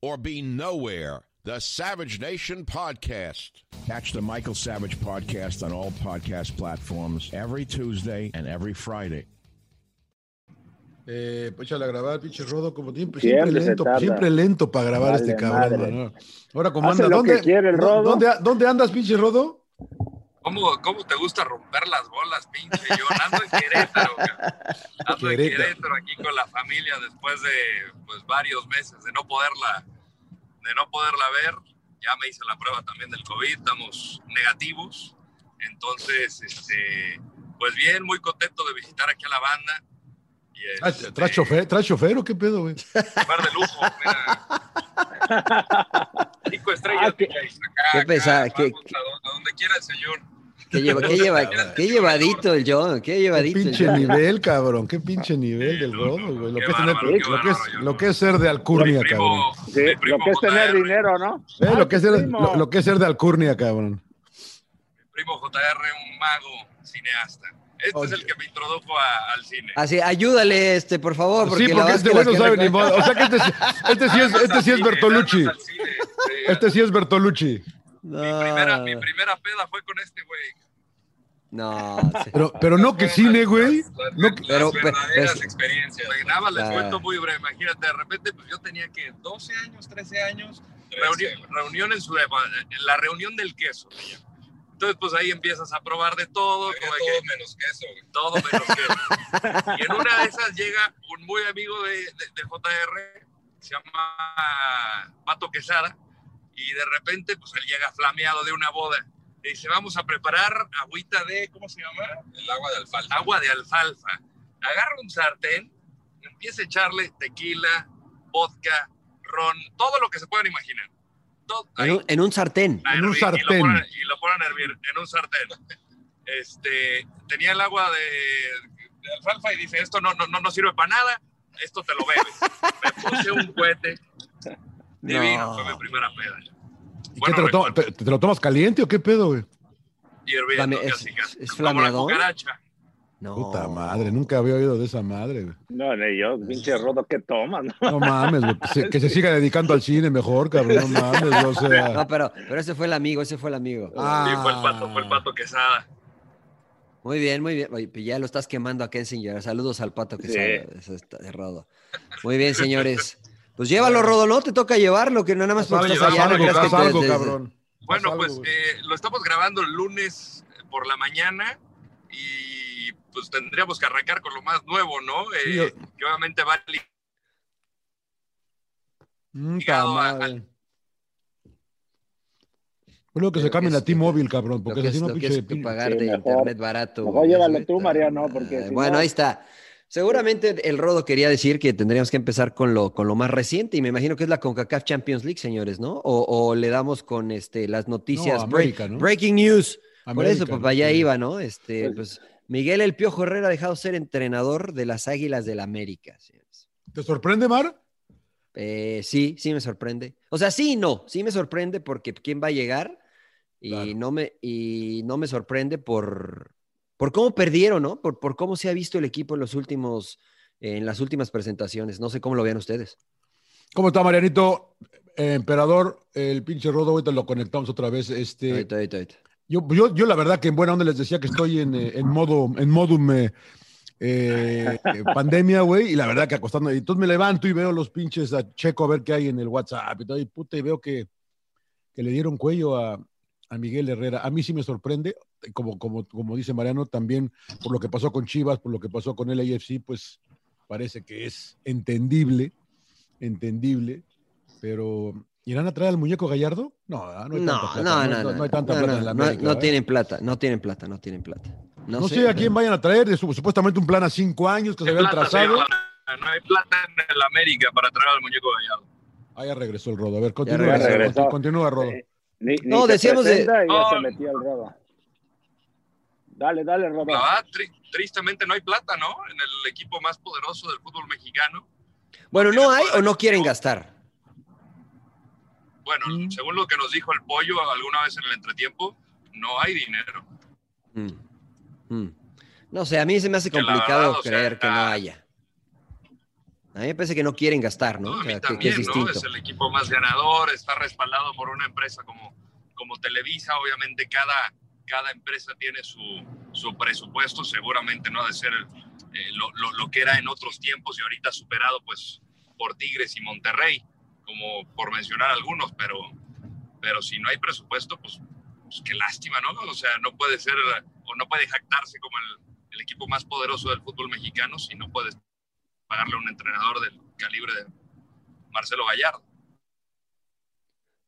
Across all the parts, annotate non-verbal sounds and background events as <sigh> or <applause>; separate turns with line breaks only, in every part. or be nowhere. The Savage Nation Podcast. Catch the Michael Savage Podcast on all podcast platforms every Tuesday and every Friday.
Eh, pues échale a grabar, pinche Rodo, como tiempo.
Siempre
Siempre,
se
lento,
tarda.
siempre lento para grabar
Vale,
este cabrón.
madre.
¿no? Ahora, como
Hace
anda?
lo que
¿Dónde,
quiere el
dó-
Rodo.
¿dónde, dónde andas, pinche Rodo?
¿Cómo, ¿Cómo te gusta romper las bolas, pinche? Yo ando en Querétaro, cabrón. Ando en
Querétaro.
Querétaro aquí con la familia después de pues, varios meses de no poderla de no poderla ver. Ya me hice la prueba también del COVID, estamos negativos. Entonces, este, pues bien, muy contento de visitar aquí a la banda. Y,
Ah,
este,
¿Traes chofer, traes chofer o qué pedo, güey?
Bar de lujo, mira. Cinco estrellas,
Ah, qué-
DJ, acá,
qué
acá,
pesada,
vamos
qué-
a donde- a donde quiera el señor.
Qué, lleva- qué lleva- qué llevadito el John, qué
Qué
llevadito el
pinche
John.
nivel, cabrón. Qué pinche nivel del
no,
Rodo,
no,
güey. Lo
qué
que es tener-
bárbaro,
lo que es-
bárbaro,
lo que es ser de
Mi
alcurnia, cabrón.
primo,
Sí,
mi
lo
primo
que es tener
JR,
dinero, ¿no?
Eh,
Ay,
lo, que es ser,
primo.
lo, lo que es ser de alcurnia, cabrón.
Mi primo JR, un mago cineasta. Este es el que me introdujo a- al cine.
Ah,
Así, ayúdale, este, por favor. Porque
Sí,
la
porque
verdad
este
que
güey
las
no
que
sabe ni
recuerdo-
modo. O sea que este, sí- este sí es, este sí es Bertolucci. Este
Este
sí es Ah. Bertolucci.
mi,
No,
primera, mi primera peda fue con este güey.
<laughs>
no, sí.
Pero, pero no que cine, güey. No que-
pero,
pero-
verdaderas
pero-
experiencias. Güey, nada más les
Ah.
cuento muy breve. Imagínate, de repente, pues yo tenía que 12 años, 13 años, reuni- reunión en su en la reunión del queso. se llama. Entonces, pues ahí empiezas a probar de todo. como de que-
menos queso,
todo menos queso. Y en una de esas llega un muy amigo de, de- de JR, que se llama Pato Quesada, y de repente, pues él llega flameado de una boda. Y dice, vamos a preparar agüita de, ¿cómo se llama?
el agua de alfalfa.
Agua de alfalfa. Agarra un sartén, empieza a echarle tequila, vodka, ron, todo lo que se puedan imaginar. Todo,
En un, en un sartén.
a
En un
hervir,
sartén.
Y lo, ponen, y lo ponen a hervir en un sartén. Este, tenía el agua de, de alfalfa y dice, esto no, no, no, no sirve para nada, esto te lo bebes. Me puse un cohete divino,
No.
fue mi primera peda.
¿Y qué te, lo to- te- te lo tomas caliente o qué pedo, güey?
Y herviendo,
Flame- es-
casi, casi.
es
como la
flameador.
cucaracha.
No.
Puta madre, nunca había oído de esa madre, <laughs> güey.
No, ni yo, pinche rodo que tomas, ¿no?
No mames, güey. Que se, que se siga dedicando al cine mejor, cabrón. No mames, o sea.
No, pero, pero ese fue el amigo, ese fue el amigo.
Ah.
Sí, fue el pato, fue el pato quesada.
Muy bien, muy bien. Oye, pues ya lo estás quemando a Kensinger. Saludos al pato que
Sí.
sabe. Eso está cerrado. Muy bien, señores. Pues llévalo, Rodo, ¿no? Te toca llevarlo, que no nada más
Haz algo,
porque
llevar
estás allá. no
haz algo,
creas que
haz
te-
algo,
te-
cabrón.
Bueno,
Haz algo,
pues
güey.
eh, lo estamos grabando el lunes por la mañana y pues tendríamos que arrancar con lo más nuevo, ¿no? Eh,
Sí, yo-
Que obviamente va li-
Puta
ligado a-
madre. Fue Luego que se
Lo que
cambien a
es-
T-Mobile, cabrón,
Lo
porque
que
si
es,
no,
lo que
pinche.
es que pagar
Sí,
de
mejor.
internet barato.
Mejor
güey,
llévalo
eso
tú,
está-
Mariano, porque si
bueno,
no-
ahí está. Seguramente el Rodo quería decir que tendríamos que empezar con lo, con lo más reciente y me imagino que es la CONCACAF Champions League, señores, ¿no? O, o le damos con este, las noticias.
No,
break-
América, ¿no?
Breaking news.
América,
Por eso, papá, allá
sí.
iba, ¿no? Este,
Pues-
pues Miguel El Piojo Herrera ha dejado ser entrenador de las Águilas del América, señores.
¿Te sorprende, Mar?
Eh, sí, sí me sorprende. O sea, sí y no. Sí me sorprende porque quién va a llegar Y,
Claro.
no, me, y no me sorprende por, por cómo perdieron, ¿no? Por, por cómo se ha visto el equipo en los últimos, en las últimas presentaciones. No sé cómo lo vean ustedes.
¿Cómo está, Marianito? Eh, emperador, el pinche Rodo, ahorita lo conectamos otra vez. Este,
Ahorita, ahorita, ahorita.
Yo, yo, yo la verdad que en buena onda les decía que estoy en, eh, en modo, en modum eh, eh, eh, pandemia, güey, y la verdad que acostando. Y entonces me levanto y veo los pinches a Checo a ver qué hay en el WhatsApp y todo, y puta, y veo que, que le dieron cuello a, a Miguel Herrera. A mí sí me sorprende, como, como, como dice Mariano, también por lo que pasó con Chivas, por lo que pasó con el AFC, pues parece que es entendible, entendible, pero. ¿Irán a traer al muñeco Gallardo? No, ¿verdad? no hay tanta plata,
No, no,
no,
no, no.
no hay tanta
no,
plata
no,
en la
no,
América,
no
¿verdad?
tienen plata, no tienen plata, no tienen plata. No,
No, sé, a quién
pero-
vayan a traer, de su- supuestamente un plan a cinco años que se había
Plata,
trazado.
señor Lana. no hay plata en el América para traer al muñeco Gallardo.
Ah, ya regresó el Rodo. A ver, continúa,
regresó.
regresó. continúa Rodo.
Eh, ni- ni
No,
se
decíamos de-
presenta Y ya
No.
se metió el rodo. Dale, dale, rodo.
La verdad, tri- tristemente no hay plata, ¿no? En el equipo más poderoso del fútbol mexicano.
Bueno, ¿no hay o no quieren gastar?
Bueno,
Mm.
según lo que nos dijo el pollo alguna vez en el entretiempo, no hay dinero.
Mm. Mm. No sé, a mí se me hace
Que la
complicado
verdad, o sea,
creer que no
ah.
haya. A mí me parece que no quieren gastar, ¿no?
No,
O
a mí
sea, que, que
también,
es
¿no?
distinto.
Es el equipo más ganador, está respaldado por una empresa como, como Televisa. Obviamente, cada, cada empresa tiene su, su presupuesto, seguramente no ha de ser el- eh, lo, lo- lo que era en otros tiempos y ahorita superado pues por Tigres y Monterrey, como por mencionar algunos, pero, pero si no hay presupuesto, pues, pues qué lástima, ¿no? O sea, no puede ser eh, o no puede jactarse como el, el equipo más poderoso del fútbol mexicano si no puedes pagarle a un entrenador del calibre de Marcelo Gallardo.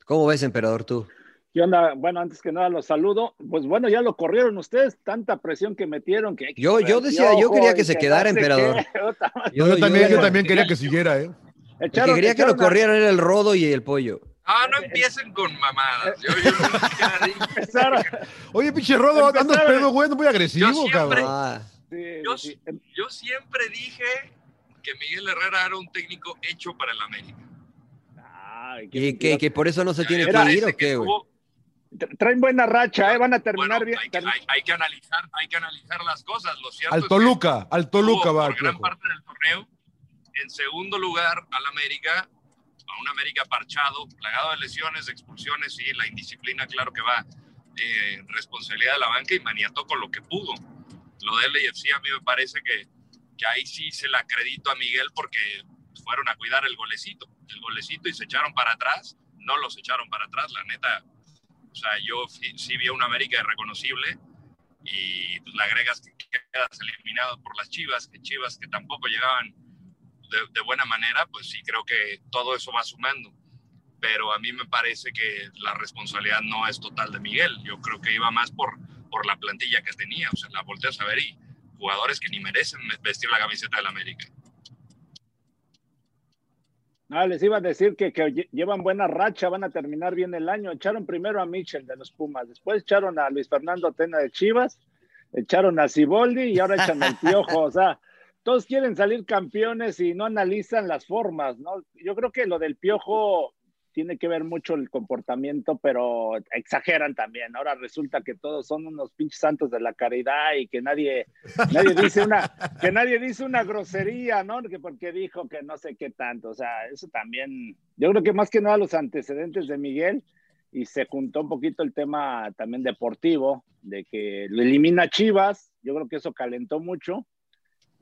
¿Cómo ves, emperador, tú?
¿Qué onda? Bueno, antes que nada los saludo. Pues bueno, ya lo corrieron ustedes, tanta presión que metieron que...
Yo- yo decía, yo quería que se quedara, emperador.
No, yo, también, yo
era-
también quería que siguiera, ¿eh?
el que quería que lo corrieran era el rodo y el pollo.
Ah, no empiecen con mamadas. Yo, yo nunca
<laughs>
dije-
<laughs>
Oye, pinche Rodo, andas
Empezaron.
pedo, güey, muy agresivo,
Yo siempre-
cabrón.
Ah,
yo sí-
em,
yo siempre dije que Miguel Herrera era un técnico hecho para el América.
¿Y que, que por eso no se
A mí
tiene
me
que
parece
ir o qué, güey?
estuvo-
Traen buena racha, ¿eh? Van a terminar
bueno,
bien.
hay, que- hay- hay que analizar, hay que analizar las cosas. Lo cierto es
Al
que
Toluca, al Toluca
estuvo
va.
por gran
Piojo.
parte del torneo. En segundo lugar, al América, a un América parchado, plagado de lesiones, de expulsiones y la indisciplina, claro que va eh, responsabilidad de la banca y maniató con lo que pudo. Lo del LFC a mí me parece que, que ahí sí se le acredito a Miguel porque fueron a cuidar el golecito, el golecito y se echaron para atrás, no los echaron para atrás, la neta. O sea, yo sí, sí vi a un América irreconocible y pues, le agregas que quedas eliminado por las Chivas, que Chivas que tampoco llegaban de, de buena manera, pues sí creo que todo eso va sumando. Pero a mí me parece que la responsabilidad no es total de Miguel. Yo creo que iba más por, por la plantilla que tenía. O sea, la volteas a ver y jugadores que ni merecen vestir la camiseta del América.
No, Ah, les iba a decir que, que lle- llevan buena racha, van a terminar bien el año. Echaron primero a Mitchell de los Pumas, después echaron a Luis Fernando Tena de Chivas, echaron a Ciboldi y ahora echan al Piojo. O sea, todos quieren salir campeones y no analizan las formas, ¿no? Yo creo que lo del Piojo tiene que ver mucho el comportamiento, pero exageran también. Ahora resulta que todos son unos pinches santos de la caridad y que nadie, nadie dice una, que nadie dice una grosería, ¿no? Que porque dijo que no sé qué tanto. O sea, eso también, yo creo que más que nada los antecedentes de Miguel y se juntó un poquito el tema también deportivo, de que lo elimina Chivas, yo creo que eso calentó mucho.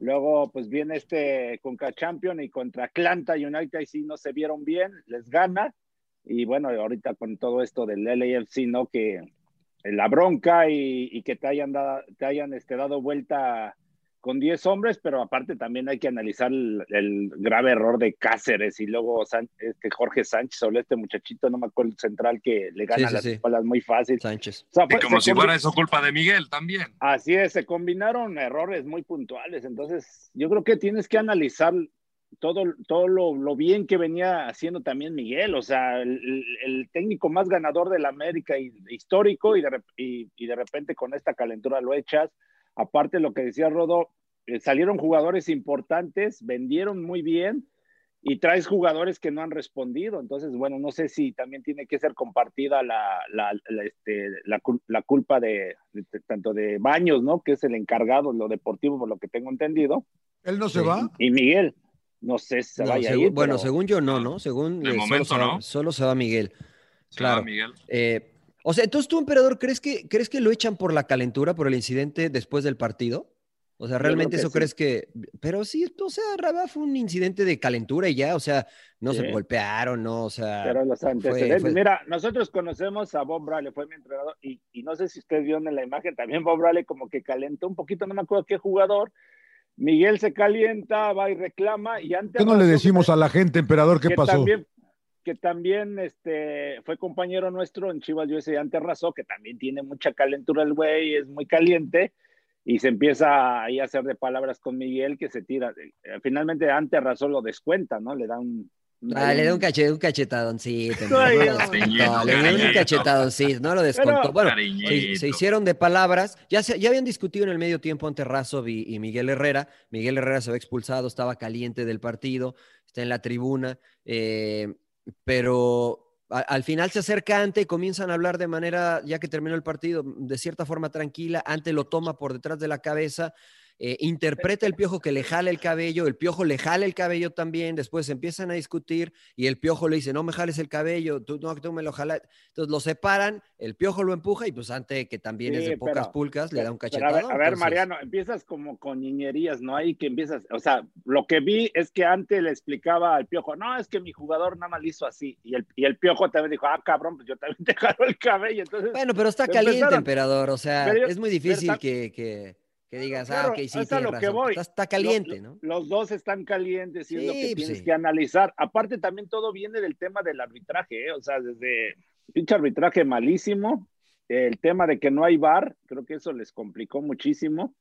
Luego, pues viene este Conca Champion y contra Atlanta United, y sí no se vieron bien, les gana. Y bueno, ahorita con todo esto del LAFC, ¿no? Que eh, la bronca y, y que te hayan, da- te hayan este, dado vuelta con 10 hombres, pero aparte también hay que analizar el, el grave error de Cáceres y luego San- este Jorge Sánchez o este muchachito, no me acuerdo, el central que le gana
sí,
las
sí.
espaldas muy fácil.
Sánchez.
O sea,
Y
fue-
como
se
si
convirtió-
fuera eso culpa de Miguel también.
Así es, se combinaron errores muy puntuales. Entonces, yo creo que tienes que analizar todo, todo lo, lo bien que venía haciendo también Miguel. O sea, el, el- el técnico más ganador de la América y, histórico y de, rep- y- y de repente con esta calentura lo echas. Aparte, lo que decía Rodo, eh, salieron jugadores importantes, vendieron muy bien y traes jugadores que no han respondido. Entonces, bueno, no sé si también tiene que ser compartida la, la, la, este, la cul- la culpa de, de- de- tanto de Baños, ¿no? Que es el encargado de lo deportivo, por lo que tengo entendido,
¿Él no se va?
y Miguel. No sé si se
No,
vaya a
según-
ir.
bueno,
pero-
según yo no, ¿no? Según
De
eh,
momento,
solo, se va,
¿no?
solo se va Miguel.
Se va
Claro.
Miguel.
Eh, o sea, entonces tú, emperador, ¿crees que, ¿crees que lo echan por la calentura, por el incidente después del partido? O sea,
creo
realmente
que
eso
sí.
crees que. Pero sí, o sea, Rabá fue un incidente de calentura y ya, o sea, no se
Sí.
golpearon, no, o sea.
Pero los
fue-
antecedentes.
fue-
Mira, nosotros conocemos a Bob Bradley, fue mi entrenador, y, y no sé si ustedes vieron en la imagen, también Bob Bradley como que calentó un poquito, no me acuerdo qué jugador. Miguel se calienta, va y reclama, y antes.
¿Qué no le decimos a la gente, emperador, qué
que
pasó?
También, que también este, fante compañero nuestro en Chivas USA, Ante Razó, que también tiene mucha calentura el güey, es muy caliente, y se empieza ahí a hacer de palabras con Miguel, que se tira. Eh, Finalmente, Ante Razó lo descuenta, ¿no? Le da un.
Ah, le dio un, cache- un cachetadoncito.
<laughs> Ay,
no lo
Dios.
descontó, le dio un
Cariñito.
cachetadoncito, no lo descontó.
Pero-
bueno, se,
Cariñito.
se hicieron de palabras. Ya, se- ya habían discutido en el medio tiempo ante Razov y, y Miguel Herrera. Miguel Herrera se había expulsado, estaba caliente del partido, está en la tribuna. eh, pero a- al final se acerca Ante, comienzan a hablar de manera, ya que terminó el partido, de cierta forma tranquila. Ante lo toma por detrás de la cabeza. eh, interpreta el piojo que le jala el cabello, el piojo le jala el cabello también, después empiezan a discutir y el piojo le dice, no me jales el cabello, tú no, tú me lo jalas. Entonces lo separan, el piojo lo empuja y pues ante que también es
Sí,
de pocas
pero-
pulcas, le da un
Pero A
cachetado.
ver, a ver,
entonces-
Mariano, empiezas como con niñerías, ¿no? Ahí que empiezas, o sea, lo que vi es que antes le explicaba al piojo, no, es que mi jugador nada más le hizo así. Y el, y el piojo también dijo, ah, cabrón, pues yo también <laughs> te jalo el cabello. Entonces,
Bueno, pero está
Empezaron.
caliente, emperador, o sea,
Pero yo-
es muy
pero
difícil
está-
que, que, que digas,
claro,
ah, ok, sí,
ahí
tienes
está lo que
razón".
voy.
Está, está caliente, ¿no?
los dos están calientes y es lo
Sí,
que
pues
tienes
sí.
que analizar. Aparte, también todo viene del tema del arbitraje, ¿eh? o sea, desde pinche arbitraje malísimo, el tema de que no hay bar, creo que eso les complicó muchísimo.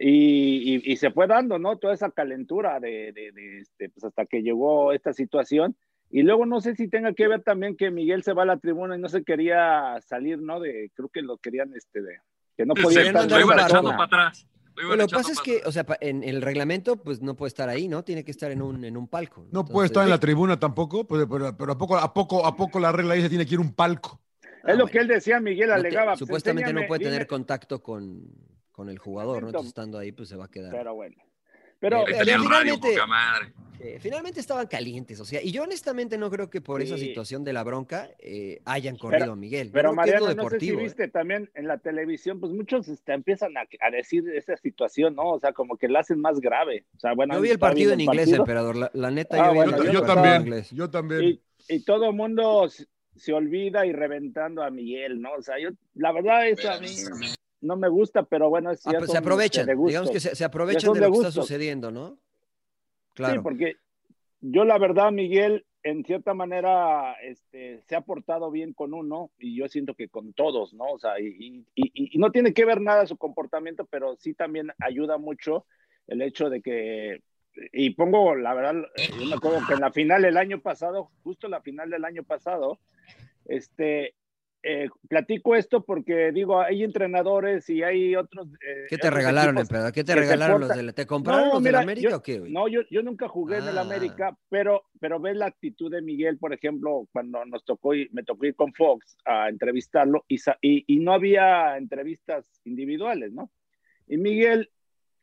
Y, y- y se fue dando, ¿no? Toda esa calentura de, de- de, este, pues hasta que llegó esta situación. Y luego no sé si tenga que ver también que Miguel se va a la tribuna y no se quería salir, ¿no? De, creo que lo querían, este, de, que no podía
querían
Se-
estar. en
mandar
Lo iban
un
esa
echando
barco.
zona.
para atrás. Lo iban
Lo que
echando
pasa es
para
que,
atrás.
o sea, pa- en el reglamento, pues no puede estar ahí, ¿no? Tiene que estar en un, en un palco.
No puede estar en
Entonces-
la tribuna tampoco, pues, pero, pero a, poco, a, poco, a poco la regla dice tiene que ir un palco.
Ah,
Es lo
bueno.
que él decía, Miguel
No te-
alegaba. pues,
supuestamente no
enséñame,
puede
dime-
tener contacto con, con el jugador,
Exacto.
¿no? Entonces, estando ahí, pues se va a quedar.
Pero bueno. Pero
Ahí
Ahí
eh,
tenía
pero
el radio,
finalmente-
poca madre.
Eh, finalmente estaban calientes, o sea, y yo honestamente no creo que por esa
Sí.
situación de la bronca eh, hayan corrido a Miguel. Yo
Pero
creo que es
Mariano,
lo
no sé si
deportivo, ¿eh?
viste también en la televisión, pues muchos este, empiezan a, a decir esa situación, ¿no? O sea, como que la hacen más grave. O sea, bueno,
Yo vi el
estaba viendo
partido en
el
inglés,
partido
emperador. La, la neta,
Ah,
yo vi el
bueno,
yo,
partido
yo
en
también,
inglés.
yo también.
y, y todo mundo s- se olvida y reventando a Miguel, ¿no? O sea, yo, la verdad, eso a mí no me gusta, pero bueno, es
Ah,
cierto.
pues, se aprovechan, digamos que se, se aprovechan
son
de lo
de
que está
gustos.
sucediendo, ¿no?
Sí,
Claro.
porque yo la verdad, Miguel, en cierta manera, este, se ha portado bien con uno y yo siento que con todos, ¿no? O sea, y, y- y- y no tiene que ver nada su comportamiento, pero sí también ayuda mucho el hecho de que, y pongo, la verdad, eh, yo me acuerdo que en la final del año pasado, justo la final del año pasado, este... eh, platico esto porque digo, hay entrenadores y hay otros. eh,
¿Qué te
otros
regalaron,
equipos-
emperador? ¿Qué te
que se
regalaron los
portan-
de la... ¿Te compraron
No,
los de
mira,
la América
yo-
o qué? güey?
no, yo, yo nunca jugué en el
Ah.
América, pero, pero ves la actitud de Miguel, por ejemplo, cuando nos tocó ir- me tocó ir con Fox a entrevistarlo y, sa- y, y no había entrevistas individuales, ¿no? Y Miguel,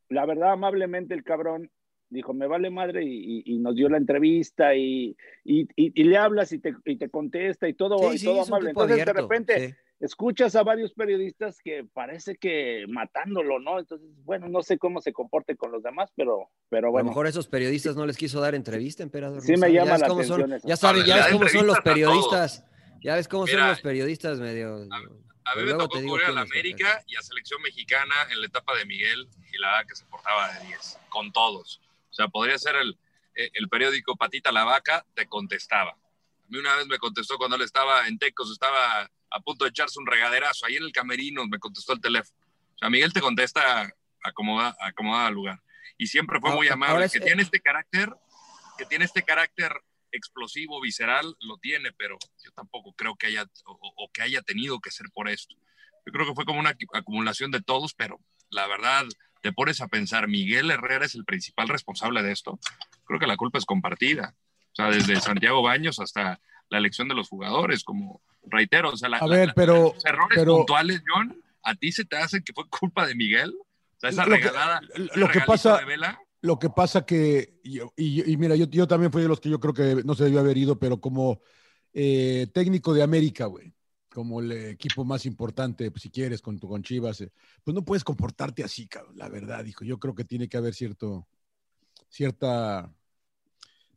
la verdad, amablemente el cabrón dijo, me vale madre y, y- y nos dio la entrevista y, y, y- y le hablas y te, y te contesta y todo,
sí,
y
sí,
todo
es un
amable.
tipo
Entonces, de
abierto,
repente,
sí.
escuchas a varios periodistas que parece que matándolo, ¿no? Entonces, bueno, no sé cómo se comporte con los demás, pero, pero
a lo
bueno.
mejor esos periodistas no les quiso dar entrevista, emperador.
Sí
no
me
sabe,
llama
ves
la
cómo
atención
son,
eso.
Ya sabes,
Ah,
ya
le
ves
da
cómo son los
entrevistas a todos.
periodistas. Ya ves cómo son
Mira,
los periodistas medio.
A mí
Pero
me
luego
tocó
te digo
cubrir a
quién
la
es, porque-
América y a Selección Mexicana en la etapa de Miguel y la verdad que se portaba de 10, con todos. O sea, podría ser el, eh, el periódico Patita la Vaca, te contestaba. A mí una vez me contestó cuando él estaba en Tecos, estaba a punto de echarse un regaderazo. Ahí en el camerino me contestó el teléfono. O sea, Miguel te contesta acomoda, acomodada al lugar. Y siempre fue
Ah,
muy
ahora
amable.
es-
Que tiene este carácter, que tiene este carácter explosivo, visceral, lo tiene, pero yo tampoco creo que haya o, o que haya tenido que ser por esto. Yo creo que fue como una acu- acumulación de todos, pero la verdad, te pones a pensar, Miguel Herrera es el principal responsable de esto. Creo que la culpa es compartida. O sea, desde Santiago Baños hasta la elección de los jugadores, como reitero, o sea, la-
A
la-
ver,
la-
pero-
los errores
pero-
puntuales, John, a ti se te hace que fue culpa de Miguel. O sea, esa
Lo que-
regalada,
lo
ese
que
regalito
pasa-
de Vela.
Lo que pasa que, y, y- y mira, yo, yo también fui de los que yo creo que no se debió haber ido, pero como eh, técnico de América, güey, como el equipo más importante, pues, si quieres, con, tu- con Chivas, eh, pues no puedes comportarte así, cabrón, la verdad, hijo. Yo creo que tiene que haber cierto, cierta,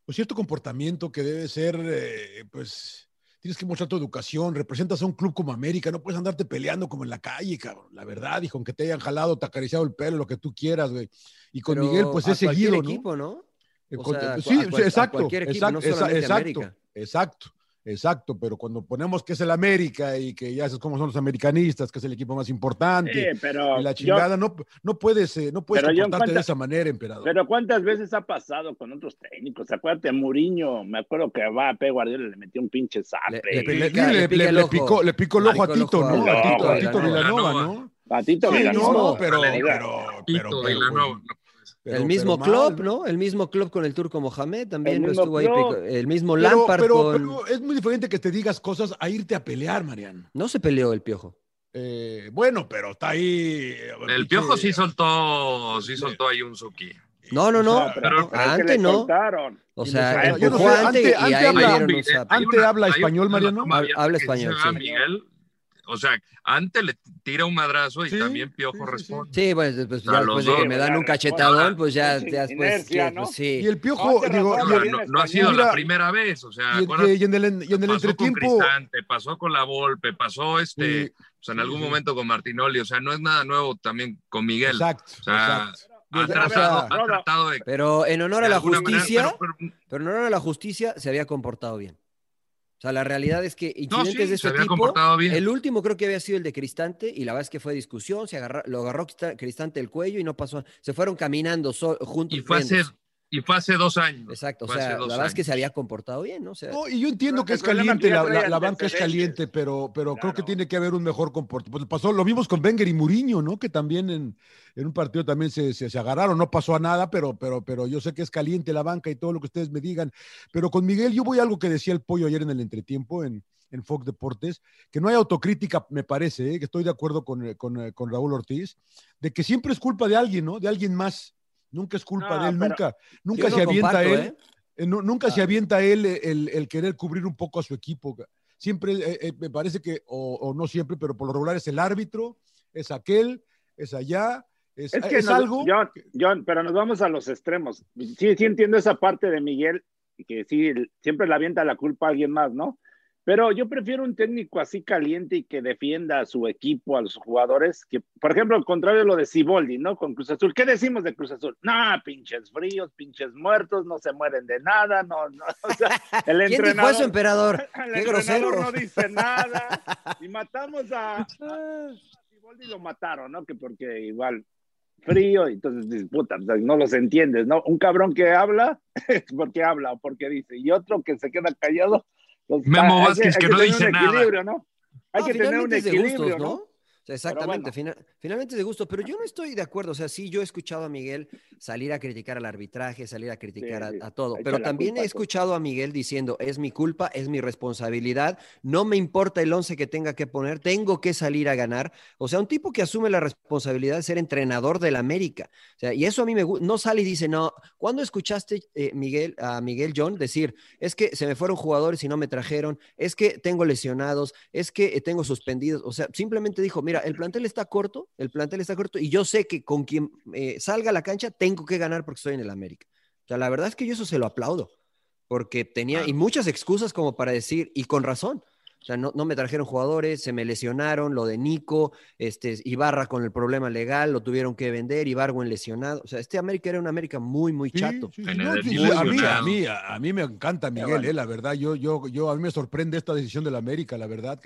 pues cierto comportamiento que debe ser, eh, pues, tienes que mostrar tu educación, representas a un club como América, no puedes andarte peleando como en la calle, cabrón, la verdad, hijo, aunque te hayan jalado, te acariciado el pelo, lo que tú quieras, güey. Y con
Pero
Miguel, pues
a
es
cualquier
seguido, ¿no?
equipo, ¿no?
Eh,
O
con-
sea, a
sí,
cual-
sí,
a
exacto,
cualquier equipo,
exacto,
no
esa-
solamente
exacto,
América.
exacto, exacto, pero cuando ponemos que es el América y que ya sabes cómo son los americanistas, que es el equipo más importante,
Sí, pero
Eh, y la
yo-
chingada, no, no puedes, eh, no puedes
Pero yo en
comportarte de
cuanto-
esa manera, emperador.
Pero cuántas veces ha pasado con otros técnicos. Acuérdate, Muriño, me acuerdo que va a P. Guardiola le metió un pinche sape.
le,
Le- le pica,
le-
le pica
le-
el
le
ojo.
picó, le picó el
Le
ojo a
picó el
Tito,
ojo
¿no?
a-
A Tito, a
a
Tito
Vilanova.
Vilanova, ¿no?
Patito
Sí,
Vilanova.
no, pero,
le
pero,
digo.
pero,
Tito de
pero,
la
güey,
no- no puede ser.
pero-
el mismo
pero
club,
mal.
¿no? El mismo club con el turco Mohamed también
El
lo
mismo
estuvo ahí.
Klopp.
pico- El mismo
Pero-
Lampard
pero-
con-
pero es muy diferente que te digas cosas a irte a pelear, Mariano.
No se peleó el piojo.
Eh, bueno, pero está ahí. eh, pinche-
El Piojo sí soltó, sí soltó ahí un Suki.
No, no,
o
no.
sea,
pero-
no,
pero es que
antes
le
no.
soltaron.
O
Y
sea,
les-
yo no
empujó
sé,
antes
ante-
y
ante
ahí
habla-
le
Hay un
dieron un
video-
zap.
hay
¿Ante habla
hay
español,
una
Mariano?
toma
Hab-
abierta
habla
que dice,
español,
"Ah,
sí.
Miguel, o sea, antes le tira un madrazo y
Sí,
también
sí,
Piojo
sí, sí.
responde.
Sí, pues después,
A
ya
los
después de que
dos.
me dan un
Ahora,
cachetadón, pues ya,
sí,
ya después.
inercia,
que-
¿no?
pues sí.
Y el piojo,
Ahora,
digo,
O
Rafa,
y
sea,
el-
bien
no, no ha
español.
sido
Mira,
la primera vez, o sea,
Y,
acuérdate,
y en el, y en el
Ah, pasó con
entretiempo.
Cristante, pasó con la Volpe, pasó este,
eh,
pues, en
sí,
algún
sí.
momento con Martinoli, o sea, no es nada nuevo también con Miguel.
Exacto,
sea,
exacto.
Ha
Desde-
o
tratado,
sea,
ha tratado de...
Pero en honor a
de
la
alguna manera, pues.
justicia,
pero- pero-
pero en honor a la justicia, se había comportado bien. O sea, la realidad es
no,
que incidentes
sí,
de
se
este
había
tipo,
comportado bien.
el último creo que había sido el de Cristante, y la verdad es que fue discusión, se agarra- lo agarró Crista- Cristante el cuello y no pasó, se fueron caminando so- juntos.
y, fue hace,
riéndose.
y fue hace dos años.
Exacto, o
fue hace
sea, la
dos
verdad es que
años.
se había comportado bien, ¿no? O sea,
No, y yo entiendo que
El
es
problema que
caliente,
ya
la, la-
trae
la banca es
antecedentes.
caliente, pero, pero creo que
Claro.
tiene que haber un mejor comportamiento. Pues pasó, lo vimos con Wenger y Muriño, ¿no? Que también en, en un partido también se, se- se agarraron, no pasó a nada, pero, pero, pero yo sé que es caliente la banca y todo lo que ustedes me digan. Pero con Miguel, yo voy a algo que decía el pollo ayer en el entretiempo en, en Fox Deportes, que no hay autocrítica, me parece, ¿eh? que estoy de acuerdo con, eh, con, eh, con Raúl Ortiz, de que siempre es culpa de alguien, ¿no? De alguien más. Nunca es culpa
No,
de él,
pero-
nunca,
yo
nunca
lo
se avienta
comparto,
él.
¿eh?
Eh, nu- nunca
Ah.
se avienta él eh, el, el querer cubrir un poco a su equipo. ca- Siempre, eh, eh, me parece que, o, o no siempre, pero por lo regular es el árbitro, es aquel, es allá, es, ah,
Es que
es
nos-
algo.
John, John, pero nos vamos a los extremos. Sí, sí entiendo esa parte de Miguel, que sí, siempre le avienta la culpa a alguien más, ¿no? Pero yo prefiero un técnico así caliente y que defienda a su equipo, a los jugadores, que, por ejemplo, al contrario de lo de Ciboldi, ¿no? Con Cruz Azul. ¿Qué decimos de Cruz Azul? No, pinches fríos, pinches muertos, no se mueren de nada, no, no. O sea, el
¿Quién dijo
entrenador,
eso, emperador?
el
Qué
entrenador
grosero.
no dice nada. Y matamos a, Siboldi lo mataron, ¿no? Que porque igual frío, y entonces disputan, no los entiendes, ¿no? Un cabrón que habla, <laughs> es porque habla o porque dice, y otro que se queda callado. pues,
Memo
hay
Vázquez,
hay
que no
tener
dice
un
nada.
equilibrio, ¿no? Hay
No,
que tener un
finalmente es de
equilibrio,
gustos,
¿no?
O sea, exactamente, fina- finalmente es de gusto, pero yo no estoy de acuerdo. O sea, sí, yo he escuchado a Miguel salir a criticar al arbitraje, salir a criticar a-
sí,
a, todo,
ahí
pero
está la
también
culpa,
he
pues.
escuchado a Miguel diciendo, es mi culpa, es mi responsabilidad, no me importa el once que tenga que poner, tengo que salir a ganar. O sea, un tipo que asume la responsabilidad de ser entrenador del América. O sea, y eso a mí me gusta, no sale y dice, no, ¿cuándo escuchaste eh, Miguel, a Miguel John decir, es que se me fueron jugadores y no me trajeron, es que tengo lesionados, es que eh, tengo suspendidos. O sea, simplemente dijo, mira, el plantel está corto, el plantel está corto y yo sé que con quien eh, salga a la cancha tengo que ganar porque estoy en el América. O sea, la verdad es que yo eso se lo aplaudo, porque tenía y muchas excusas como para decir, y con razón. O sea, no, no me trajeron jugadores, se me lesionaron, lo de Nico, este, Ibarra con el problema legal, lo tuvieron que vender, Ibargüen lesionado. O sea, este América era un América muy, muy
Sí,
chato.
sí, sí,
En
no,
el
sí, sí, a,
lesionado.
mí, a, mí, a, a mí me encanta Miguel,
bueno.
eh, la verdad. Yo, yo, yo, a mí me sorprende esta decisión de la América, la verdad.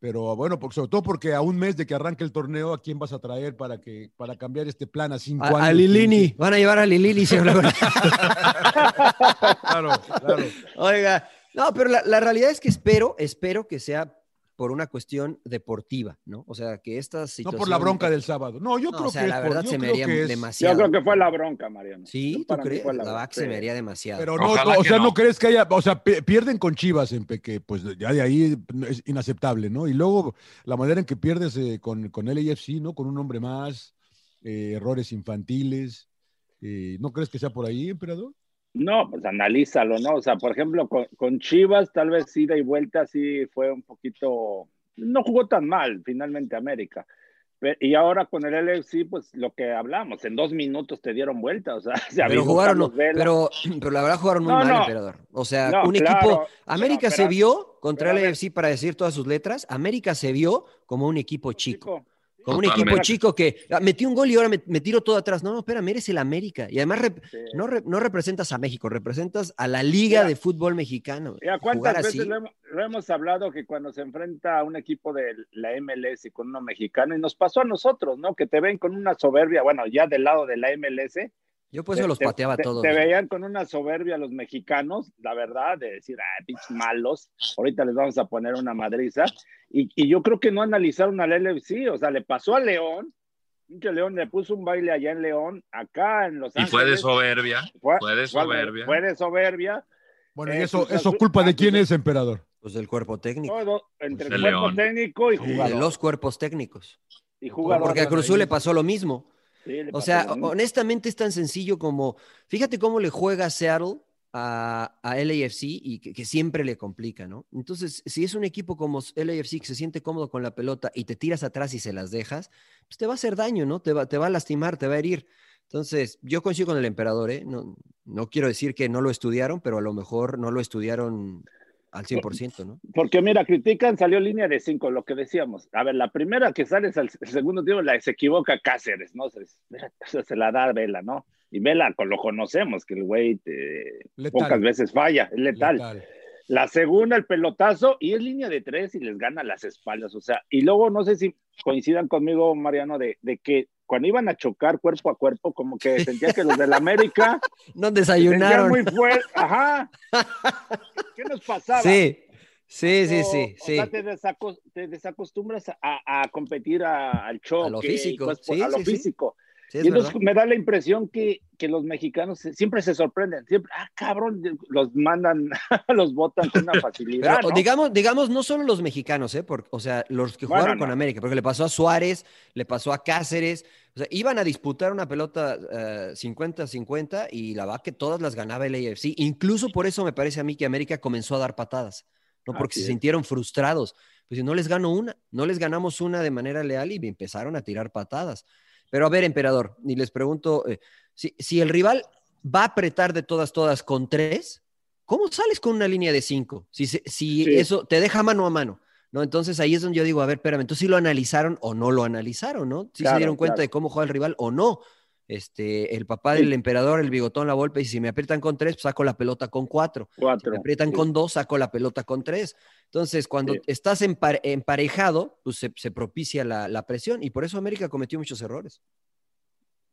Pero bueno, porque, sobre todo porque a un mes de que arranque el torneo, ¿a quién vas a traer para, que, para cambiar este plan a cinco años?
A, a Lilini, van a llevar a Lilini. se habla con-
<laughs> Claro, claro.
<laughs> Oiga, no, pero la, la realidad es que espero, espero que sea por una cuestión deportiva, ¿no? O sea, que estas
No
situaciones...
por la bronca del sábado. No, yo
No,
creo
o sea,
que es
la
por-
verdad
yo
se me
creo
haría
que es-
Yo
demasiado.
creo que fue la bronca, Mariano.
Sí,
Yo
¿tú
para mí
crees?
fue la
La
bronca,
VAC se me
sí.
haría demasiado.
Pero no,
Ojalá
no, o
que
sea, no.
no.
crees que haya, o sea, pi- pierden con Chivas en Peque, pues ya de ahí es inaceptable, ¿no? Y luego la manera en que pierdes eh, con, con LAFC, ¿no? Con un hombre más, eh, errores infantiles. eh, ¿No crees que sea por ahí, emperador?
No, pues analízalo, ¿no? O sea, por ejemplo, con, con Chivas, tal vez ida y vuelta sí fue un poquito. No jugó tan mal, finalmente, América. Pe- Y ahora con el LFC, pues lo que hablamos, en dos minutos te dieron vuelta, o sea, <laughs> se
Pero
aventó
jugaron,
Carlos Vela.
pero, <clears throat> pero la verdad jugaron muy
No,
mal,
no.
emperador. O sea,
No,
un
claro,
equipo.
pero-
América se
pero-
vio contra
pero a
el
ver.
AFC para decir todas sus letras. América se vio como un equipo chico.
Chico,
Como un
Totalmente.
equipo chico que ah, metí un gol y ahora me, me tiro todo atrás. No, no, espérame, eres el América. Y además rep-
sí.
no, re- no representas a México, representas a la Liga
Mira.
de Fútbol Mexicano.
Ya,
Jugar
¿Cuántas
así.
veces lo hemos, lo hemos hablado que cuando se enfrenta a un equipo de la MLS y con uno mexicano, y nos pasó a nosotros, ¿no? Que te ven con una soberbia, bueno, ya del lado de la MLS,
Yo por eso
te-
Pues los
te-
pateaba a
te-
todos.
Te veían con una soberbia los mexicanos, la verdad, de decir, ah, pinches malos, ahorita les vamos a poner una madriza. Y, y yo creo que no analizaron al LFC, o sea, le pasó a León, pinche León le puso un baile allá en León, acá en Los
Y fue de
Ángeles.
soberbia.
fue-
fue de
fue al-
soberbia.
Fue de soberbia.
Bueno,
Eh,
y eso,
Cruz
eso
Azul-
culpa
ah,
de
Cruz
quién
Azul.
es, emperador.
Pues del cuerpo técnico.
Todo entre
De
cuerpo
Pues León.
técnico y
De
jugador.
los cuerpos técnicos.
y jugador.
Porque a Cruzul le pasó lo mismo.
Sí, le
O
pasó
sea,
lo mismo.
honestamente es tan sencillo como, fíjate cómo le juega Seattle a, a LAFC y que, que siempre le complica, ¿no? Entonces, si es un equipo como LAFC que se siente cómodo con la pelota y te tiras atrás y se las dejas, pues te va a hacer daño, ¿no? Te va, te va a lastimar, te va a herir. Entonces, yo coincido con el emperador, ¿eh? No, no quiero decir que no lo estudiaron, pero a lo mejor no lo estudiaron al
Eh, <laughs>
100%, ¿no?
Porque mira, critican, salió línea de cinco, lo que decíamos. A ver, la primera que sale es al el segundo tiempo, la se equivoca Cáceres, ¿no? Se, se- se la da a Vela, ¿no? Y Vela, con- lo conocemos, que el güey eh,
Letal.
pocas veces falla, es letal. La segunda, el pelotazo, y es línea de tres y les gana las espaldas, o sea, y luego no sé si coincidan conmigo, Mariano, de, de que cuando iban a chocar cuerpo a cuerpo, como que sentía que los del América
No
se sentían
desayunaron.
muy fuerte, ajá. ¿Qué nos pasaba?
Sí, sí, sí,
O-
sí.
O
sí.
sea, te, desaco- te desacostumbras a, a competir a- al choque. y
físico,
cosas por-
sí,
a lo
sí, sí.
físico.
Sí, es
Y entonces
verdad.
me da la impresión que, que los mexicanos se- siempre se sorprenden. Siempre, ah, cabrón, los mandan, <laughs> los botan con
<laughs>
una facilidad.
Pero
¿no?
digamos, digamos, no solo los mexicanos, ¿eh? Por- o sea, los que
Bueno,
jugaron con
no.
América, porque le pasó a Suárez, le pasó a Cáceres, o sea, iban a disputar una pelota eh, 50-50 y la verdad que todas las ganaba el AFC. Incluso por eso me parece a mí que América comenzó a dar patadas, ¿no? Porque
Así
se
es.
sintieron frustrados. Pues si no les ganó una, no les ganamos una de manera leal y empezaron a tirar patadas. Pero a ver, emperador, y les pregunto, eh, si, si el rival va a apretar de todas, todas con tres, ¿cómo sales con una línea de cinco? Si, se- si
Sí.
eso te deja mano a mano, ¿no? Entonces ahí es donde yo digo, a ver, espérame, entonces si lo analizaron o no lo analizaron, ¿no? Si
Claro,
se dieron cuenta
claro.
de cómo juega el rival o no. Este, el papá
Sí.
del emperador, el bigotón, la golpe, y si me aprietan con tres, pues saco la pelota con cuatro. Si
Cuatro.
me aprietan
Sí.
con dos, saco la pelota con tres. Entonces, cuando
Sí.
estás empare- emparejado, pues se, se propicia la, la presión, y por eso América cometió muchos errores.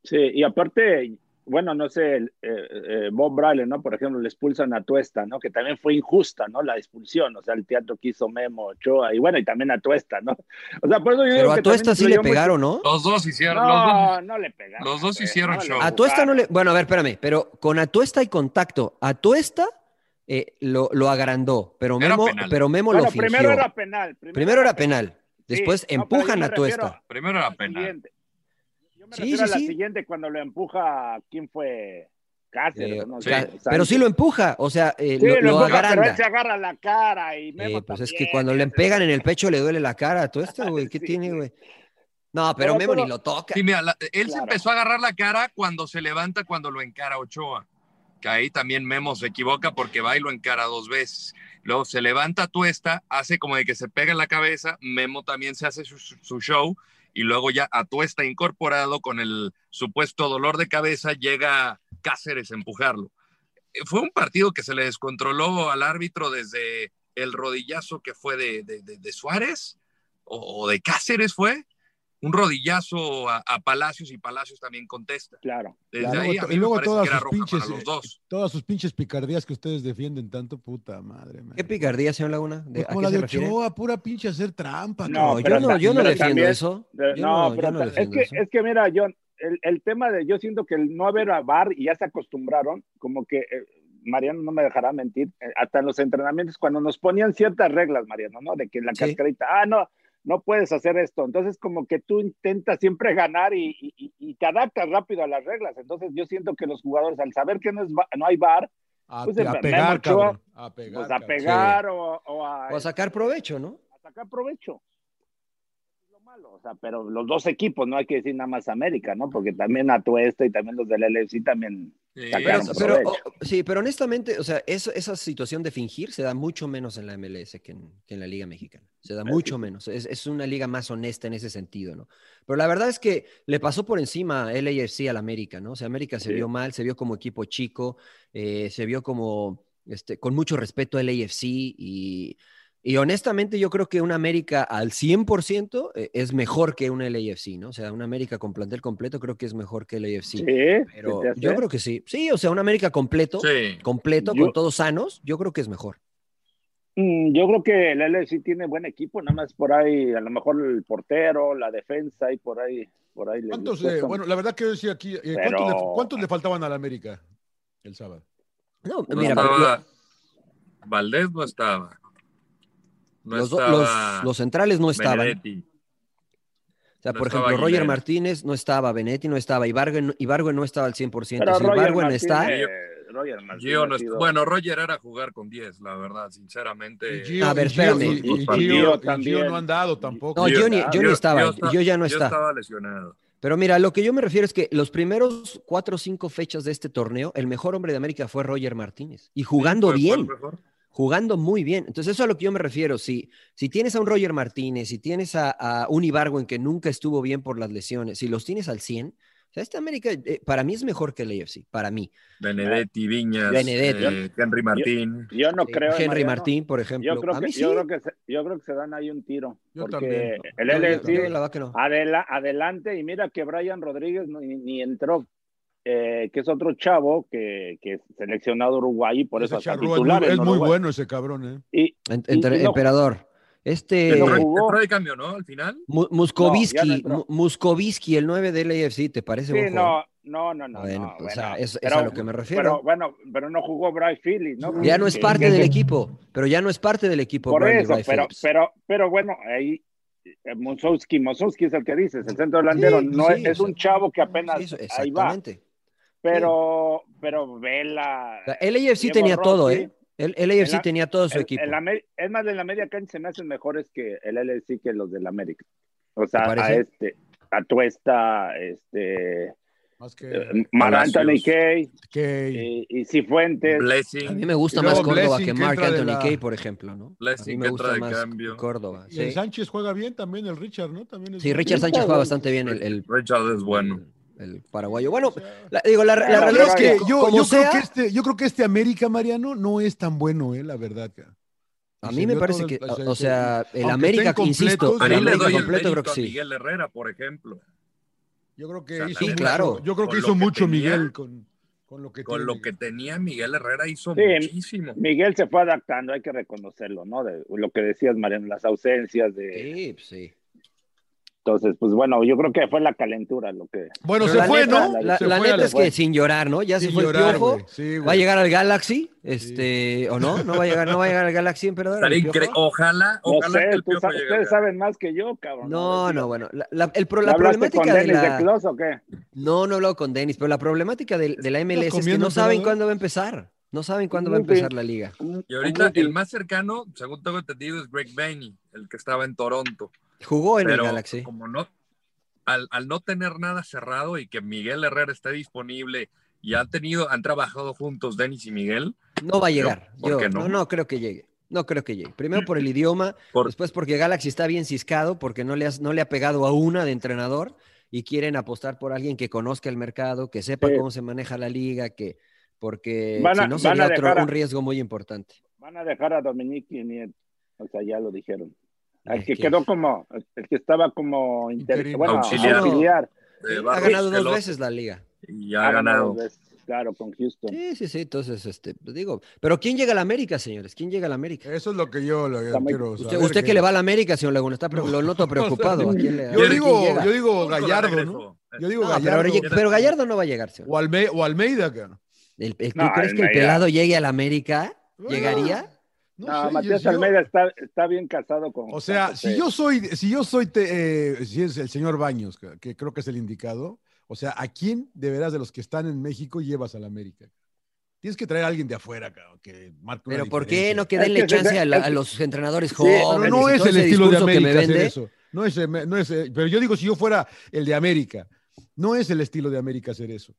Sí, y aparte, bueno, no sé, el, eh, eh, Bob Bradley, ¿no? Por ejemplo, le expulsan a Tuesta, ¿no? Que también fue injusta, ¿no? La expulsión, o sea, el teatro que hizo Memo, Ochoa, y bueno, y también a Tuesta, ¿no? O sea, por eso yo digo
Pero
que
a
también
Tuesta sí le
influyó mucho-
pegaron, ¿no?
Los dos hicieron. Los dos.
No, no le pegaron.
los dos
pues,
hicieron
no le
show.
jugaron.
A Tuesta no le. Bueno, a ver, espérame, pero con Atuesta y contacto, Atuesta eh, lo, lo agrandó, pero
Era
Memo,
penal.
pero Memo
Bueno,
lo fingió.
primero era penal. Primero,
era penal, después
Sí, no, pero yo
empujan
me
a Tuesta.
refiero
Primero
a
era
la
penal.
siguiente. Yo me
Sí,
refiero
sí,
a la
sí.
siguiente cuando lo empuja, ¿quién fue? Cáceres,
Eh,
¿no?
o
Sí,
sea,
Sánchez.
pero sí lo empuja, o sea, eh,
Sí,
lo, lo
empuja, pero
agranda.
él se agarra la cara y Memo
Eh, pues es que
también,
cuando
y
le
hace-
pegan en el pecho le duele la cara a Tuesta, güey.
<laughs>
¿Qué
Sí.
tiene, güey? No, pero,
Pero
Memo
todo-
ni lo toca.
Sí, mira, la- él se
Claro.
empezó a agarrar la cara cuando se levanta, cuando lo encara Ochoa. Que ahí también Memo se equivoca porque va y lo encara dos veces. Luego se levanta Tuesta, hace como de que se pega en la cabeza. Memo también se hace su, su show. Y luego ya a Tuesta incorporado con el supuesto dolor de cabeza, llega Cáceres a empujarlo. Eh, Fue un partido que se le descontroló al árbitro desde el rodillazo que fue de, de- de- de Suárez o, o de Cáceres fue un rodillazo a, a Palacios y Palacios también contesta.
Claro.
Desde
Claro,
ahí
to- y
a mí me
luego
parece
todas
que era
sus
roja para
pinches,
los
eh,
dos.
Todas sus pinches picardías que ustedes defienden tanto, puta madre. man.
¿Qué picardía, señor Laguna? ¿De-
Pues
¿A
como
qué
la
se
de
refiere?
Ochoa, pura pinche hacer trampa. cabrón.
No,
No,
yo
pero
no,
ta-
yo no
pero
defiendo
también-
eso.
De-
Yo
no,
no, yo
pero
no
ta- es,
defiendo
que,
eso.
es que mira, John, el, el tema de, yo siento que el no haber a VAR y ya se acostumbraron, como que eh, Mariano no me dejará mentir, eh, hasta en los entrenamientos, cuando nos ponían ciertas reglas, Mariano, ¿no? De que la
Sí.
cascarita, ah, no, no puedes hacer esto. Entonces, como que tú intentas siempre ganar y, y- y- y te adaptas rápido a las reglas. Entonces, yo siento que los jugadores, al saber que no, es, va- no hay VAR,
A,
pues,
pe-
el
a
Memo
pegar,
Ochoa,
cabrón. A pegar.
pues a
cabrón.
pegar o, o a,
O a sacar provecho, ¿no?
a sacar provecho. Es Lo malo, o sea, pero los dos equipos, no hay que decir nada más América, ¿no? Porque también Atuesta y también los del LFC también.
Sí.
Pero,
Sacaron
pero,
provecho.
oh, sí, pero honestamente, o sea, eso- esa situación de fingir se da mucho menos en la MLS que en, que en la Liga Mexicana. Se
Eh,
da mucho menos. Es, es una liga más honesta en ese sentido, ¿no? Pero la verdad es que le pasó por encima LAFC al América, ¿no? O sea, América se
Sí.
vio mal, se vio como equipo chico, eh, se vio como, este, con mucho respeto al LAFC y, y honestamente yo creo que un América al 100% e- es mejor que un LAFC, ¿no? O sea, un América con plantel completo creo que es mejor que el LAFC.
Sí,
Pero
¿se te hace?
yo creo que sí. Sí, o sea, un América completo,
Sí.
completo,
Yo-
con todos sanos, yo creo que es mejor.
Mm, yo creo que el LFC tiene buen equipo, nada más por ahí, a lo mejor el portero, la defensa y por ahí. Por ahí le-
¿Cuántos,
le
eh,
cuesta.
bueno, la verdad que yo decía aquí, eh, ¿cuántos,
Pero-
le, cuántos le faltaban al América el sábado?
No,
No
mira,
estaba-
lo-
Valdés no estaba. No
los, do-
estaba
los- los centrales no estaban. ¿eh?
Benedetti.
o sea,
no
por
estaba
ejemplo, Roger
Aguilera.
Martínez no estaba, Benetti no estaba, Ibargüen, Ibargüen no estaba al 100%.
Pero
si Ibargüen
Martínez- eh.
está,
Gio-
Roger Martínez
Gio no
ha
est-
sido-
Bueno, Roger era jugar con 10, la verdad, sinceramente.
Y Gio-
A ver,
y Gio-
espérame.
y- y
Gio
Gio- y Gio
también.
no han dado tampoco.
No,
Gio-
Johnny- yo no estaba,
esta-
yo ya no
yo
está.
estaba lesionado.
Pero mira, lo que yo me refiero es que los primeros cuatro o cinco fechas de este torneo, el mejor hombre de América fue Roger Martínez. Y jugando
Fue- fue el
bien,
mejor.
jugando muy bien. Entonces, eso a lo que yo me refiero. Si, si tienes a un Roger Martínez, si tienes a, a un Ibargüen que nunca estuvo bien por las lesiones, si los tienes al 100, o sea, esta América eh, para mí es mejor que el AFC, para mí.
Benedetti, Viñas,
Benedetti.
eh, Henry Martín.
Yo no
Eh,
creo. en
Henry
Mariano.
Martín, por ejemplo.
Yo creo,
a
que,
mí sí.
yo, creo que se, yo creo que se dan ahí un tiro.
Yo
porque
también.
el
Yo- yo-
LFC
yo la verdad que no.
Adela- adelante, y mira que Brian Rodríguez no- ni, ni entró, eh, que es otro chavo que, que es seleccionado uruguay y por eso
Ese
hasta
Charrúa
titular
es
en
muy
Uruguay.
bueno ese cabrón, ¿eh?
Y
En-
y-
entre-
y no-
emperador. Este.
no
Entró-
jugó.
entró de cambio, ¿no? Al final.
Mu- Muscovisky,
No, ya no entró.
Mu- Muscovisky, el 9 del AFC, ¿te parece
sí,
buen jugador?
no, no, no, no.
Bueno,
no,
pues,
bueno,
a- es, es
pero-
a lo que me
Pero
refiero.
bueno, pero no jugó Bryce Phillips, ¿no?
ya no es
Que-
parte
que-
del equipo, pero ya no es parte del equipo.
Por
Bradley
eso,
Wright
pero,
Phillips.
pero, pero bueno, ahí eh, Musowski, Musowski es el que dices, el centro delantero,
Sí,
no
sí,
es, es
o
un
sea,
chavo que apenas
Sí, eso-
ahí va,
exactamente.
pero, pero Vela,
O sea, El AFC
Diego
tenía todo,
Rossi.
¿eh? El, el AFC
El-
tenía todo su
El-
equipo.
el Amé- es más, de la media cancha se me hacen mejores que el LSI que los del América. O sea,
¿Te
a
parece?
este, a Tuesta, este,
Más que,
eh, Mar
Palacios.
Anthony Kay
que-
y, y Cifuentes.
a
Blessing.
mí me gusta
Y
más
luego
Córdoba
Blessing
que
que
Mark
entra de
Anthony
la-
Kay, por ejemplo, ¿no? a mí
Blessing
me
que
gusta
entra de
más
cambio.
Córdoba.
y el
Sí.
Sánchez juega bien también, el Richard, ¿no? También es
Sí,
bueno.
Richard Sánchez juega bastante bien el, el-
Richard es bueno.
el paraguayo. Bueno,
O sea,
la- digo, la, la
Pero
La
realidad
verdad es
es
que
que,
yo,
como
yo creo
sea,
que este, yo creo que este América, Mariano, no es tan bueno, ¿eh? La verdad. cara.
a
Se
mí me
vio
parece
todo
que,
el- se-
o o
se-
sea, el
aunque
América,
estén
insisto,
completos,
el
Ahí le
América
doy el
completo creo
mérito
que
a
sí.
Miguel Herrera, por ejemplo.
Yo creo
O
que
sea,
hizo
sí,
mucho,
claro.
yo creo que
Con
hizo
lo que
mucho
tenía-
Miguel con, con lo que
Con
tiene.
lo que tenía Miguel Herrera hizo
Sí.
muchísimo.
Miguel se fue adaptando, hay que reconocerlo, ¿no? De lo que decías, Mariano, las ausencias de.
Sí, pues sí.
Entonces, pues bueno, yo creo que fue la calentura lo que.
Bueno,
Pero
se
la
fue,
neta-
¿no?
La,
Se
la
fue a
neta
la-
es que sin llorar, ¿no? Ya se
Sin
fue el
llorar,
piojo.
güey. Sí,
¿Va a
güey.
llegar al Galaxy? Este, ¿O no? No va a llegar, no va a llegar al Galaxy, emperador.
Estaría
el Piojo?
incre- Ojalá,
No
ojalá que
sé,
el
tú
Piojo
sa-
llegue.
ustedes saben más que yo, cabrón.
No, no, bueno. La, la- el pro-
¿Ya
la
hablaste con
problemática de
Dennis
la.
de Clos o qué?
No, no he hablado con Denis, pero la problemática de, de la MLS es que
comiendo,
no saben
emperador.
cuándo va a empezar. No saben cuándo va a
Muy bien.
empezar la liga.
Y ahorita el más cercano, según tengo entendido, es Greg Bainey, el que estaba en Toronto.
Jugó en
Pero
el Galaxy.
como no, al, al no tener nada cerrado y que Miguel Herrera esté disponible y han tenido, han trabajado juntos Denis y Miguel,
No va a llegar.
¿por
Yo
qué no?
no, no creo que llegue. No creo que llegue. Primero
<clears throat>
por el idioma,
por,
después porque Galaxy está bien ciscado, porque no le, has- no le ha pegado a una de entrenador y quieren apostar por alguien que conozca el mercado, que sepa
Sí.
cómo se maneja la liga, que porque
Van a-
si no
van
sería
a
otro,
dejar a-
un riesgo muy importante.
Van a dejar a Dominique Nieto. O sea, ya lo dijeron.
Eh,
El que quedó como, el que estaba como inter-
Interino.
bueno,
Auxiliar.
auxiliar. Ah,
de
Ha
eh, Barros
ganado dos
Esqueloto,
veces la liga.
Y ha ganado.
dos veces, Claro, con Houston.
Sí, sí, sí. Entonces, este, pues digo, pero ¿quién llega a la América, señores? ¿Quién llega a la América?
Eso es lo que yo lo
Está muy-
quiero
Usted,
saber,
usted que le va a la América, señor Laguna, está, pre-
<laughs>
lo noto preocupado. ¿A quién le- a
Yo
ver quién
digo,
llega?
yo digo
Turco de
Gallardo, ¿no?
regreso.
Yo digo
No, pero,
Gallardo.
ahora llega- pero Gallardo no va a llegar, señor.
O, Alme- o Almeida, cabrón.
¿El, el- ¿Tú
No,
crees que el
Almeida.
pelado llegue a la América?
Ah.
¿Llegaría?
No,
Ah,
sé,
Matías
yo-
Almeida está, está bien casado con.
O sea,
con-
si yo soy, si yo soy te- eh, si es el señor Baños, que, que creo que es el indicado, o sea, ¿a quién de veras de los que están en México llevas a la América? Tienes que traer a alguien de afuera, cabrón, que marque una
Pero ¿por qué
diferencia.
no que denle
Es que-
chance a, la- a los entrenadores jóvenes?
Pero no
y
es
todo
el
ese
estilo de
discurso que me
América hacer
vende?
eso. No es, eh, no es, eh, pero yo digo, si yo fuera el de América, no es el estilo de América hacer eso.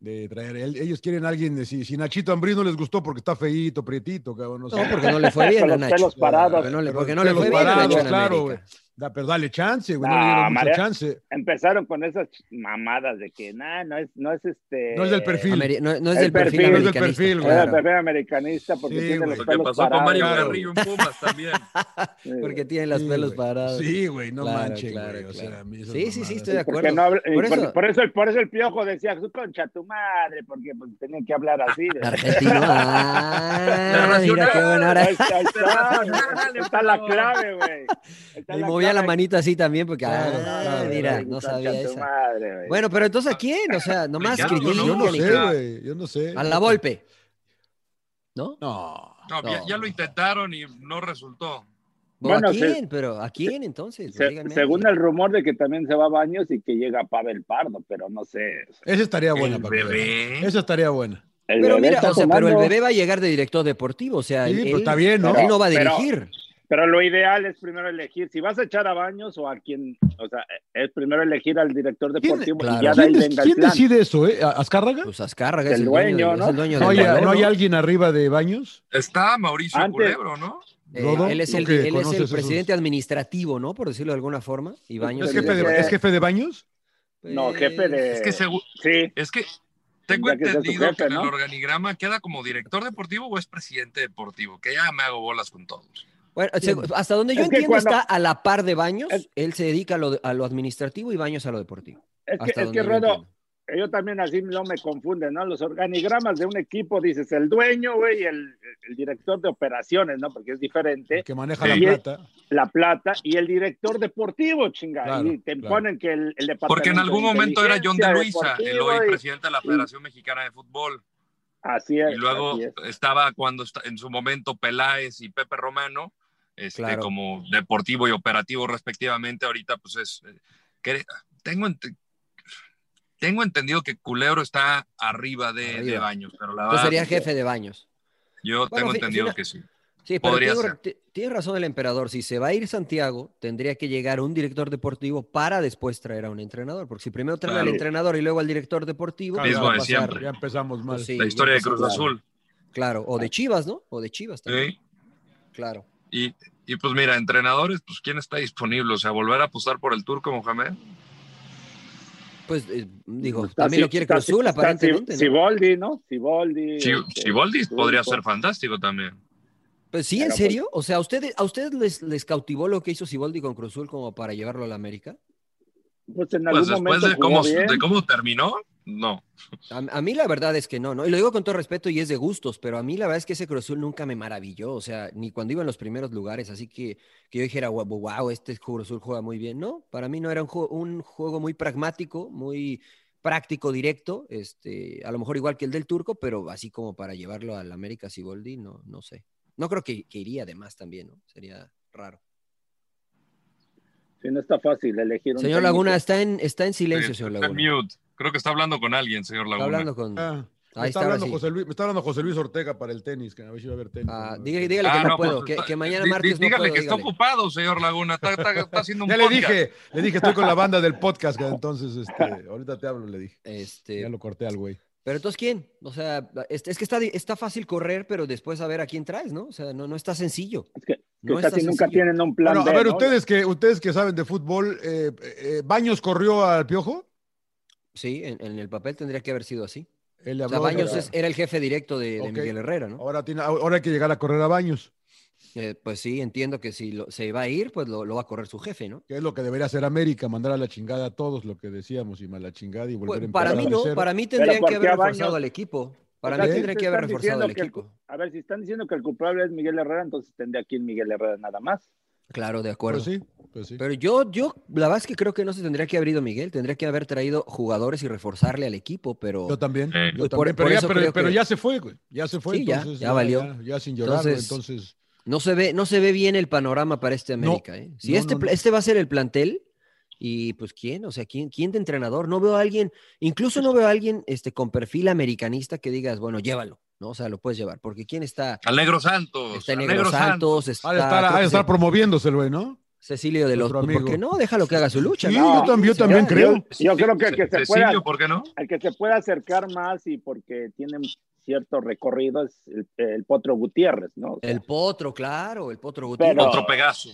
De traer, el- ellos quieren a alguien, de, si, si Nachito Ambrí no les gustó porque está feíto, prietito, cabrón. No, sé.
No, porque
<laughs>
no le fue bien
Con
a
los
Nacho.
pelos parados.
Porque no le,
Pero
porque no le
pelos
fue bien a
parados,
Nacho en
claro,
América.
Da- pero dale chance, güey. No,
No,
le dieron mucha
María-
chance.
Empezaron con esas ch- mamadas de que, nah, no es, no es este.
No es del perfil.
Ameri- no, no es
El
del perfil,
perfil. No es
del
americanista,
perfil,
No
güey.
es del
claro,
perfil americanista porque
Sí,
tiene
güey.
los
Lo que
pelos
pasó con
parados.
Mario
Claro.
Carrillo en Pumas también.
Sí,
Porque tiene las
Sí,
pelos
güey.
parados.
Sí, güey, no
Claro,
manches,
claro,
güey, o
claro.
sea, a mí esas
Sí, sí, sí,
mamadas.
estoy de
porque
acuerdo.
no habla- y
Por
por, por
eso-
eso... el, por eso el piojo decía, "Su concha tu madre, porque pues, tenían que hablar así. de- <laughs>
<laughs>
Argentino. Ah, mira qué bueno. Ahora
Ahí está, ahí está,
Internacional,
ahí está
por
la
favor.
clave, güey. Está
le movía la
clave.
manita así también porque,
Claro,
ah,
claro,
mira,
claro.
no
Concha
sabía
tu
esa.
madre, güey.
Bueno, pero entonces ¿a quién? O sea, nomás
Gallardo,
que-
¿no?
Yo no
que-
sé, güey, yo no sé.
A la golpe. ¿No?
No.
No, Ya,
No.
ya lo intentaron y no resultó.
Bueno,
Bueno,
¿A
se-
quién? Pero ¿a quién entonces?
Se-
Díganme.
según el rumor de que también se va a Baños y que llega Pavel Pardo, pero no sé.
Esa estaría buena,
el
para que veas.
bebé.
Esa estaría buena.
El
Pero
bebé
mira,
está
o sea, pero el
tomando-
bebé va a llegar de director deportivo, o sea,
Sí,
él,
pero está bien, ¿no?
él no va a
Pero-
dirigir.
Pero lo ideal es primero elegir, si vas a echar a Baños o a quien, o sea, es primero elegir al director
¿Quién-
deportivo
claro.
y ya de ahí
¿Quién, de-
venga el
quién
plan.
decide eso, eh? ¿A- ¿Azcárraga?
Pues Azcárraga
El
es el dueño,
dueño,
del-
¿no?
es el dueño
¿No
del
hay,
balón,
no hay alguien arriba de Baños?
Está Mauricio
Antes-
Culebro, ¿no?
Eh,
Rodo,
él es
tú
el,
que
él es el
conoces esos-
presidente administrativo, ¿no? Por decirlo de alguna forma. Y Baños
¿Es
Yo
jefe,
diría
de,
que-
¿Es jefe de Baños?
No,
Pues,
jefe de...
Es que segu-
Sí,
es que tengo
Tendría que ser su
entendido que
jefe,
en el
¿no?
organigrama queda como director deportivo o es presidente deportivo, que ya me hago bolas con todos.
Bueno, se- hasta donde yo
Es que
entiendo
cuando-
está a la par de Baños.
Es-
Él se dedica a lo, de- a lo administrativo y Baños a lo deportivo.
es que,
Hasta
es
donde
que
yo
Rodo,
entiendo.
yo también así no me confunden, ¿no? Los organigramas de un equipo, dices, el dueño, güey, y el, el director de operaciones, ¿no? Porque es diferente,
El que maneja
Sí.
la plata.
la plata y el director deportivo, chinga,
Claro,
y te
claro.
ponen que el, el departamento
Porque en algún
de
momento era John de Luisa,
inteligencia
el
deportiva
hoy
y-
presidente de la Federación Mexicana de Fútbol.
Así es.
Y luego
así es.
estaba cuando esta- en su momento Peláez y Pepe Romano, este,
Claro.
como deportivo y operativo respectivamente. Ahorita, pues es. eh, que- tengo, ent- tengo entendido que Culebro está arriba de, de
Arriba.
Baños, pero la
Entonces
verdad,
sería jefe de Baños.
yo
Bueno,
tengo
fi-
entendido
fina-
que sí.
Sí, pero
Podría
tiene,
ser.
ti- tiene razón el emperador. Si se va a ir Santiago, tendría que llegar un director deportivo para después traer a un entrenador. Porque si primero trae al
Claro.
entrenador y luego al director deportivo,
Claro,
pues
Mismo
va a
de
pasar-
siempre.
Ya empezamos mal.
Pues sí,
la
ya
historia de
pasó,
Cruz
claro.
Azul.
Claro, o de Chivas, ¿no? O de Chivas también.
¿sí?
Claro.
Y, y pues mira, entrenadores, pues quién está disponible, o sea, volver a apostar por el turco Mohamed.
Pues eh, digo,
Está
también lo
Ci-
quiere
está
Cruz Azul,
Ci- está Ci-
aparentemente. ¿no?
Ciboldi, ¿no? Ciboldi.
Chi-
este,
Chiboldi podría
Turco.
ser fantástico también.
Pues sí, ¿en
Pero, pues-
serio? O sea, ¿a ustedes, a ustedes les, les cautivó lo que hizo Siboldi con Cruz Azul como para llevarlo a la América?
Pues en algún
Pues después
momento
de
jugó
cómo,
bien.
de cómo terminó, no.
A, a mí la verdad es que no, ¿no? Y lo digo con todo respeto y es de gustos, pero a mí la verdad es que ese Cruz Azul nunca me maravilló, o sea, ni cuando iba en los primeros lugares, así que, que yo dijera, wow, wow, este Cruz Azul juega muy bien, ¿no? Para mí no era un juego, un juego muy pragmático, muy práctico, directo, este, a lo mejor igual que el del turco, pero así como para llevarlo al América Siboldi, no, no sé. No creo que, que iría además también, ¿no? Sería raro.
Sí, no está fácil elegir un
Señor
técnico.
Laguna, está en, está en silencio,
Sí,
señor
Este, está en
Laguna.
mute. Creo que está hablando con alguien, señor
Está
Laguna.
hablando con...
Ah,
Ahí
me,
está,
está
ahora
hablando
sí.
José Luis, me está hablando José Luis Ortega para el tenis, que a ver si va a haber tenis.
Ah,
¿no?
dígale- dígale que
Ah,
no,
no,
puedo,
pues,
que,
está-
que mañana
di-
martes no
dígale
puedo,
que está
dígale.
ocupado, señor Laguna. Está, está-
<laughs>
está haciendo un
Ya le
podcast.
dije, le dije, estoy con la banda del podcast, que entonces,
<laughs>
este, ahorita te hablo, le dije.
Este,
Ya lo corté al güey.
Pero entonces, ¿quién? O sea, es, es que está, di- está fácil correr, pero después a ver a quién traes, ¿no? O sea, no, no está sencillo.
Es que, que
No está
casi nunca
sencillo.
tienen un plan.
Bueno, a
B,
ver,
¿no?
ustedes que ustedes que saben de fútbol, eh, eh, ¿Baños corrió al Piojo?
Sí, en, en el papel tendría que haber sido así.
Él le
O sea,
habló,
Baños
pero-
es- era el jefe directo de, de
Ok.
Miguel Herrera, ¿no?
ahora, tiene, ahora hay que llegar a correr a Baños.
Eh, pues sí, entiendo que si lo- se va a ir, pues lo, lo va a correr su jefe, ¿no?
Que es lo que debería hacer América, mandar a la chingada a todos, lo que decíamos, y más la chingada y volver
Pues,
a empezar
para mí
de
no,
cero.
para mí
Pero
tendrían
¿por
que
qué
haber
a Baños?
reforzado al equipo.
O
Para
sea,
mí
si
tendrían
te
que haber
están
reforzado al
diciendo que el-
equipo.
A ver, si están diciendo que el culpable es Miguel Herrera, entonces tendría aquí en Miguel Herrera nada más.
Claro, de acuerdo.
Pues sí, pues sí.
Pero yo, yo, la verdad es que creo que no se tendría que haber ido Miguel, tendría que haber traído jugadores y reforzarle al equipo, pero
Yo también.
Eh,
yo
por-
también.
pues, por
pero ya,
eso
pero-
creo
pero
que-
ya se fue, güey. Ya se fue.
Sí, ya,
entonces,
ya valió.
Ya, ya sin llorar,
Entonces-
entonces. entonces
no se ve, no se ve bien el panorama para este
No,
América. ¿eh? Si
no,
este,
no,
pla-
no.
este va a ser el plantel, y pues quién, o sea, quién, quién de entrenador, no veo a alguien, incluso no veo a alguien este, con perfil americanista que digas, bueno, llévalo, ¿no? O sea, lo puedes llevar, porque quién está,
Al Negro Santos.
está
al
Negro Santos, está,
Pues, ha de estar,
creo
ha de
que
estar
Ce-
promoviéndose el güey, ¿no?
Cecilia de los
nuestro
¿por qué
amigo.
no? Déjalo que haga su lucha.
Sí,
¿no?
yo
tam- yo también
Ya,
creo.
Yo, yo creo que,
Ce-
que se
Cecilio,
pueda,
¿por qué no?
al que se pueda acercar más y porque tiene un cierto recorrido es el, el Potro Gutiérrez, ¿no? O sea,
El Potro, claro, el Potro Gutiérrez.
Pero-
Otro Pegaso.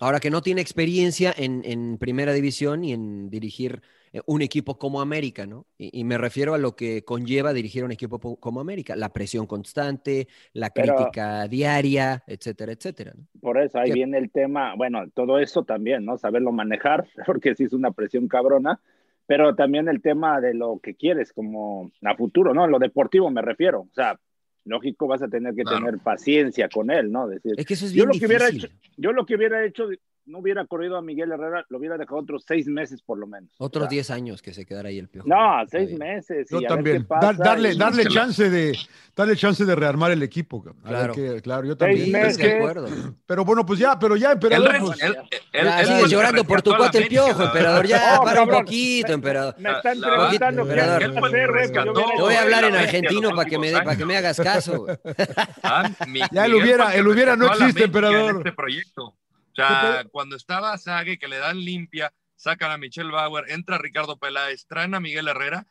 Ahora que no tiene experiencia en, en primera división y en dirigir eh, un equipo como América, ¿no? Y, y me refiero a lo que conlleva dirigir un equipo po- como América, la presión constante, la
Pero-
crítica diaria, etcétera, etcétera. ¿no?
Por eso ahí
Sí.
viene el tema, bueno, todo eso también, ¿no? Saberlo manejar, <laughs> porque sí es una presión cabrona, pero también el tema de lo que quieres como a futuro, ¿no? Lo deportivo me refiero, o sea, lógico vas a tener que
Claro.
tener paciencia con él, ¿no? Decir,
Es que eso es
Yo
bien
lo que hubiera
difícil.
yo lo que hubiera hecho, no hubiera corrido a Miguel Herrera, lo hubiera dejado otros seis meses por lo menos. O
Otros
sea,
10 años que se quedara ahí el piojo.
No,
Está
seis
bien.
meses.
Yo
y a ver
también.
qué pasa,
Dar- darle
y-
darle
Se la-
chance de darle chance de rearmar el equipo. cabrón. A ver
Claro.
qué- claro, yo
Seis
Sí,
también.
estoy
meses.
de acuerdo.
Pero bueno, pues ya, pero ya, pero
Él
a ver,
res-
pues,
él- él-
Ya
él fue
sigues
el que
llorando por
rescató
tu
a la
cuate el
América,
piojo,
la verdad.
emperador. Ya,
No,
para un
cabrón.
poquito, emperador.
Me están
La verdad,
preguntando qué
emperador.
hacer,
Él fue el que
güey, pues, yo
rescató.
hubiera
Te voy a
hecho
hablar
eso.
en
La bestia,
argentino
los
para que me, dé-
últimos
para que me hagas caso. güey.
Ah, mi-
Ya el
Miguel
hubiera-
fue
el
que
hubiera no
rescató a la
existe,
América en
emperador.
Este proyecto. O
¿Qué
sea, cuando estaba Sague, que le dan limpia, sacan a Michelle Bauer, entra Ricardo Peláez, traen a Miguel Herrera,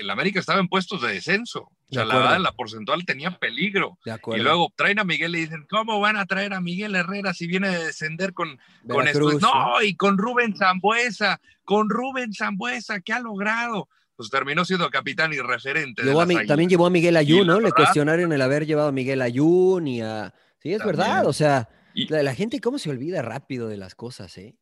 el América estaba en puestos de descenso. O sea,
De
la
acuerdo.
verdad, la porcentual tenía peligro.
De acuerdo.
Y luego traen a Miguel y dicen, ¿cómo van a traer a Miguel Herrera si viene de descender con, con esto?
Veracruz, ¿no?
No, y con Rubén Zambuesa, con Rubén Zambuesa, ¿qué ha logrado? Pues terminó siendo capitán y referente. de
Llevó a
las
Mi-
Águilas.
también llevó a Miguel
Y
Ayun,
la
¿no? Le
verdad-
cuestionaron el haber llevado a Miguel Ayun y a... Sí, es
También.
verdad, o sea,
Y-
la, la gente cómo se olvida rápido de las cosas, ¿eh?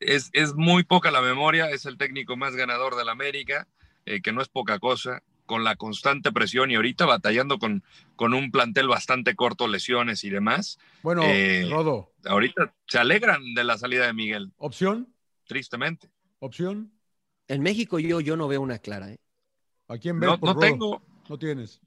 es, es muy poca la memoria, es el técnico más ganador de la América, eh, que no es poca cosa, con la constante presión y ahorita batallando con, con un plantel bastante corto, lesiones y demás.
bueno,
Eh,
Rodo,
Ahorita se alegran de la salida de Miguel,
opción,
tristemente.
opción.
En México yo, yo no veo una clara, ¿eh?
¿A quién ves
No,
por
no
Rodo?
tengo,
No tienes.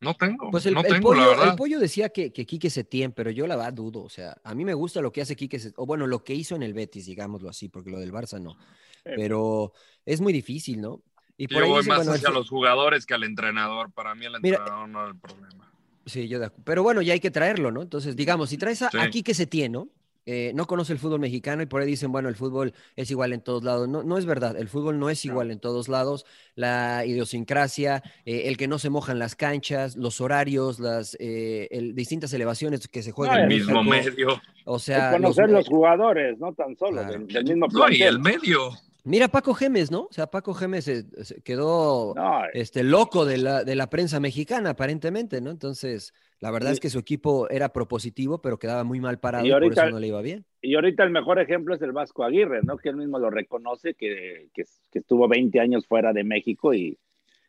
no tengo,
Pues el,
no
el
tengo, la
pollo, el
verdad.
pollo decía que, que Quique Setién, pero yo la verdad dudo, o sea, a mí me gusta lo que hace Quique Setién, o bueno, lo que hizo en el Betis, digámoslo así, porque lo del Barça no, pero es muy difícil, ¿no? Y
Eh. Yo voy
dice,
más
bueno, el
hacia
fe-
los jugadores que al entrenador. Para mí el
Mira, eh,
entrenador no es el problema.
Sí, yo de acu- Pero bueno, ya hay que traerlo, ¿no? Entonces, digamos, si traes a,
Sí.
aquí que se tiene, ¿no? Eh, no conoce el fútbol mexicano y por ahí dicen, bueno, el fútbol es igual en todos lados. No, no es verdad, el fútbol no es igual en todos lados. La idiosincrasia, eh, el que no se mojan las canchas, los horarios, las eh, el- distintas elevaciones que se juegan.
No,
El
en
el-
mismo
México.
medio.
O
Y
sea,
conocer los
los-
jugadores, no tan solo,
Claro.
del, del mismo
No, y
plantel.
el medio.
mira Paco Gemes, ¿no? O sea, Paco Gemes eh, se quedó
No,
este, loco de la, de la prensa mexicana, aparentemente, ¿no? Entonces, la verdad
Y-
es que su equipo era propositivo, pero quedaba muy mal parado
Y
y, por
ahorita-
eso no le iba bien.
y ahorita el mejor ejemplo es el Vasco Aguirre, ¿no? Que él mismo lo reconoce, que, que, que estuvo 20 años fuera de México y,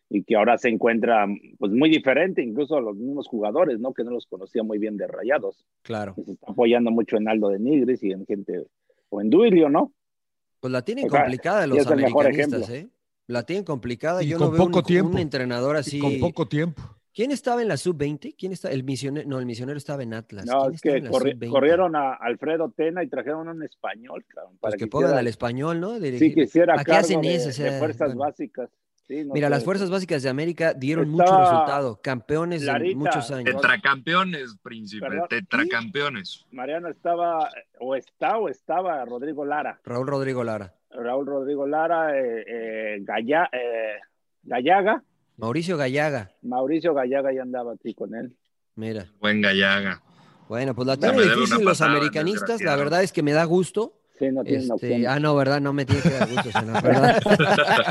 y que ahora se encuentra pues muy diferente, incluso a los mismos jugadores, ¿no? Que no los conocía muy bien de rayados.
Claro.
Y se está apoyando mucho en Aldo de Nigris y en gente, o en Duilio, ¿no?
Pues la tienen
O sea,
complicada
y
los
es el mejor
americanistas, ¿eh? La tienen complicada.
Y
Yo
con
no veo un-
poco
un,
tiempo.
entrenador
Y
así.
con poco tiempo.
¿Quién estaba en la sub-20? ¿Quién está? El misionero, no, el misionero estaba en Atlas.
No,
¿Quién
es
estaba
que
en la
corri-
sub-20?
corrieron a Alfredo Tena y trajeron a un español, cabrón,
Pues
para
que
que
pongan
hiciera-
al español, ¿no? Dirigir.
Sí, que hiciera
¿Para qué
cargo
hacen
de,
eso? O
de
sea,
fuerzas
bueno.
básicas. Sí, no
Mira,
sé.
las fuerzas básicas de América dieron mucho
Estaba
resultado, campeones en
Clarita.
muchos años.
Tetracampeones, príncipe.
¿Verdad?
Tetracampeones.
Mariano estaba, o está, o estaba Rodrigo Lara.
Raúl Rodrigo Lara.
Raúl Rodrigo Lara, eh, eh, Galla- eh, Gallaga,
Mauricio Gallaga.
Mauricio Gallaga ya andaba aquí con él.
Mira.
Buen Gallaga.
Bueno, pues la
Se
tiene
me debe una
difícil los
patada,
americanistas. La
desgraciado.
verdad es que me da gusto
Sí, no tiene
Este,
opción.
ah, no, ¿verdad? No me tiene que dar gusto, Senna, ¿verdad?
<laughs>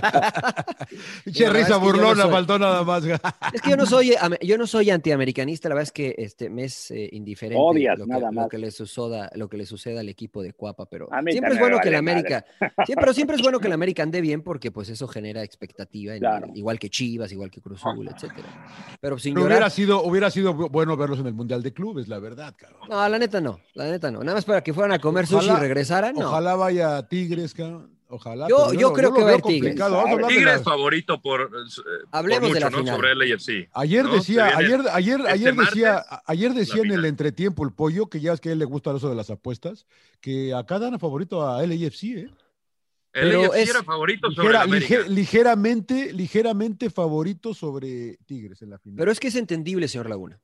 Pinche risa
La verdad es que yo no
burlona,
soy.
faltó nada más.
Es que yo no soy, eh, ame- yo no soy antiamericanista, la verdad es que este, me es eh, indiferente
Odias,
lo, que,
nada
lo
más.
que le suceda, lo que le suceda al equipo de Cuapa, pero
A mí
siempre es
también
bueno
me
que la
vale
América, siempre, pero siempre es bueno
<laughs>
que la América ande bien porque pues eso genera expectativa, en-
Claro.
igual que Chivas, igual que Cruz Azul, etcétera. Pero sin
Pero <laughs> hubiera
llorar,
sido, hubiera sido bu- bueno verlos en el Mundial de Clubes, la verdad, cabrón.
no, la neta no, la neta no. Nada más para que fueran a comer sushi
Ojalá-
y regresaran, no.
Ojalá vaya a Tigres, cabrón. Ojalá.
Yo-
pero
yo
lo-
creo
lo
que va a
veo
ir Tigres.
complicado. Vamos a hablar de
Tigres
las-
favorito por, eh, s- eh, por
Hablemos de la
mucho, ¿no?
final.
Sobre el AFC.
Ayer
¿no? Se
decía,
viene-
ayer, ayer,
este
ayer decía,
martes,
a- ayer decía en el
final.
entretiempo el pollo, que ya es que a él le gusta eso de las apuestas, que acá dan a favorito a LAFC, ¿eh?
El
Pero
AFC
es
era favorito sobre
Ligera-
el América.
lige- ligeramente, ligeramente favorito sobre Tigres en la final.
Pero es que es entendible, señor Laguna.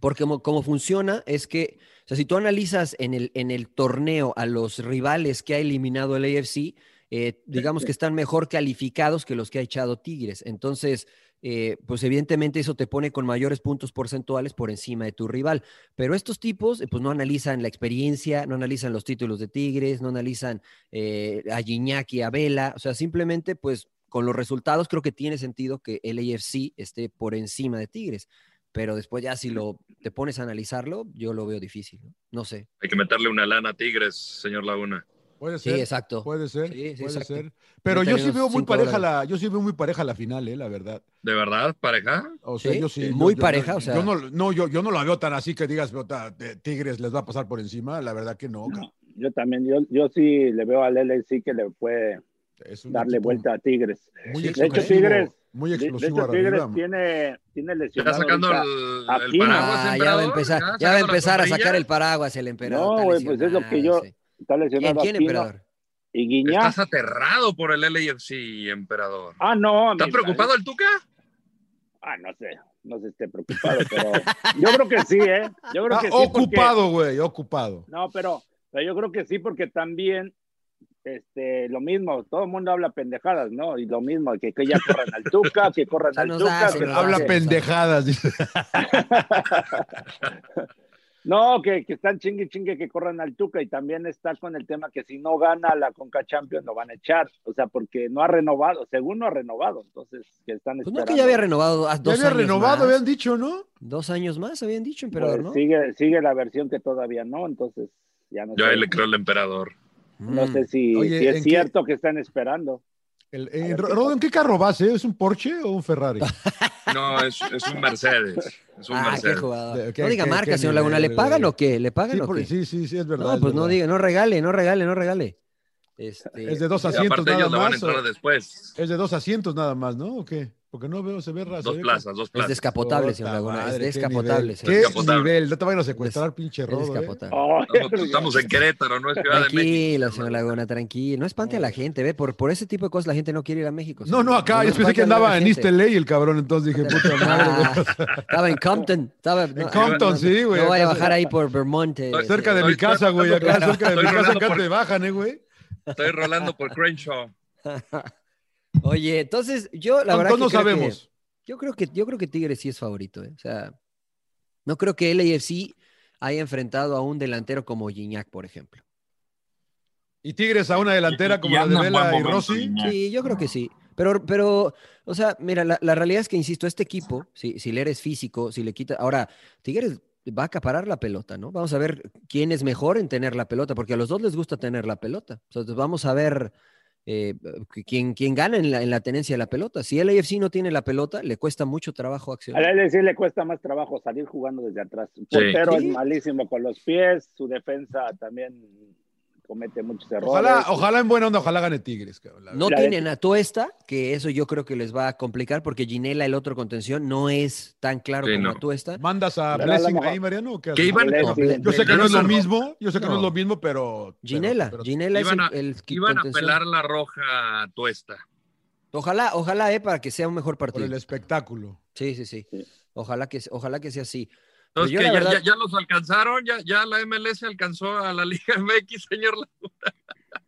Porque como, como funciona es que, o sea, si tú analizas en el, en el torneo a los rivales que ha eliminado el AFC, eh, digamos que están mejor calificados que los que ha echado Tigres. Entonces, eh, pues evidentemente eso te pone con mayores puntos porcentuales por encima de tu rival. Pero estos tipos, eh, pues no analizan la experiencia, no analizan los títulos de Tigres, no analizan eh, a Gignac y a Vela. O sea, simplemente, pues con los resultados creo que tiene sentido que el AFC esté por encima de Tigres. Pero después ya si lo te pones a analizarlo, yo lo veo difícil. No, No sé.
Hay que meterle una lana a Tigres, señor Laguna.
puede
Sí,
ser,
exacto.
puede ser,
Sí, sí,
puede
exacto.
ser. Pero yo
Métale
sí
unos
veo muy
cinco
pareja
dólares.
la, yo sí veo muy pareja la final, eh, la verdad.
¿De verdad, pareja?
O sea,
Sí,
yo sí.
eh,
yo-
muy
yo-
pareja,
yo-
o sea.
Yo no, no, yo, yo no la veo tan así que digas, "Puta, eh, Tigres les va a pasar por encima. La verdad que no.
No, yo también, yo, yo sí le veo al LAC que le puede
Es un
darle
equipo
vuelta a Tigres.
Muy
Sí, de hecho,
explosivo.
Tigres-
muy
De, de
explosivo
hecho,
arriba.
Tigres tiene, tiene
¿Está
lesionado.
sacando
ahorita.
el,
a
el
Pino.
paraguas,
Ah, ya va a
emperador?
empezar,
¿Ya
ya va a,
sacando la
empezar a
sombrilla?
sacar el paraguas el emperador.
No,
está
güey, pues es lo que yo-
lesionado, sí.
Está
¿Quién,
lesionado
quién,
Aquino
emperador?
y Guiñá.
Estás aterrado por el LAFC, emperador.
Ah, eh. no.
¿Estás
mi-
preocupado el Tuca?
Ah, no sé. No sé si esté preocupado, pero yo creo que sí, ¿eh? Yo creo
Ah,
que sí. porque-
ocupado, güey, ocupado.
No, pero, pero yo creo que sí, porque también, este, lo mismo, todo el mundo habla pendejadas, ¿no? Y lo mismo, que, que ya corran al Tuca, que corran
<laughs> Se
al
nos
Tuca.
da, se
que
nos da.
Habla
sí,
pendejadas.
<laughs>
dice.
No, que, que están chingue chingue que corran al Tuca y también está con el tema que si no gana la Conca Champions lo van a echar, o sea, porque no ha renovado, según no ha renovado, entonces que están
Pues
esperando.
no, que ya había renovado hace
Ya
dos
había
años
renovado,
más.
habían dicho, ¿no?
Dos años más, habían dicho,
Pues
emperador, ¿no?
sigue, sigue la versión que todavía no, entonces ya no
Yo
sé,
ahí le creo al emperador.
no
Mm.
sé si,
Oye,
si
¿en
es
qué-
cierto que están esperando.
El,
A
eh,
ver
Ro-
qué
Rodo, ¿en qué carro vas? eh? ¿Es un Porsche o un Ferrari?
No, es, es un Mercedes. Es un
Ah, qué
Mercedes.
jugador.
Qué-
no diga
qué-
marca,
qué
señor Laguna. ¿Le
nivel,
pagan
güey.
o qué? ¿Le pagan
Sí,
o
por-
qué?
sí, sí, sí, es verdad.
no,
es
pues no
verdad.
diga, no regale, no regale, no regale. Este,
Es de dos
Y
asientos
aparte
nada
ellos le van a
más.
eh.
entrar
o-
después.
Es de dos asientos nada más, ¿no? ¿O qué? Porque no veo, se ve raro. se
Dos
ve
plazas, dos
es
plazas.
descapotable, señor
Puta
Laguna. Es
madre, qué
descapotable.
nivel.
señor
Qué
Laguna.
Descapotable.
nivel. No te vayan a secuestrar, pinche
Es
Rodo. eh.
descapotable.
Oh,
Nosotros estamos en Querétaro, no es Ciudad de México.
Tranquilo, señor Laguna, tranquilo. No espante a la gente, ve. Por, por ese tipo de cosas la gente no quiere ir a México.
No,
señor
no,
Laguna.
acá. Yo pensé
espante
que
a la
andaba en
gente.
East LA el cabrón. Entonces dije, puta madre. güey.
Ah, estaba en Compton. Estaba, no, ah,
Compton,
no,
sí, güey,
No vaya a
acá-
bajar ahí por Vermont. eh,
Cerca de
eh,
mi
Estoy-
casa, güey.
estoy-
Acá cerca de mi
estoy
casa,
rolando
acá
por-
te bajan, eh, güey.
Estoy rolando por Crenshaw.
Oye, entonces yo la verdad
Todos
que
no
creo que-
sabemos.
yo creo que yo creo que Tigres sí es favorito, ¿eh? o sea, no creo que LAFC haya enfrentado a un delantero como Gignac, por ejemplo.
Y Tigres a una delantera como
Y
la de
anda en buen
Vela y
momento,
Rossi.
Guiñac.
Sí, yo creo que sí. Pero, pero, o sea, mira, la, la realidad es que, insisto, este equipo, si, si le eres físico, si le quita. Ahora, Tigres va a acaparar la pelota, ¿no? Vamos a ver quién es mejor en tener la pelota, porque a los dos les gusta tener la pelota. Entonces, vamos a ver eh, qui- quién, quién gana en la, en la tenencia de la pelota. Si el AFC no tiene la pelota, le cuesta mucho trabajo accionar.
Al LAC le cuesta más trabajo salir jugando desde atrás. Su portero
Sí.
es malísimo con los pies, su defensa también comete muchos errores.
Ojalá, ojalá en buena onda, ojalá gane Tigres, cabrón. la
No
La
tienen a Tuesta, que eso yo creo que les va a complicar porque Ginela, el otro contención, no es tan claro
Sí,
como
no.
Tuesta.
verdad. ¿Mandas a
Pero a
Blessing
lo mejor-
ahí, Mariano? o qué
Que
haces?
iban
Blessing.
a-
Yo sé que no es lo mismo, yo sé que no,
No.
es lo mismo, pero. pero-
Ginela,
pero-
Ginela es
Iban a-
el, el qui-
Iban a
contención.
pelar la roja a tuesta.
Ojalá, ojalá, eh, para que sea un mejor
por
partido.
el espectáculo.
Sí, sí, sí.
Sí.
Ojalá que, ojalá que sea así. Pero
Entonces,
yo
que
la
ya,
verdad-
ya- ya los alcanzaron, ya, ya la MLS alcanzó a la <laughs> Liga MX, señor.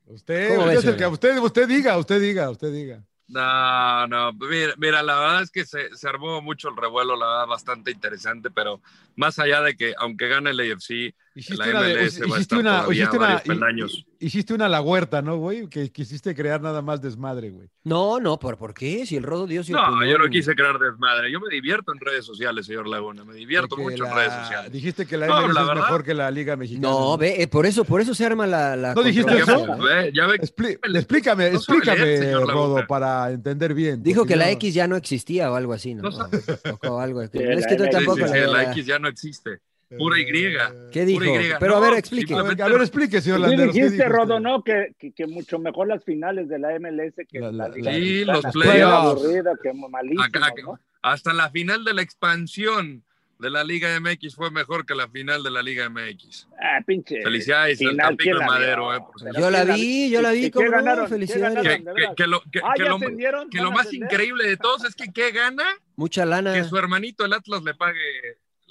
Usted,
¿Cómo
usted
ves,
es el que-
señor?
usted, usted diga, usted diga, usted diga.
No, no, mira, mira, la verdad es que se, se armó mucho el revuelo, la verdad, bastante interesante, pero más allá de que, aunque gane el AFC,
Hiciste
La
una, de-
MLS va a
hiciste
estar
una-
todavía
hiciste una-
varios
hi-
peldaños.
hiciste una la huerta, ¿no, güey? Que quisiste crear nada más desmadre, güey.
No, no, ¿por, ¿por qué? Si el rodo Dios y el
No,
Puñol
yo no
en-
quise crear desmadre. Yo me divierto en redes sociales, señor Laguna. Me divierto
Porque
mucho en
la-
redes sociales.
Dijiste que la
No,
MLS
la
es
verdad-
mejor que la Liga Mexicana.
No, ve, eh, por eso, por eso se arma la. la
¿No dijiste
Ya
eso?
controversia.
ve- ve- ya ve que
Expli- explícame,
No sabe leer,
explícame,
señor Laguna.
Rodo, para entender bien.
Dijo
porque
que la
yo-
X ya no existía o algo así, ¿no?
No sabe.
O algo.
Sí,
No, es
la
que tú
M-
tampoco.
sí, sí,
la-
la X ya no existe. Pura Y.
¿Qué dijo?
Pura Y.
Pero
No,
a ver, explique.
A
simplemente-
ver, a ver, explique, señor
Sí
Landeros. ¿qué
dijiste,
dijo
Rodo,
usted?
no, que, que, que mucho mejor las finales de la MLS que
La-
la,
la-
Liga
la-
Sí,
Mexicana.
los
Fue
playoffs.
aburrida, que malísimo,
Acá- acá-
¿no?
Hasta la final de la expansión de la Liga MX fue mejor que la final de la Liga MX.
Ah, pinche.
Felicidades al
final,
Tampico
¿quién
de
la
Madero,
vio?
eh, por
Pero
cierto.
Yo la
¿quién
vi, yo la
¿Y
vi.
qué
¿cómo no?
ganaron? ¿Qué
Felicidades.
ganaron?
Que, que- que lo, que-
Ah,
que
ya
lo-
ascendieron,
que
van
lo
a
más
ascender.
increíble de todos es que ¿qué gana?
Mucha lana.
Que su hermanito el Atlas le pague.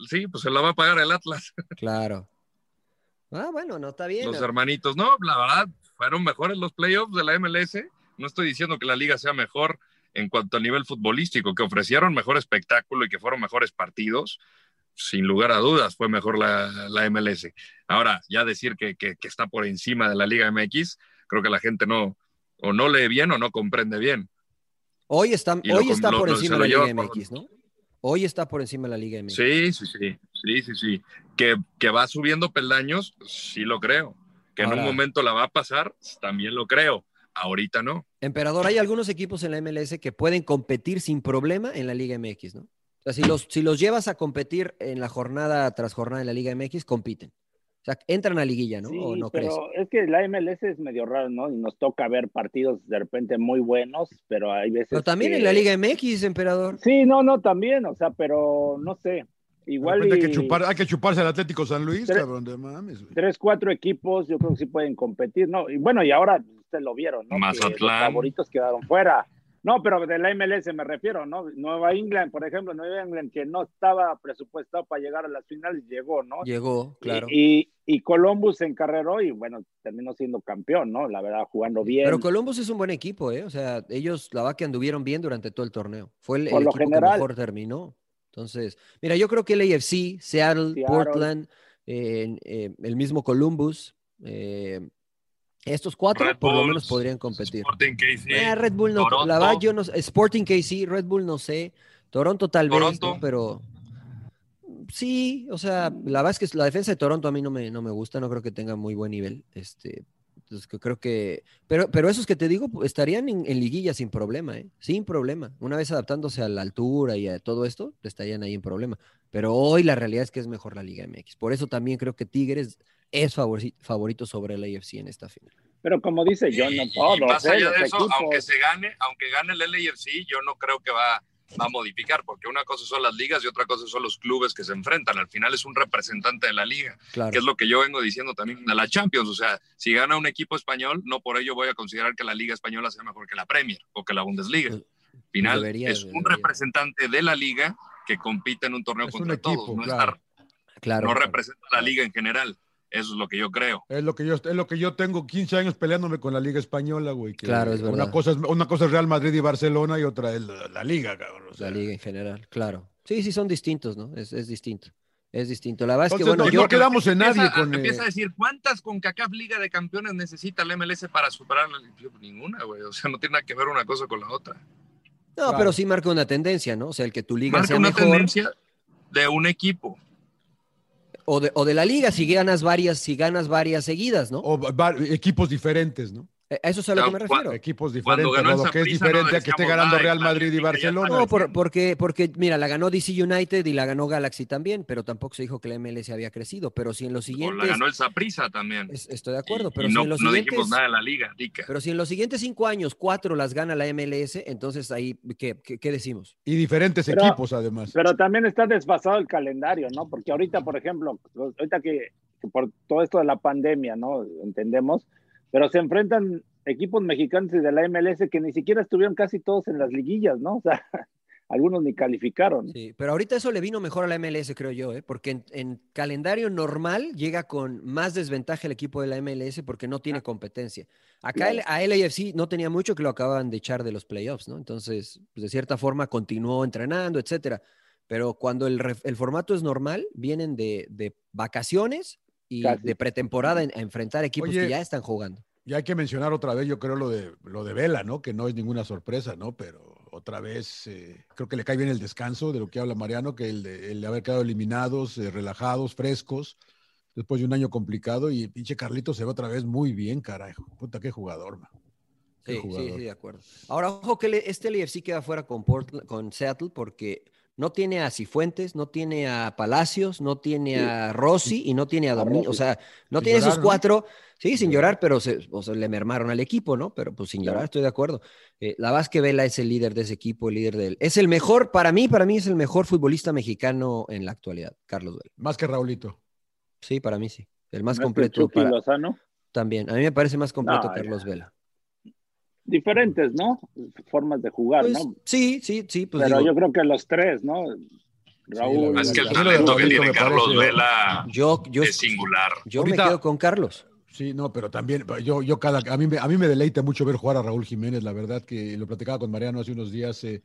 Sí, pues se la va a pagar el Atlas,
Claro. Ah, bueno, no está bien.
los
¿no?
hermanitos. No, la verdad, fueron mejores los playoffs de la MLS. No estoy diciendo que la liga sea mejor en cuanto a nivel futbolístico, que ofrecieron mejor espectáculo y que fueron mejores partidos. Sin lugar a dudas, fue mejor la, la MLS. Ahora, ya decir que, que- que está por encima de la Liga MX, creo que la gente no, o no lee bien o no comprende bien.
Hoy está,
Y lo
hoy
com-
está
lo-
por
lo- se
encima de
lo
la Liga
lleva por-
MX, ¿no? Hoy está por encima de la Liga MX.
Sí, sí, sí, sí, sí, sí. Que, que va subiendo peldaños, sí lo creo. Que en
Ahora-
un momento la va a pasar, también lo creo. Ahorita no.
Emperador, hay algunos equipos en la MLS que pueden competir sin problema en la Liga MX, ¿no? O sea, si los, si los llevas a competir en la jornada tras jornada de la Liga MX, compiten. O sea, entran a liguilla, ¿no?
Sí,
¿O no crees?
pero es que la MLS es medio raro, ¿no? Y nos toca ver partidos de repente muy buenos, pero hay veces.
Pero también
que-
en la Liga MX, emperador.
Sí, no, no, también, o sea, pero no sé.
De
Igual.
repente
y-
hay, que chupar, hay que chuparse al Atlético San Luis,
Tres-
cabrón, de mames, güey.
tres, cuatro equipos, yo creo que sí pueden competir, ¿no? Y bueno, y ahora ustedes lo vieron, ¿no? Que los
Mazatlán.
favoritos quedaron fuera. No, pero de la MLS me refiero, ¿no? Nueva England, por ejemplo, Nueva England que no estaba presupuestado para llegar a las finales, llegó, ¿no?
Llegó, claro.
Y, y, y Columbus se encarreró y bueno, terminó siendo campeón, ¿no? La verdad, jugando bien.
Pero Columbus es un buen equipo, ¿eh? O sea, ellos la verdad que anduvieron bien durante todo el torneo. Fue el, el
Por lo
equipo
general.
que mejor terminó. Entonces, mira, yo creo que el AFC, Seattle,
Seattle.
Portland, eh, eh, el mismo Columbus, eh, estos cuatro
Red
por lo
Bulls,
menos podrían competir.
Sporting KC.
Eh, Red Bull no,
Toronto.
la verdad yo no sé. Sporting KC, Red Bull no sé, Toronto tal vez,
Toronto.
¿no? pero sí, o sea, la verdad es que la defensa de Toronto a mí no me, no me gusta, no creo que tenga muy buen nivel, este, entonces que creo que, pero, pero esos que te digo pues, estarían en, en liguilla sin problema, ¿eh? sin problema, una vez adaptándose a la altura y a todo esto, estarían ahí en problema, pero hoy la realidad es que es mejor la Liga MX, por eso también creo que Tigres es favori- favorito sobre el AFC en esta final.
Pero como dice yo, no
Y- y
todos,
más
¿eh?
allá
Los
de eso,
equipos.
aunque se gane, aunque gane el LAFC, yo no creo que va, va a modificar, porque una cosa son las ligas y otra cosa son los clubes que se enfrentan. Al final es un representante de la liga,
Claro.
que es lo que yo vengo diciendo también de la Champions. O sea, si gana un equipo español, no por ello voy a considerar que la liga española sea mejor que la Premier o que la Bundesliga.
Pues,
Al final
debería,
es un
debería.
representante de la liga que compite en un torneo
Es un
contra
equipo,
todos, no,
claro.
está-
Claro.
no representa a la liga en general. Eso es lo que yo creo.
Es lo, que yo, es lo que yo tengo 15 años peleándome con la Liga Española, güey. que
Claro, es
Una
verdad.
cosa es, una cosa es Real Madrid y Barcelona y otra es la, la Liga, cabrón. o sea.
la liga en general, claro. Sí, sí, son distintos, ¿no? Es, es distinto. Es distinto. La verdad es que,
Entonces,
bueno,
no,
yo,
no quedamos en nadie
empieza,
con... eh,
empieza a decir cuántas con CACAF Liga de Campeones necesita la MLS para superar la- yo, Pues ninguna, güey. O sea, no tiene nada que ver una cosa con la otra.
no,
claro.
pero sí marca una tendencia, ¿no? O sea, el que tu liga
Marca
sea
una
mejor.
tendencia de un equipo.
O de, o de la liga, si ganas varias, si ganas varias seguidas, ¿no?
o va- va- equipos diferentes, ¿no?
Eh, A eso es a lo que me
Cuando-
refiero.
Equipos
Cuando
diferentes,
ganó el
Rodo, que es
Saprissa,
diferente
no
a que esté
decíamos,
ganando
"Ay,
Real
la
Madrid y
Liga ya
Barcelona.
está
No, por- porque, porque, mira, la ganó DC United y la ganó Galaxy también, pero tampoco se dijo que la MLS había crecido. Pero si en los
O la
siguientes.
ganó el Saprisa también.
es- estoy de acuerdo,
Y-
pero
y
si
no,
en los
no
siguientes.
dijimos nada de la liga, Dica.
Pero si en los siguientes cinco años cuatro las gana la MLS, entonces ahí, ¿qué, qué- qué decimos?
Y diferentes
Pero-
equipos, además.
Pero también está desfasado el calendario, ¿no? Porque ahorita, por ejemplo, los- ahorita que, que por todo esto de la pandemia, ¿no? Entendemos, pero se enfrentan equipos mexicanos y de la MLS que ni siquiera estuvieron casi todos en las liguillas, ¿no? <laughs> O sea, algunos ni calificaron.
Sí, pero ahorita eso le vino mejor a la MLS, creo yo, ¿eh? porque en, en calendario normal llega con más desventaja el equipo de la MLS porque no tiene competencia. Acá el, a LAFC no tenía mucho que lo acababan de echar de los playoffs, ¿no? Entonces, pues, de cierta forma continuó entrenando, etcétera. Pero cuando el, ref- el formato es normal, vienen de, de vacaciones, y
Casi.
de pretemporada en- a enfrentar equipos
Oye.
que ya están jugando.
Y hay que mencionar otra vez, yo creo, lo de lo de Vela, ¿no? Que no es ninguna sorpresa, ¿no? Pero otra vez eh, creo que le cae bien el descanso de lo que habla Mariano, que el de, el de haber quedado eliminados, eh, relajados, frescos, después de un año complicado. Y pinche Carlito se ve otra vez muy bien, carajo. Puta, qué jugador, man. Qué
Sí, sí,
jugador.
sí, de acuerdo. Ahora, ojo que le- este LFC queda fuera con, Portla- con Seattle porque no tiene a Cifuentes, no tiene a Palacios, no tiene a Rossi y no tiene a Domínguez. O
Rossi.
sea, no
Sin
tiene
llorar,
esos
¿no?
cuatro. Sí, sin llorar, pero se, o sea, le mermaron al equipo, ¿no? Pero pues sin llorar,
Claro.
estoy de acuerdo. Eh, la Vázquez Vela es el líder de ese equipo, el líder del. Es el mejor, para mí, para mí es el mejor futbolista mexicano en la actualidad, Carlos Vela.
Más que Raulito.
Sí, para mí sí. El más
No es que
completo
Chucky
para-
Lozano.
también. A mí me parece más completo
No,
Carlos Vela.
Diferentes, ¿no? Formas de jugar,
Pues,
¿no?
Sí, sí, sí. Pues,
Pero
digo,
yo creo que los tres, ¿no? Raúl.
verdad.
Es que el
A mí lo de
talento que
Raulito
tiene
me
Carlos
parece-
Vela
Yo, yo,
es singular.
yo
Ahorita-
me quedo con Carlos.
Sí, no, pero también yo, yo cada, a mí, me, a mí me deleita mucho ver jugar a Raúl Jiménez, la verdad que lo platicaba con Mariano hace unos días, eh,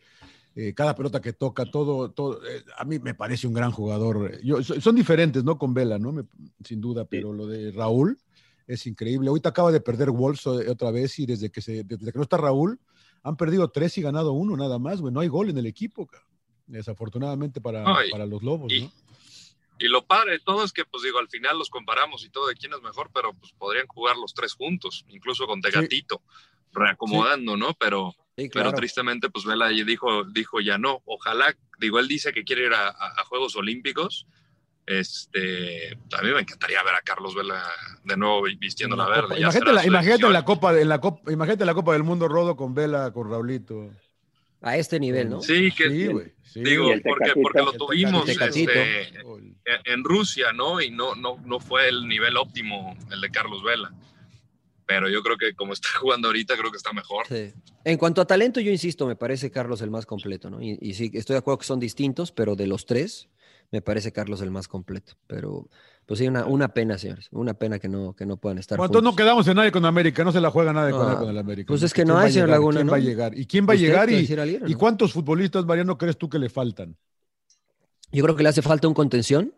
eh, cada pelota que toca, todo, todo, eh, a mí me parece un gran jugador. eh, Yo, so- son diferentes, ¿no? Con Vela, ¿no? Me- sin duda, pero lo de Raúl es increíble. Ahorita acaba de perder Wolves o- otra vez y desde que, se, desde que no está Raúl, han perdido tres y ganado uno nada más, güey, no hay gol en el equipo, cabrón. desafortunadamente para,
Ay,
para los Lobos,
y-
¿no?
Y lo padre de todo es que, pues digo, al final los comparamos y todo de quién es mejor, pero pues podrían jugar los tres juntos, incluso con Tegatito, reacomodando, ¿no? Pero,
Sí,
pero
claro.
tristemente, pues Vela ya dijo, dijo ya no. Ojalá, digo, él dice que quiere ir a, a- a Juegos Olímpicos. Este, a mí me encantaría ver a Carlos Vela de nuevo vistiendo la
Una
verde.
copa.
ya
Imagínate,
será
la,
su
imagínate
decisión.
la copa, en la copa, imagínate la copa del mundo rodo con Vela, con Raulito.
A este nivel, ¿no?
Sí, que
Sí, güey. sí,
Y
digo,
güey.
el
porque,
Tecatito.
porque lo
El
tuvimos
Tecatito.
este,
Gol.
en Rusia, ¿no? Y no, no, no fue el nivel óptimo el de Carlos Vela. Pero yo creo que como está jugando ahorita, creo que está mejor.
Sí. En cuanto a talento, yo insisto, me parece Carlos el más completo, ¿no? Y, y sí, estoy de acuerdo que son distintos, pero de los tres, me parece Carlos el más completo. Pero, pues sí, una, una pena, señores. Una pena que no, que no puedan estar.
Bueno, entonces no
juntos.
quedamos en nadie con América, no se la juega nadie con,
Ah,
con el América.
pues es que
¿Quién
no
va
hay,
a
señor
llegar?
Laguna,
¿Quién
¿no?
va a llegar? ¿Y quién va a
¿Usted
llegar?
puede
¿Y,
decir alguien o
y
no?
cuántos futbolistas, Mariano, crees tú que le faltan?
Yo creo que le hace falta un contención.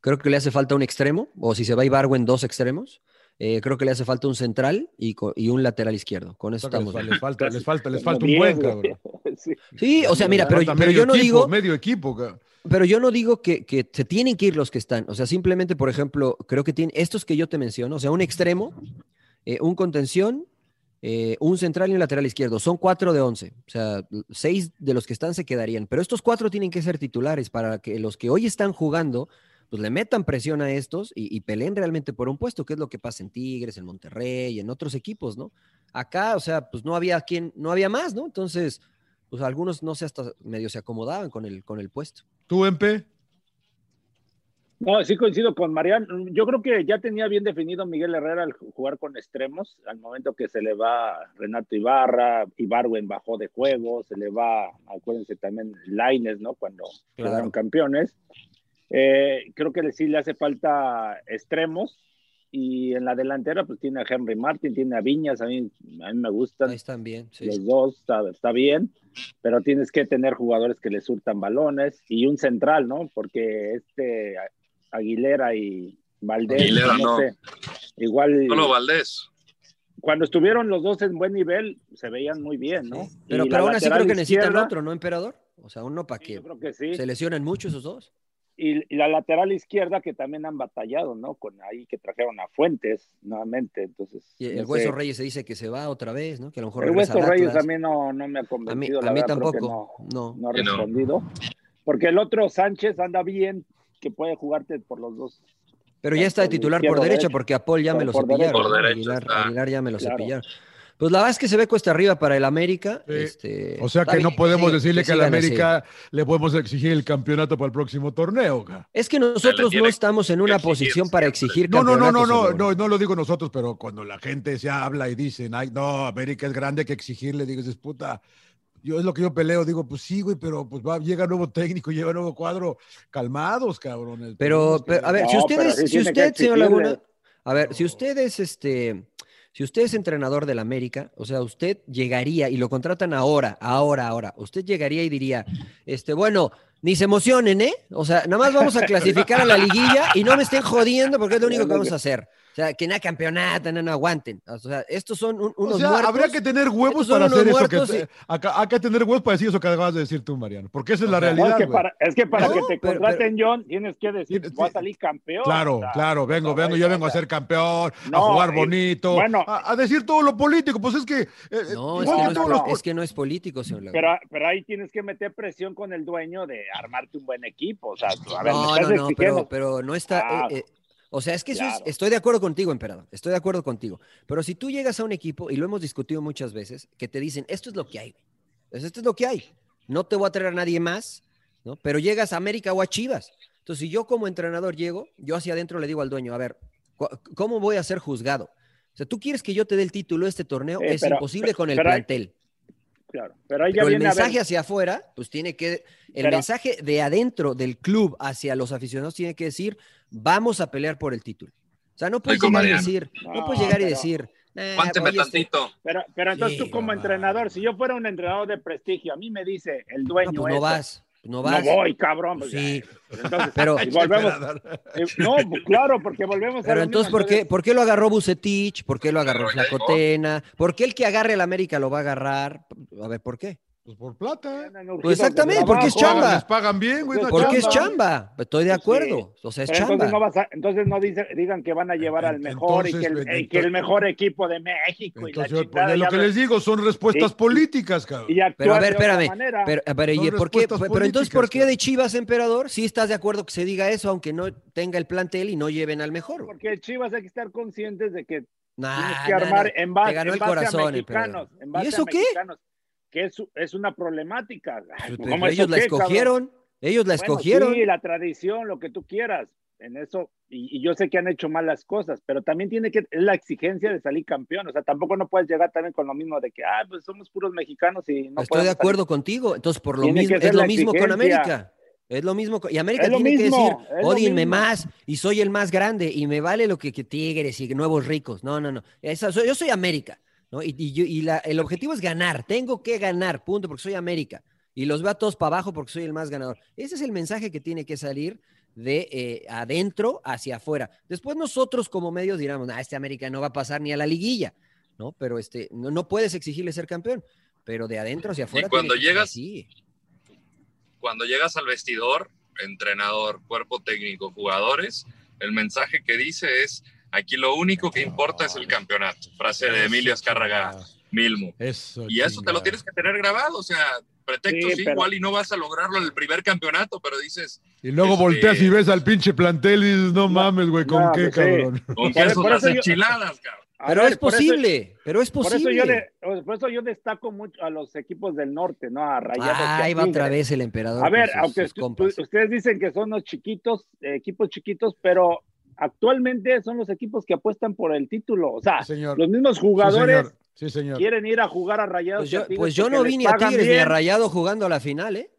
Creo que le hace falta un extremo, o si se va Ibargo en dos extremos. Eh, creo que le hace falta un central y, co- y un lateral izquierdo. Con eso
O sea, que les,
estamos
fa-
bien.
les falta, les falta, les falta un
Como
buen
diez, <laughs> güey.
cabrón.
Sí.
Sí, o sea, mira,
Les
pero,
falta
pero
medio
yo no
equipo,
digo,
Medio equipo, cabrón.
pero yo no digo que, que se tienen que ir los que están. O sea, simplemente, por ejemplo, creo que tienen estos que yo te menciono, o sea, un extremo, eh, un contención, eh, un central y un lateral izquierdo. Son cuatro de once. O sea, seis de los que están se quedarían. Pero estos cuatro tienen que ser titulares para que los que hoy están jugando, pues le metan presión a estos y, y peleen realmente por un puesto, que es lo que pasa en Tigres, en Monterrey, en otros equipos, ¿no? Acá, o sea, pues no había quien, no había más, ¿no? Entonces, pues algunos no sé, hasta medio se acomodaban con el, con el puesto.
¿Tú, Empe?
No, sí coincido con Mariano. Yo creo que ya tenía bien definido Miguel Herrera al jugar con extremos, al momento que se le va Renato Ibarra, Ibarwen bajó de juego, se le va, acuérdense también, Laines, ¿no? Cuando
Claro.
quedaron campeones. Eh, creo que sí le hace falta extremos y en la delantera pues tiene a Henry Martin, tiene a Viñas, a mí, a mí me gustan
Ahí están bien, sí.
los dos, está, está bien, pero tienes que tener jugadores que le surtan balones y un central, ¿no? Porque este A- Aguilera y Valdés,
Aguilera no.
sé, igual
Solo Valdés.
cuando estuvieron los dos en buen nivel, se veían muy bien, ¿no?
Sí. Pero,
Y
pero
la
aún así
lateral
creo que necesitan
izquierda,
otro, ¿no, emperador? O sea, uno para
sí,
que
yo creo que sí.
se lesionen mucho esos dos.
Y, y la lateral izquierda que también han batallado, ¿no? Con ahí que trajeron a Fuentes nuevamente, entonces.
Y
no
el Hueso
sé.
Reyes se dice que se va otra vez, ¿no? Que a lo mejor
El
regresa
Hueso
al
Reyes a
Atlas.
mí no, no me ha
A mí,
convencido.
a
la
mí
verdad, creo que
tampoco. No.
no ha
Que no.
respondido. Porque el otro Sánchez anda bien, que puede jugarte por los dos.
Pero ya está de
Por
titular por
izquierda,
derecha
derecha.
porque a Paul ya
Por-
me lo
por derecha.
cepillaron.
Por
¿no?
derecha
Aguilar,
está.
Aguilar ya me lo
Claro.
cepillaron. Pues la verdad es que se ve cuesta arriba para el América.
Sí.
Este,
O sea
está
que no
bien,
podemos
sí,
decirle que al
sigan así.
América le podemos exigir el campeonato para el próximo torneo, cabrón.
Es que
Se le
nosotros
tiene
no estamos en
que
una
exigir
posición para
siempre.
exigir
No, no, no, no, no,
campeonatos,
no, no lo digo nosotros, pero cuando la gente se habla y dicen, ay, no, América es grande, hay que exigirle, digo, es puta. Yo es lo que yo peleo, digo, pues sí, güey, pero pues va, llega nuevo técnico, <laughs> lleva nuevo cuadro, calmados, cabrones. pues,
Pero,
Tenemos que-
pero, a ver, si
No, pero
ustedes,
sí
si
tiene que
usted, señor
exigirle.
Laguna, a ver, si
No.
usted es este, si usted es entrenador del América, o sea, usted llegaría y lo contratan ahora, ahora, ahora, usted llegaría y diría, este, bueno, Ni se emocionen, ¿eh? O sea, nada más vamos a clasificar a la liguilla y no me estén jodiendo porque es lo único que vamos a hacer. O sea, que nada campeonato, no, no aguanten. O sea, estos son un- unos
o sea,
muertos.
habría que tener huevos
Estos son
para hacer
unos
eso. Que,
muertos y-
acá, hay que tener huevos para decir eso que acabas de decir tú, Mariano. Porque esa es la
O sea,
No, es,
realidad.
que
güey.
para, es que para
No,
que te
pero-
contraten, John, tienes que decir,
Tienes-
voy a salir campeón.
Claro,
o sea,
claro, vengo,
o sea,
vengo, yo
o
vengo a
sea,
ser campeón, a
No,
jugar
y-
bonito,
bueno.
a, a decir todo lo político. Pues es que. eh, eh,
No,
igual
es que no
que
es,
todos
pol-
los
es que no es político, señor Laguna.
Pero, pero ahí tienes que meter presión con el dueño de armarte un buen equipo. O sea, tú, a ver, me
no,
estás
no, no, pero,
exigiendo-
pero no está.
Ah,
eh, eh, o sea, es que eso es-
claro.
estoy de acuerdo contigo, emperador. Estoy de acuerdo contigo. Pero si tú llegas a un equipo, y lo hemos discutido muchas veces, que te dicen, esto es lo que hay. güey. Pues, esto es lo que hay. No te voy a traer a nadie más, ¿no? Pero llegas a América o a Chivas. Entonces, si yo como entrenador llego, yo hacia adentro le digo al dueño, a ver, cu- ¿cómo voy a ser juzgado? O sea, tú quieres que yo te dé el título de este torneo,
Eh,
es
pero-
imposible con el
pero hay-
plantel.
claro, pero ahí ya
Pero el
viene a ver-
mensaje hacia afuera, pues tiene que, el
Pero-
mensaje de adentro del club hacia los aficionados tiene que decir, vamos a pelear por el título. O sea, no puedes
con
llegar y
Mariano.
decir, no,
No,
puedes llegar y
pero-
decir, "Nah,
Eh,
Cuánteme
pues,
oye, este-
tantito.
Pero, pero entonces
Sí,
tú como
no
entrenador,
vas.
si yo fuera un entrenador de prestigio, a mí me dice el
no,
dueño.
pues no
este,
vas, no
No
vas.
voy, cabrón.
Pues
pues,
sí,
Entonces,
pero,
y
<laughs>
volvemos. eh, no, pues, claro, porque volvemos a
pero
lo
entonces,
mismo,
¿por qué, ¿por qué lo agarró Bucetich? ¿Por qué lo agarró
Pero ya llegó.
Flacotena? ¿Por qué el que agarre el América lo va a agarrar? A ver, ¿por qué?
Pues por plata.
andan urgidos
Pues
de
exactamente, porque es
trabajo.
chamba.
Les pagan bien, güey. una
Porque es
chamba. Pues
chamba, estoy de
Sí.
acuerdo. O sea, es
Pero
chamba.
entonces no, vas a- entonces no dice- digan que van a llevar al mejor y, que el,
Entonces,
y que el mejor equipo de México.
Entonces,
y la
pues,
chingada,
de lo
ya
que
ves,
les digo son respuestas
Y-
políticas, cabrón.
y
Pero a
actúan
ver,
de otra
espérame.
manera.
Pero, eh,
Son
pero, ¿y por qué?
respuestas
Pero, pero entonces, ¿por
políticas,
qué
claro.
de Chivas, emperador? Sí estás de acuerdo que se diga eso, aunque no tenga el plantel y no lleven al mejor. güey?
Porque Chivas hay que estar conscientes de que
Nah,
Tienes que
nah,
armar
nah.
en base,
Te ganó
en
el
base a
corazón,
mexicanos.
emperador.
En
¿Y
base a
eso qué?
mexicanos, Que es, es una problemática. Ay, pues,
Pero
¿cómo
ellos
eso
la
qué, cabrón?
escogieron. Ellos la
Bueno,
escogieron.
sí, la tradición, lo que tú quieras. En eso, y, y yo sé que han hecho malas cosas, pero también tiene que, es la exigencia de salir campeón. O sea, tampoco no puedes llegar también con lo mismo de que, ah, pues somos puros mexicanos y no
Estoy de
podemos
acuerdo contigo. Entonces, por lo
Tiene que
mismo,
ser
es lo
la
mismo con
exigencia.
América. Es lo mismo. con- Y América
Es lo
tiene que
mismo,
decir,
es lo
ódienme
mismo".
más y soy el más grande y me vale lo que, que Tigres y Nuevos Ricos. No, no, no. Esa- soy- yo soy América. ¿no? Y, y yo- y la- el objetivo es ganar. Tengo que ganar, punto, porque soy América. Y los veo a todos para abajo porque soy el más ganador. Ese es el mensaje que tiene que salir de eh, adentro hacia afuera. Después nosotros como medios diremos, ah, este América no va a pasar ni a la liguilla, ¿no? Pero este, no, no puedes exigirle ser campeón, pero de adentro hacia afuera.
cuando
tiene que ser
llegas-
así.
cuando llegas al vestidor, entrenador, cuerpo técnico, jugadores, el mensaje que dice es, aquí lo único que importa es el campeonato. Frase de Emilio Azcárraga Milmo.
Ah, Eso,
Y eso te lo
chingada.
tienes que tener grabado, o sea, pretextos
Sí, pero-
igual y no vas a lograrlo en el primer campeonato, pero dices,
Y luego
Este-
volteas y ves al pinche plantel y dices, no,
No,
mames, güey, ¿con
no,
qué,
pues sí.
cabrón?
con
Por-
qué son
por
las
eso yo-
enchiladas, cabrón.
A
Pero
ver,
es
por eso-
posible, pero es
Por
posible.
eso, yo de- por eso yo destaco mucho a los equipos del norte, ¿no? A Rayados. y a
Ahí va otra
Tigres.
vez el emperador.
A ver,
con sus-
aunque
sus
tú-
compas.
tú- ustedes dicen que son los chiquitos, eh, equipos chiquitos, pero actualmente son los equipos que apuestan por el título. O sea,
Sí, <laughs> señor.
Ah, los mismos
Sí,
jugadores
señor. Sí, señor.
quieren ir a jugar a Rayados.
Pues
y a
yo,
Tigres
pues yo
porque
no
les
vi ni a
pagan
Tigres ni a
bien.
Rayado jugando a la final, ¿eh?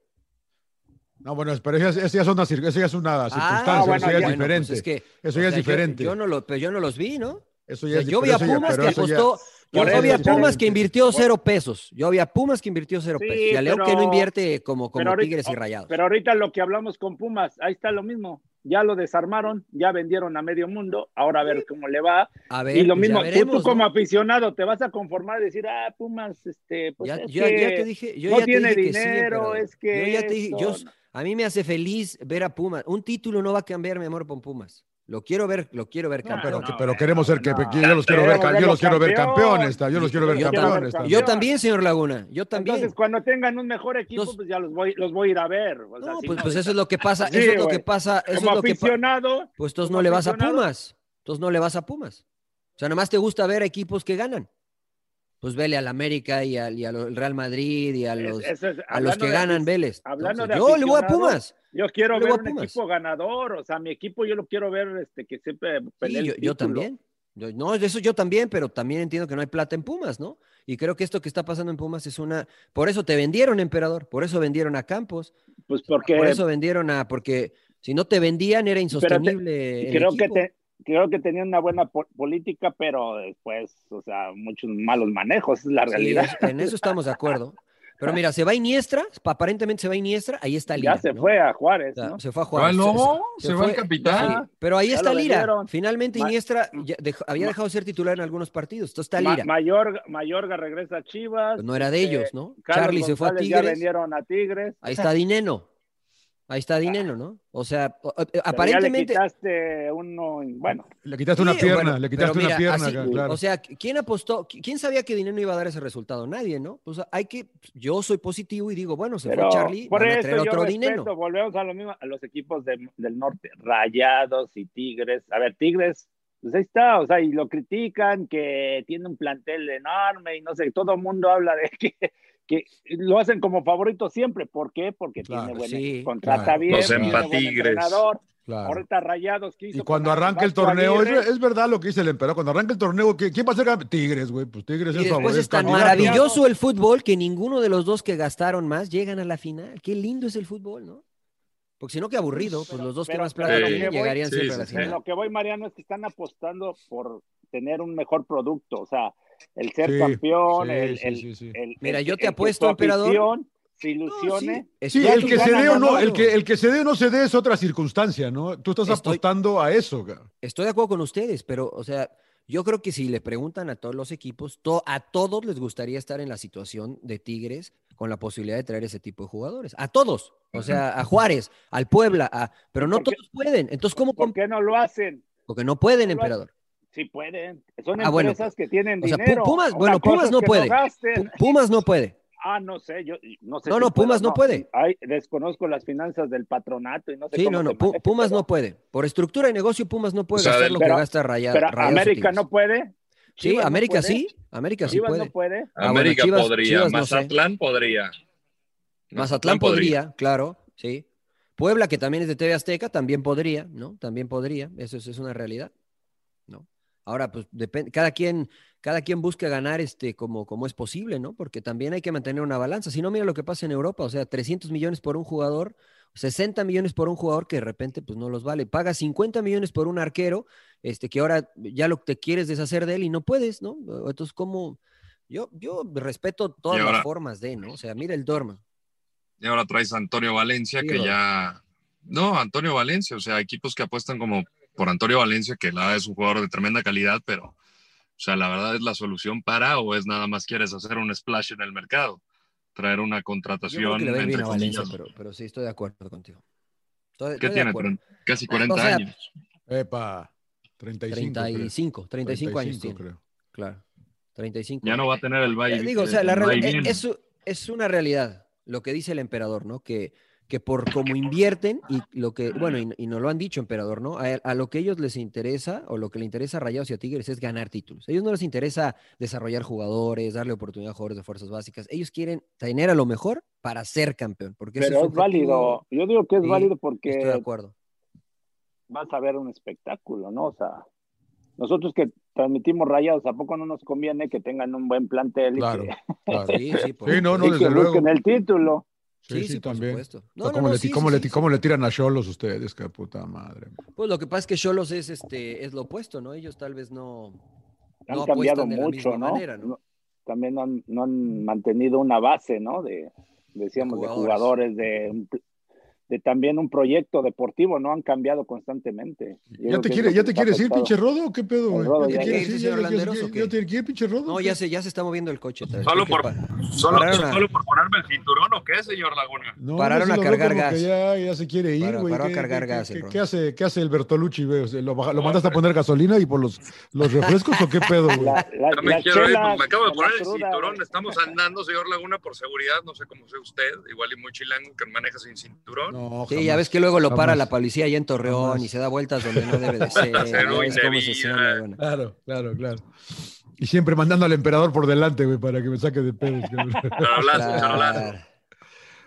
No, bueno, pero esa, esa ya es una, cir- esa ya es una circunstancia,
Ah, bueno,
eso ya
ya.
es
bueno, pues
diferente.
Ah, es que,
eso
o
ya
sea,
es
yo-
diferente.
Yo, no lo, pero yo no los vi, ¿no?
eso
O
ya
sea,
es
yo vi a
diferente, eso ya-
Pumas que
pero eso ya-
apostó. Yo
Por eso
vi a
es
Pumas
diferente.
que invirtió cero pesos. Yo vi a Pumas que invirtió cero
Sí,
pesos. Y a León que
pero-
no invierte como, como
pero ahorita-
Tigres y Rayados.
Pero ahorita lo que hablamos con Pumas, ahí está lo mismo. Ya lo desarmaron, ya vendieron a medio mundo, ahora a ver cómo le va.
a ver,
Y lo
pues ya
mismo, tú-
veremos,
tú,
¿no?
como aficionado te vas a conformar y decir, ah, Pumas, este, pues
Ya-
es
yo ya- ya
que
te dije, yo
no
ya te
tiene
dije que sí,
dinero,
emperador.
es que
Yo ya te dije- yo-
esto, no.
a mí me hace feliz ver a Pumas. Un título no va a cambiar mi amor por Pumas. Lo quiero ver, lo quiero ver
No,
Ah,
campeón.
pero,
no,
que- pero
no,
queremos ser que
no.
yo los quiero ver,
Queremos
ca- yo los
verlos
quiero ver
campeones.
campeones, ta- yo los quiero ver
Yo también,
campeones. ta-
campeones.
Yo también, señor Laguna, yo también.
Entonces, cuando tengan un mejor equipo,
Los-
pues ya los voy, los voy a ir a ver. O sea,
No,
si
pues,
no,
pues eso es lo que pasa,
Sí,
eso es lo
güey.
que pasa, eso
como
es lo que pasa.
aficionado,
Pues entonces
como
no le vas a
aficionado.
Pumas, entonces no le vas a Pumas. O sea, nada más te gusta ver equipos que ganan. Pues vele al América y al, y al Real Madrid y a los,
es- eso es-
a los
hablando
que
de
ganan
afic-
Vélez.
hablando
Entonces,
de
yo le voy a
aficionados,
Pumas.
Yo quiero
Yo le
ver
voy a
un
Pumas.
equipo ganador, o sea, mi equipo yo lo quiero ver este que siempre
Sí,
pelee el
yo, yo
título.
también. Yo- no, de eso yo también, pero también entiendo que no hay plata en Pumas, ¿no? Y creo que esto que está pasando en Pumas es una... Por eso te vendieron, emperador, por eso vendieron a Campos,
Pues porque
por eso vendieron a... Porque si no te vendían era insostenible. el
creo que
equipo.
te- creo que tenían una buena po- política, pero después, o sea, muchos malos manejos, es la
Sí,
realidad.
es- en eso estamos de acuerdo. Pero mira, se va Iniestra, aparentemente se va Iniestra, ahí está Lira.
Ya se
¿no?
fue a
O
Juárez,
sea,
¿no?
Se fue a Juárez.
¿Va el lobo?
se
¿Se, va
fue-
el capitán?
Sí, pero ahí
Ya
está
lo
Lira.
vendieron.
Finalmente
Ma-
Iniestra ya dejó-
Ma-
había dejado de ser titular en algunos partidos. Entonces está
Ma-
Lira.
Mayorga, Mayorga regresa a Chivas.
Pues no era de
este,
ellos, ¿no?
Carlos
Charlie se fue a
González Ya
Tigres.
vendieron a Tigres.
Ahí está Dineno. Ahí está Dineno, ¿no? O sea, o- o-
Pero ya
aparentemente.
le quitaste uno, bueno,
Le quitaste
Sí,
una pierna,
bueno,
le
pero
quitaste
mira,
una pierna,
así-
ca- claro.
O sea, ¿quién apostó? ¿Qui- ¿Quién sabía que Dineno iba a dar ese resultado? Nadie, ¿no? O sea, hay que. Yo soy positivo y digo, bueno, se
pero
fue Charlie,
por
van a
eso
traer
yo
otro
respeto,
Dineno.
volvemos a lo mismo, a los equipos de- del norte, Rayados y Tigres. A ver, Tigres, pues ahí está, o sea, y lo critican, que tiene un plantel enorme y no sé, todo el mundo habla de <laughs> que, que lo hacen como favorito siempre. ¿Por qué? Porque
Claro,
tiene buen,
sí,
contrata
claro.
bien,
Los
tiene buen
empatigres.
entrenador.
claro.
Ahorita Rayados que hizo
Y cuando
con
arranca el
Vasco
torneo, es,
Aguirre,
es verdad lo que dice el emperador, cuando arranca el torneo, ¿qui- ¿quién va a ser campeón? Tigres, güey, pues Tigres
Y
es
después
favorito,
es tan
candidato.
maravilloso el fútbol que ninguno de los dos que gastaron más llegan a la final. Qué lindo es el fútbol, ¿no? Porque si no, qué aburrido. Pues
Pero-
los dos que
pero-
más plata
pero lo
tienen
que voy-
llegarían
sí,
siempre a
sí,
la
sí.
En
final.
lo que voy, Mariano, es que están apostando por tener un mejor producto, o sea, el ser
Sí,
campeón,
sí,
el,
sí,
el-
sí, sí.
el-
Mira,
el-
yo
el
te
que
apuesto,
su
emperador.
afición Se
No, sí,
ilusione.
Sí,
estoy-
el que se
ganan
dé o no, el
ganando.
que, el que se dé o no se dé es otra circunstancia, ¿no? Tú estás
Estoy-
apostando a eso, ca-
Estoy de acuerdo con ustedes, pero, o sea, yo creo que si le preguntan a todos los equipos, to- a todos les gustaría estar en la situación de Tigres con la posibilidad de traer ese tipo de jugadores. A todos. O sea, a Juárez, al Puebla, a- pero no
¿Por qué?
todos pueden. Entonces, ¿cómo?
¿Por
comp-
qué no lo hacen?
Porque no pueden,
No lo hacen.
emperador.
Sí pueden. Son
Ah, bueno.
empresas que tienen
O sea, Pu-
dinero.
Pumas-
Una
bueno,
cosa
Pumas
es
no
que
puede.
gasten.
Pu- Pumas no puede.
Ah, no sé, yo no sé.
No,
si
no,
pueda o
Pumas no puede.
Ay, desconozco las finanzas del patronato y no sé
Sí,
cómo
no,
se
no. Pu-
maneja,
Pumas
pero-
no puede. Por estructura de negocio, Pumas no puede
O sea,
gastar
del-
lo que
pero-
gasta Raya-
Pero
Rayados o
América
Tigres.
no puede.
Sí,
Chivas no
América
puede,
sí. América sí
Chivas
puede.
no puede.
Ah, bueno,
América
Chivas-
podría,
Chivas no sé.
Mazatlán podría.
Mazatlán podría, claro, sí. Puebla, que también es de TV Azteca, también podría, ¿no? También podría, eso es, es una realidad, ¿no? Ahora, pues depende, cada quien, cada quien busca ganar este como, como es posible, ¿no? Porque también hay que mantener una balanza. Si no, mira lo que pasa en Europa, o sea, 300 millones por un jugador, 60 millones por un jugador que de repente pues no los vale. Paga 50 millones por un arquero, este, que ahora ya lo te quieres deshacer de él y no puedes, ¿no? Entonces, ¿cómo? Yo, yo respeto todas
Y
las
ahora-
formas de, ¿no? O sea, mira el Dorman.
Y ahora traes a Antonio Valencia,
Sí,
que
bro.
ya. No, Antonio Valencia, o sea, equipos que apuestan como por Antonio Valencia, que la verdad es un jugador de tremenda calidad, pero, o sea, la verdad es la solución para, o es nada más quieres hacer un splash en el mercado, traer una
Yo creo
contratación.
que le va a ir bien
entre
a Valencia,
comillas.
pero, pero sí, estoy de acuerdo contigo. Estoy,
¿Qué
estoy de
tiene?
acuerdo.
Tre- Casi 40
O sea,
años.
Epa, 35.
35, 35,
35
años tiene,
creo.
claro. 35.
Ya no va a tener el
Eh,
baile.
Digo, o sea, la reali- eh, es, u- es una realidad lo que dice el emperador, ¿no? Que, que por cómo invierten y lo que, bueno, y, y nos lo han dicho, emperador, ¿no? A, a lo que ellos les interesa o lo que le interesa a Rayados y a Tigres es ganar títulos. A ellos no les interesa desarrollar jugadores, darle oportunidad a jugadores de fuerzas básicas. Ellos quieren tener a lo mejor para ser campeón, porque ese
Pero
su
es válido. Yo digo que es
Sí,
válido
objetivo. Estoy de
porque
acuerdo.
vas a ver un espectáculo, ¿no? O sea, nosotros que transmitimos rayados, ¿a poco no nos conviene que tengan un buen plantel y
<laughs>
Claro,
que,
claro.
Sí, sí, por-
Sí, no,
y
no,
que
desde luego.
busquen el título?
Sí, sí,
por
también.
supuesto.
O
No,
sea,
no,
¿Cómo
no,
le
sí,
ti- cómo
sí,
le
sí,
ti- cómo le tiran a Cholos ustedes? Qué puta madre.
sí. Pues lo que pasa es que Cholos es este, es lo opuesto, ¿no? Ellos tal vez no,
Han
no
cambiado
apuestan de la
mucho,
misma
¿no?
manera, ¿no?
No- También no han, no han mantenido una base, ¿no? De, decíamos, de
Jugadores.
jugadores, de, un pl- de también un proyecto deportivo, ¿no? Han cambiado constantemente. Yo
¿Ya
creo que
te,
es
quiere,
lo
¿Ya
que
te
está
quieres ir,
costado.
pinche Rodo? ¿Qué pedo, güey?
El Rodo
¿Ya
ya
te
quiere
quieres ir,
irse,
ya te quieres
Orlanderos,
ir,
o qué?
ya te quieres ir, pinche Rodo?
No,
¿Qué?
ya se, ya se está moviendo el coche. otra vez.
Solo
Creo que
por-
pa-
¿Solo,
Pararon a-
solo por ponerme el cinturón o qué, señor Laguna?
No,
Pararon
sí
a
lo veo
cargar
como que
gas.
Ya, ya se quiere ir,
Paró-
güey.
paró a
¿Qué-
cargar
qué-
gas,
qué-
el
qué-
Ron.
¿Qué hace, qué hace el Bertolucci, güey? O sea, ¿Lo, baja- lo mandaste a poner gasolina y por los,
<laughs>
los refrescos o qué pedo, güey?
La- la-
No me
las
quiero ir,
chelas,
pues, me acabo de
la
poner el
cruda,
cinturón. este,
güey.
Estamos andando, señor Laguna, por seguridad. No sé cómo sea usted, igual y muy chilango que maneja sin cinturón.
No,
Sí,
jamás.
ya ves que luego lo para
jamás.
la policía allá en Torreón
Jamás.
y se da vueltas donde no
<laughs>
debe de ser.
Hacer
ya
un
ves cómo se
indebido.
señala, bueno.
Claro, claro, claro. Y siempre mandando al emperador por delante,
<laughs>
güey, para que me saque de pedos. cabrón.
Charolazo, charolazo.
Claro.
<laughs>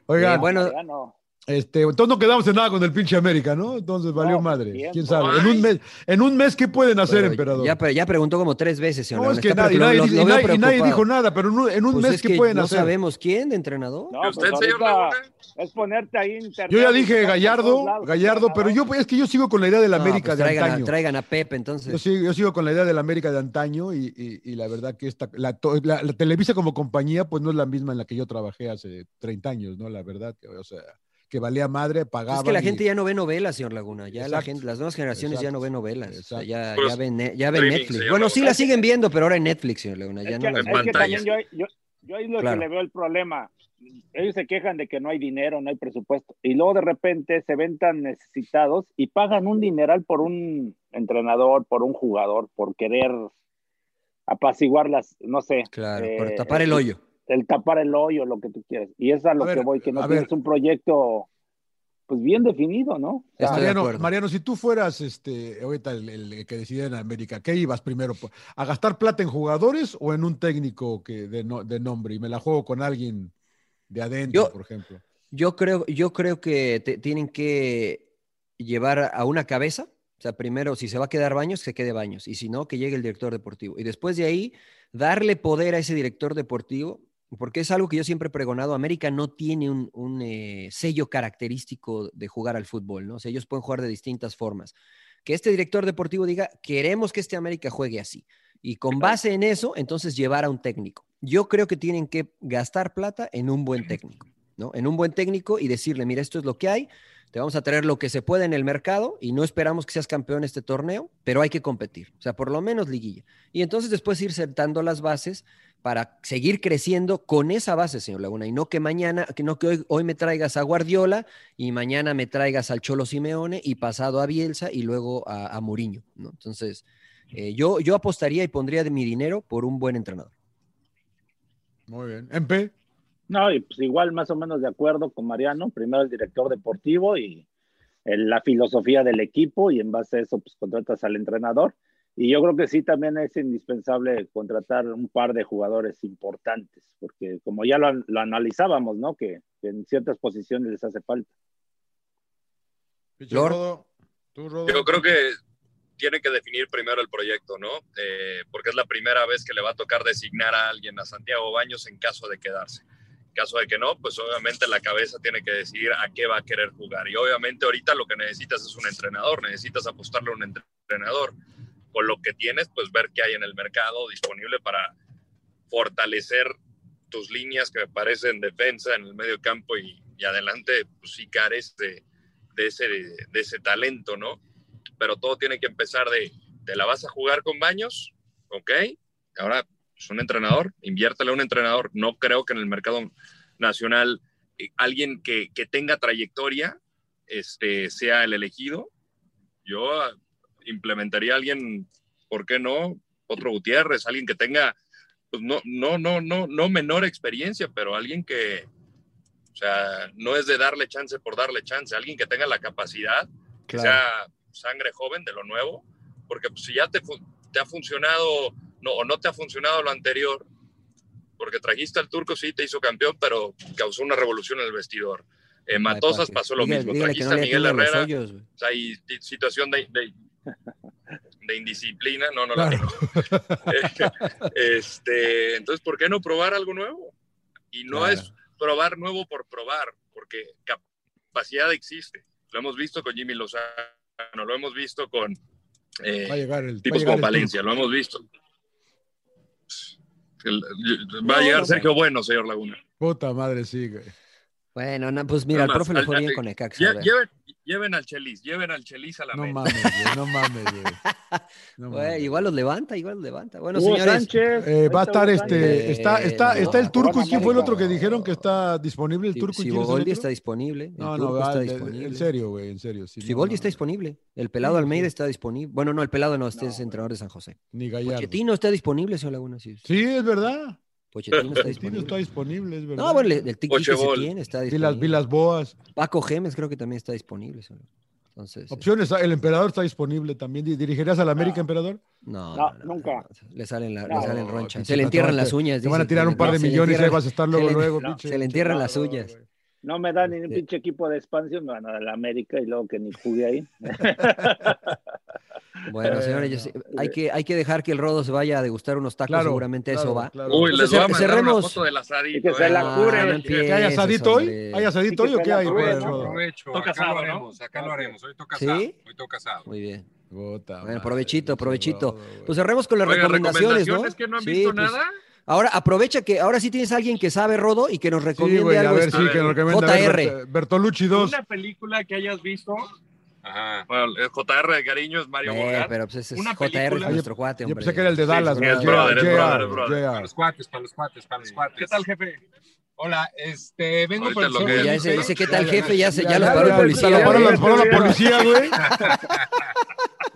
Oigan,
Eh, bueno,
Ya no.
Este, entonces no quedamos en nada con el pinche América, ¿no? Entonces valió
No,
madre.
bien,
¿Quién
no
sabe? En un, mes, en un mes, ¿qué pueden hacer,
Pero
emperador?
Ya, pre- ya preguntó como tres veces, señor.
no, es
León.
que
Está
nadie,
preocup-
nadie-
lo- lo
y nadie-
veo
y nadie
preocupado.
dijo nada, pero en un, en un
Pues
mes,
es
¿qué
que
pueden
no
hacer?
sabemos quién de entrenador.
No,
¿Y usted,
pues
señor
ahorita
Laguna?
Es ponerte ahí internet.
Yo ya dije
buscando
Gallardo,
todos lados,
Gallardo, pero yo es que yo sigo con la idea del
No,
América
pues
de
traigan,
antaño.
A, traigan a Pepe,
Yo
entonces.
sigo, yo sigo con la idea del América de antaño y, y- y la verdad que esta, la, to- la- la Televisa como compañía pues no es la misma en la que yo trabajé hace 30 años, ¿no? La verdad, que, o sea, que valía madre, pagaba.
Es que la gente ya no ve novelas, señor Laguna. Ya la
Exacto.
gente, las nuevas generaciones ya no
Exacto.
ven novelas. O
Exacto.
sea, ya,
Pues,
ya ven, ne- ya ven
streaming,
Netflix.
señor
Bueno, sí
Laguna.
la siguen viendo, pero ahora en Netflix, señor Laguna. Ya
Es que,
no las
es que
ven.
pantalla.
también yo, yo, yo ahí es lo
Claro.
que le veo el problema. Ellos se quejan de que no hay dinero, no hay presupuesto. Y luego de repente se ven tan necesitados y pagan un dineral por un entrenador, por un jugador, por querer apaciguarlas, no sé.
Claro,
eh,
por tapar el hoyo.
El tapar el hoyo, lo que tú quieras. Y es a lo
A
que
ver,
voy, que no
a
tienes
ver.
un proyecto pues bien definido, ¿no? O sea,
Estoy de
Mariano,
acuerdo.
Mariano, si tú fueras este, ahorita el, el que decide en América, ¿qué ibas primero? pues, ¿A gastar plata en jugadores o en un técnico que de, no- de nombre? Y me la juego con alguien de adentro,
Yo-
por ejemplo.
Yo creo, yo creo que te- tienen que llevar a una cabeza. O sea, primero, si se va a quedar Baños, que se quede Baños. Y si no, que llegue el director deportivo. Y después de ahí, darle poder a ese director deportivo, porque es algo que yo siempre he pregonado. América no tiene un, un, eh, sello característico de jugar al fútbol, ¿no? O sea, ellos pueden jugar de distintas formas. Que este director deportivo diga, queremos que este América juegue así. Y con base en eso, entonces llevar a un técnico. Yo creo que tienen que gastar plata en un buen técnico. ¿no? En un buen técnico y decirle, mira, esto es lo que hay, te vamos a traer lo que se puede en el mercado y no esperamos que seas campeón este torneo, pero hay que competir, o sea, por lo menos liguilla. Y entonces después ir sentando las bases para seguir creciendo con esa base, señor Laguna, y no que mañana, que no que hoy, hoy me traigas a Guardiola y mañana me traigas al Cholo Simeone y pasado a Bielsa y luego a, a Mourinho, ¿no? Entonces, eh, yo, yo apostaría y pondría de mi dinero por un buen entrenador.
Muy bien. MP,
No, y pues igual más o menos de acuerdo con Mariano, primero el director deportivo y el- la filosofía del equipo y en base a eso pues contratas al entrenador. Y yo creo que sí también es indispensable contratar un par de jugadores importantes, porque como ya lo, an- lo analizábamos, ¿no? Que, que en ciertas posiciones les hace falta.
Lord.
Rodo, tú, Rodo.
Yo creo que tiene que definir primero el proyecto, ¿no? Eh, porque es la primera vez que le va a tocar designar a alguien a Santiago Baños en caso de quedarse. En caso de que no, pues obviamente la cabeza tiene que decidir a qué va a querer jugar. Y obviamente ahorita lo que necesitas es un entrenador, necesitas apostarle a un entrenador. Con lo que tienes, pues ver qué hay en el mercado disponible para fortalecer tus líneas que me parecen defensa en el medio campo y, y adelante, pues sí cares de, de ese, de ese talento, ¿no? Pero todo tiene que empezar de, ¿te la vas a jugar con Baños? ¿Ok? Ahora es un entrenador, inviértele a un entrenador. No creo que en el mercado nacional eh, alguien que, que tenga trayectoria este, sea el elegido. Yo ah, implementaría a alguien, ¿por qué no? Otro Gutiérrez, alguien que tenga, pues no, no, no, no, no menor experiencia, pero alguien que, o sea, no es de darle chance por darle chance, alguien que tenga la capacidad, que sea sangre joven de lo nuevo, porque pues, si ya te, fu- te ha funcionado no, o no te ha funcionado lo anterior, porque trajiste al turco, sí, te hizo campeón, pero causó una revolución en el vestidor. Eh, Matosas
Ay, Paco,
pasó lo
dile-
mismo,
dile que
trajiste
no
a
le
Miguel
atiendan los
Herrera,
hoyos, güey.
o sea, y ti- situación de, de- de indisciplina, no, no
Claro.
la tengo. <laughs> este, entonces, ¿por qué no probar algo nuevo? Y no
Claro.
es probar nuevo por probar, porque capacidad existe. Lo hemos visto con Jimmy Lozano, lo hemos visto con eh,
Va a llegar el va a
tipos
llegar
como
el
Valencia, lo hemos visto. El- va a
No,
llegar
no,
Sergio Bueno, señor Laguna.
Puta madre, sí. güey.
Bueno, no, pues mira,
No
el
más,
profe le
al-
fue
al-
bien con Necaxa.
Lle-
¿verdad?
Lleven, lleven al Chelis, lleven al Chelis a la
No
mesa.
mames, güey,
<laughs>
no mames, güey. No
Güey,
mames.
igual los levanta, igual los levanta. Bueno,
Hugo
señores,
Sánchez.
Eh, va
ahorita
a estar
Hugo
este.
Sánchez.
está, está,
Eh,
está el
no,
turco. ¿Y quién fue el
América.
otro que dijeron que está disponible? El turco.
si,
y quién es el
Siboldi
otro?
está disponible. el
No,
Turco
no,
está
ah, de- de-
disponible.
en serio, güey, en serio. sí, no,
Siboldi
no,
está
no.
disponible. El pelado
Sí,
Almeida
sí.
está disponible. Bueno, no, el pelado no, este
No,
es entrenador de San José.
Ni Gallardo.
Pochettino está disponible, señor Laguna. Sí,
Sí, es verdad.
Pochettino está
Pochettino
disponible.
está disponible, es verdad.
No, bueno, el, el Tiki
Oche Bol.
tiene está
Vi
disponible.
las, vi las boas.
Paco Gemes creo que también está disponible. señor Laguna. Entonces,
Opciones, ah, el emperador está disponible también. Di- ¿Dirigirías al América,
Ah.
No.
emperador?
No,
No,
no,
nunca.
Le salen, la,
No,
le salen ronchas.
pinche
Se le entierran
patrón,
las uñas.
Te van a
dice,
tirar un par de
se le
millones y ahí
entierran-
vas a estar
se <laughs>
luego,
le-
luego,
no,
pinche
se le entierran las
emperador,
uñas.
güey.
No me da
Eh,
ni un pinche equipo de expansión, me van a dar la América y luego que ni jugué ahí.
Bueno, señores, yo sí- hay, que, hay que dejar que el Rodo se vaya a degustar unos tacos,
eh, Claro,
seguramente
claro,
eso va.
claro.
Uy, les
Entonces, este,
voy a
cer-
mandar una
cerremos.
foto del asadito.
Y que se
eh.
la curen.
no
Que
¿Que hay
empieces,
asadito hoy?
hombre.
¿Hay asadito hoy o qué hay por el
Aprovecho,
Rodo?
Aprovecho,
Toca
acá
asado,
lo
¿no?
haremos, acá lo haremos. Hoy toca
¿Sí?
asado, hoy toca asado.
Muy bien.
Puta
Bueno,
madre,
provechito,
pinche
provechito.
Rodo, güey.
Pues cerremos con las
Oiga,
recomendaciones, ¿no?
que no han
Sí,
visto
pues,
nada.
Ahora aprovecha que ahora sí tienes a alguien que sabe Rodo y que nos recomiende
Sí, güey, a
algo.
ver,
este-
sí, que lo recomienda. A ver,
JR.
Bert- Bertolucci 2.
Una película que hayas visto,
Ajá. Bueno, el JR de cariño es Mario
Eh,
Morgan.
pero pues ese es
Una
JR es
película.
nuestro cuate,
Yo
hombre.
pensé que era el de Dallas,
sí,
güey.
es brother, es
Yeah,
brother, es brother.
yeah.
para los cuates, para los cuates, para los cuates. ¿Qué tal, jefe? Hola, este, vengo
Ahorita
por el
lo
show
que-
de
Ya ese
Lindsay.
dice, ¿qué tal, jefe? Ya, se, ya, los
ya,
paró
ya, ya,
el policía.
ya,
Lo
ya,
paró,
ya,
güey.
los paró la
ya.
policía, güey.
<laughs>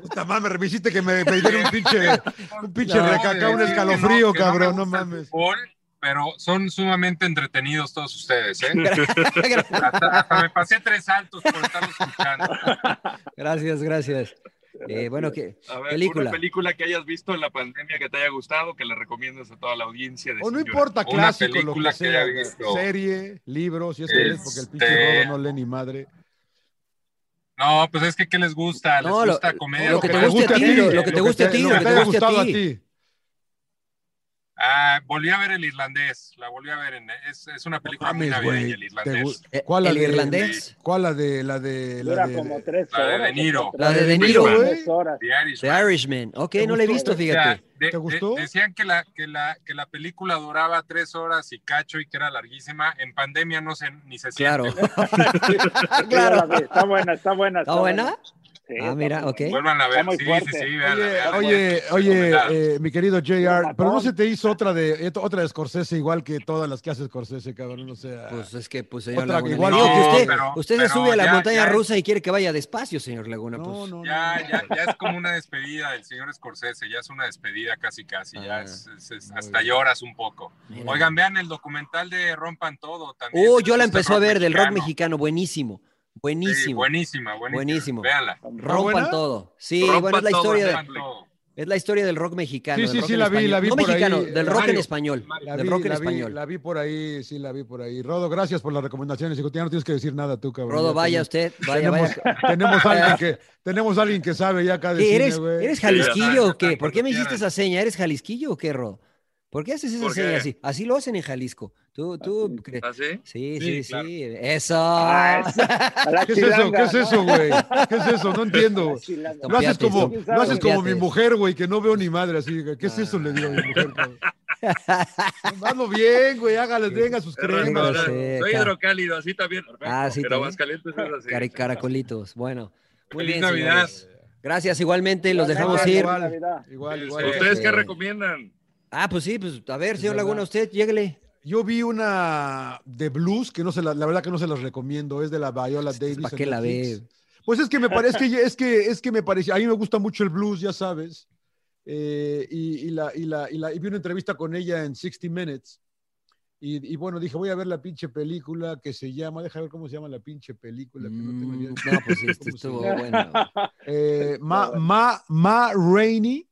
Puta madre, me hiciste que me, me dieron un pinche, un pinche
No,
recaca, un
güey,
escalofrío,
que no, que no me
cabrón, no
gusta el
mames.
fútbol, pero son sumamente entretenidos todos ustedes, ¿eh? <laughs>
Gra-
Hasta, hasta me pasé tres saltos por estarlos escuchando.
Gracias, gracias. Eh, bueno, que
A ver,
Película.
una película que hayas visto en la pandemia que te haya gustado, que le recomiendas a toda la audiencia. De
O no
Sin Llorar.
importa,
este Una
clásico, lo
película
que sea,
haya visto.
serie, libro, si es que lees, porque el pinche
Este-
rodo no lee ni madre.
No, pues es que ¿qué les gusta? ¿Les
No, lo-
gusta comedia?
lo
o
que te
comedia?
guste a ti, lo- lo que te guste a ti,
lo que te haya gustado a ti.
Ah, volví a ver El Irlandés. La volví a ver en... Es, es una película muy
Mames, güey.
navideña, El
te
Irlandés.
gu-
eh,
¿Cuál la
el
de-
irlandés,
¿Cuál la de la de la
Dura
de-
como tres
la de
horas.
De Niro.
cuatro
La de
horas.
De Niro,
Tres
güey.
horas.
The Irishman.
The Irishman. Ok,
¿Te
no le he
gustó?
visto,
O sea,
fíjate.
de-
¿Te
de-
gustó?
decían que la, que, la, que la película duraba tres horas y cacho y que era larguísima. En pandemia no se, ni se siente.
Claro.
Sí,
claro.
la vi. Está buena, está buena.
¿Está buena?
Sí,
Ah,
está
mira,
buena.
ok.
<laughs> Vuelvan a ver.
Está muy
Sí,
fuerte.
sí, sí, véanla,
Oye,
véanla.
oye, oye,
Recomendada.
eh, mi querido JR,
Matón.
pero no se te hizo otra de eh, otra de Scorsese igual que todas las que hace Scorsese, cabrón, o sea.
Pues es que, pues, señor
Otra-
Laguna. pues,
igual
le digo
no,
que usted,
pero-
usted se
pero
sube a la
ya-
montaña
ya-
rusa y quiere que vaya despacio, señor Laguna.
no,
pues.
no, no.
Ya, ya, ya es como una despedida del señor Scorsese, ya es una despedida casi, casi,
Ah,
ya es, es- es-
muy
hasta
bien.
lloras un poco.
Mira.
Oigan, vean el documental de Rompan Todo también.
Oh,
si
yo la
les gusta
empezó a
el
ver del rock mexicano. Buenísimo.
este Sí,
Buenísimo.
buenísima, buenísima,
Buenísimo.
Véanla.
Rompan
buena?
todo. Sí,
Rompan
bueno, es la
todo,
historia de-
rompan.
Vean todo. ¿eh?
es la historia del rock mexicano.
Sí,
del
sí,
rock
sí,
en
la vi,
español.
la vi
No
por ahí,
mexicano, del rock en
Mario.
español.
La
del
vi,
rock en
la vi,
español.
la vi por ahí, sí, la vi por ahí. Rodo, gracias por las recomendaciones. hijo, Ya no tienes que decir nada tú, cabrón.
Rodo,
Ya
vaya
tenemos-
usted, vaya,
tenemos,
vaya.
Tenemos alguien que, tenemos alguien que sabe ya acá de
¿Qué,
cine,
¿Eres,
güey.
¿Eres
Sí,
jalisquillo
ya
o qué?
saben,
¿Por qué me
cuando
hiciste
quieran.
esa seña? ¿Eres jalisquillo o qué, Rodo? ¿Por qué haces esa
¿Por
seña
qué?
así? Así lo hacen en Jalisco. Tú, tú, cre-
¿Así?
sí, sí,
Sí,
sí.
claro.
Eso.
Ah,
<laughs>
esa- a la
¿Qué es eso?
chilanga,
¿Qué es
¿no?
eso, güey? ¿Qué es eso? No entiendo.
Chilanga.
Lo haces
Piates,
como,
¿no?
lo haces como mi
Piates.
mujer, güey, que no veo ni madre así. ¿Qué es eso? Le digo a mi mujer.
<laughs>
cabrón. Hazlo bien, güey, hágale, tenga sus
Es raro,
Venga,
cremas.
¿verdad?
sí,
Soy
ca-
hidrocálido, así también.
Ah, sí,
Pero
también.
más caliente es así.
Cari- caracolitos. Bueno. Muy
Feliz
bien,
Navidad.
señores. Gracias, igualmente. Los
Igualmente,
dejamos
feliz
ir.
Igual,
Navidad.
igual, igual.
¿Ustedes qué
Sí.
recomiendan?
Ah, pues sí, pues a ver,
Es
señor
verdad.
Laguna, usted, lléguele.
Yo vi una de blues que no se la, la verdad que no se las recomiendo, es de la Viola Davis.
¿Para
en
qué la
Netflix.
ve?
Pues es que me parece que es que es que me parece, a mí me gusta mucho el blues, ya sabes. Eh, y, y la, y, la, y la- y vi una entrevista con ella en 60 Minutes. Y, y bueno, dije, voy a ver la pinche película que se llama, deja ver cómo se llama la pinche película. que no tengo ni idea.
Mm, No, pues
<laughs> ¿Cómo
este
se
estuvo
llama?
bueno.
<laughs> Eh, ma, ma, ma Rainey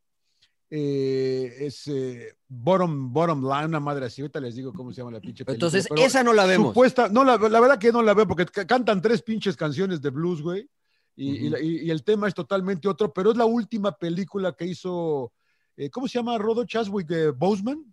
eh, es eh, Bottom, Bottom Line, una madre así. Ahorita les digo cómo se llama la pinche película.
Entonces,
pero-
esa no la vemos.
Supuesta, no, la, la verdad que no la veo porque ca- cantan tres pinches canciones de blues, güey. Y, y
Ujú.
la- y- y el tema es totalmente otro, pero es la última película que hizo, eh, ¿cómo se llama? Rodo Chaswick de Boseman.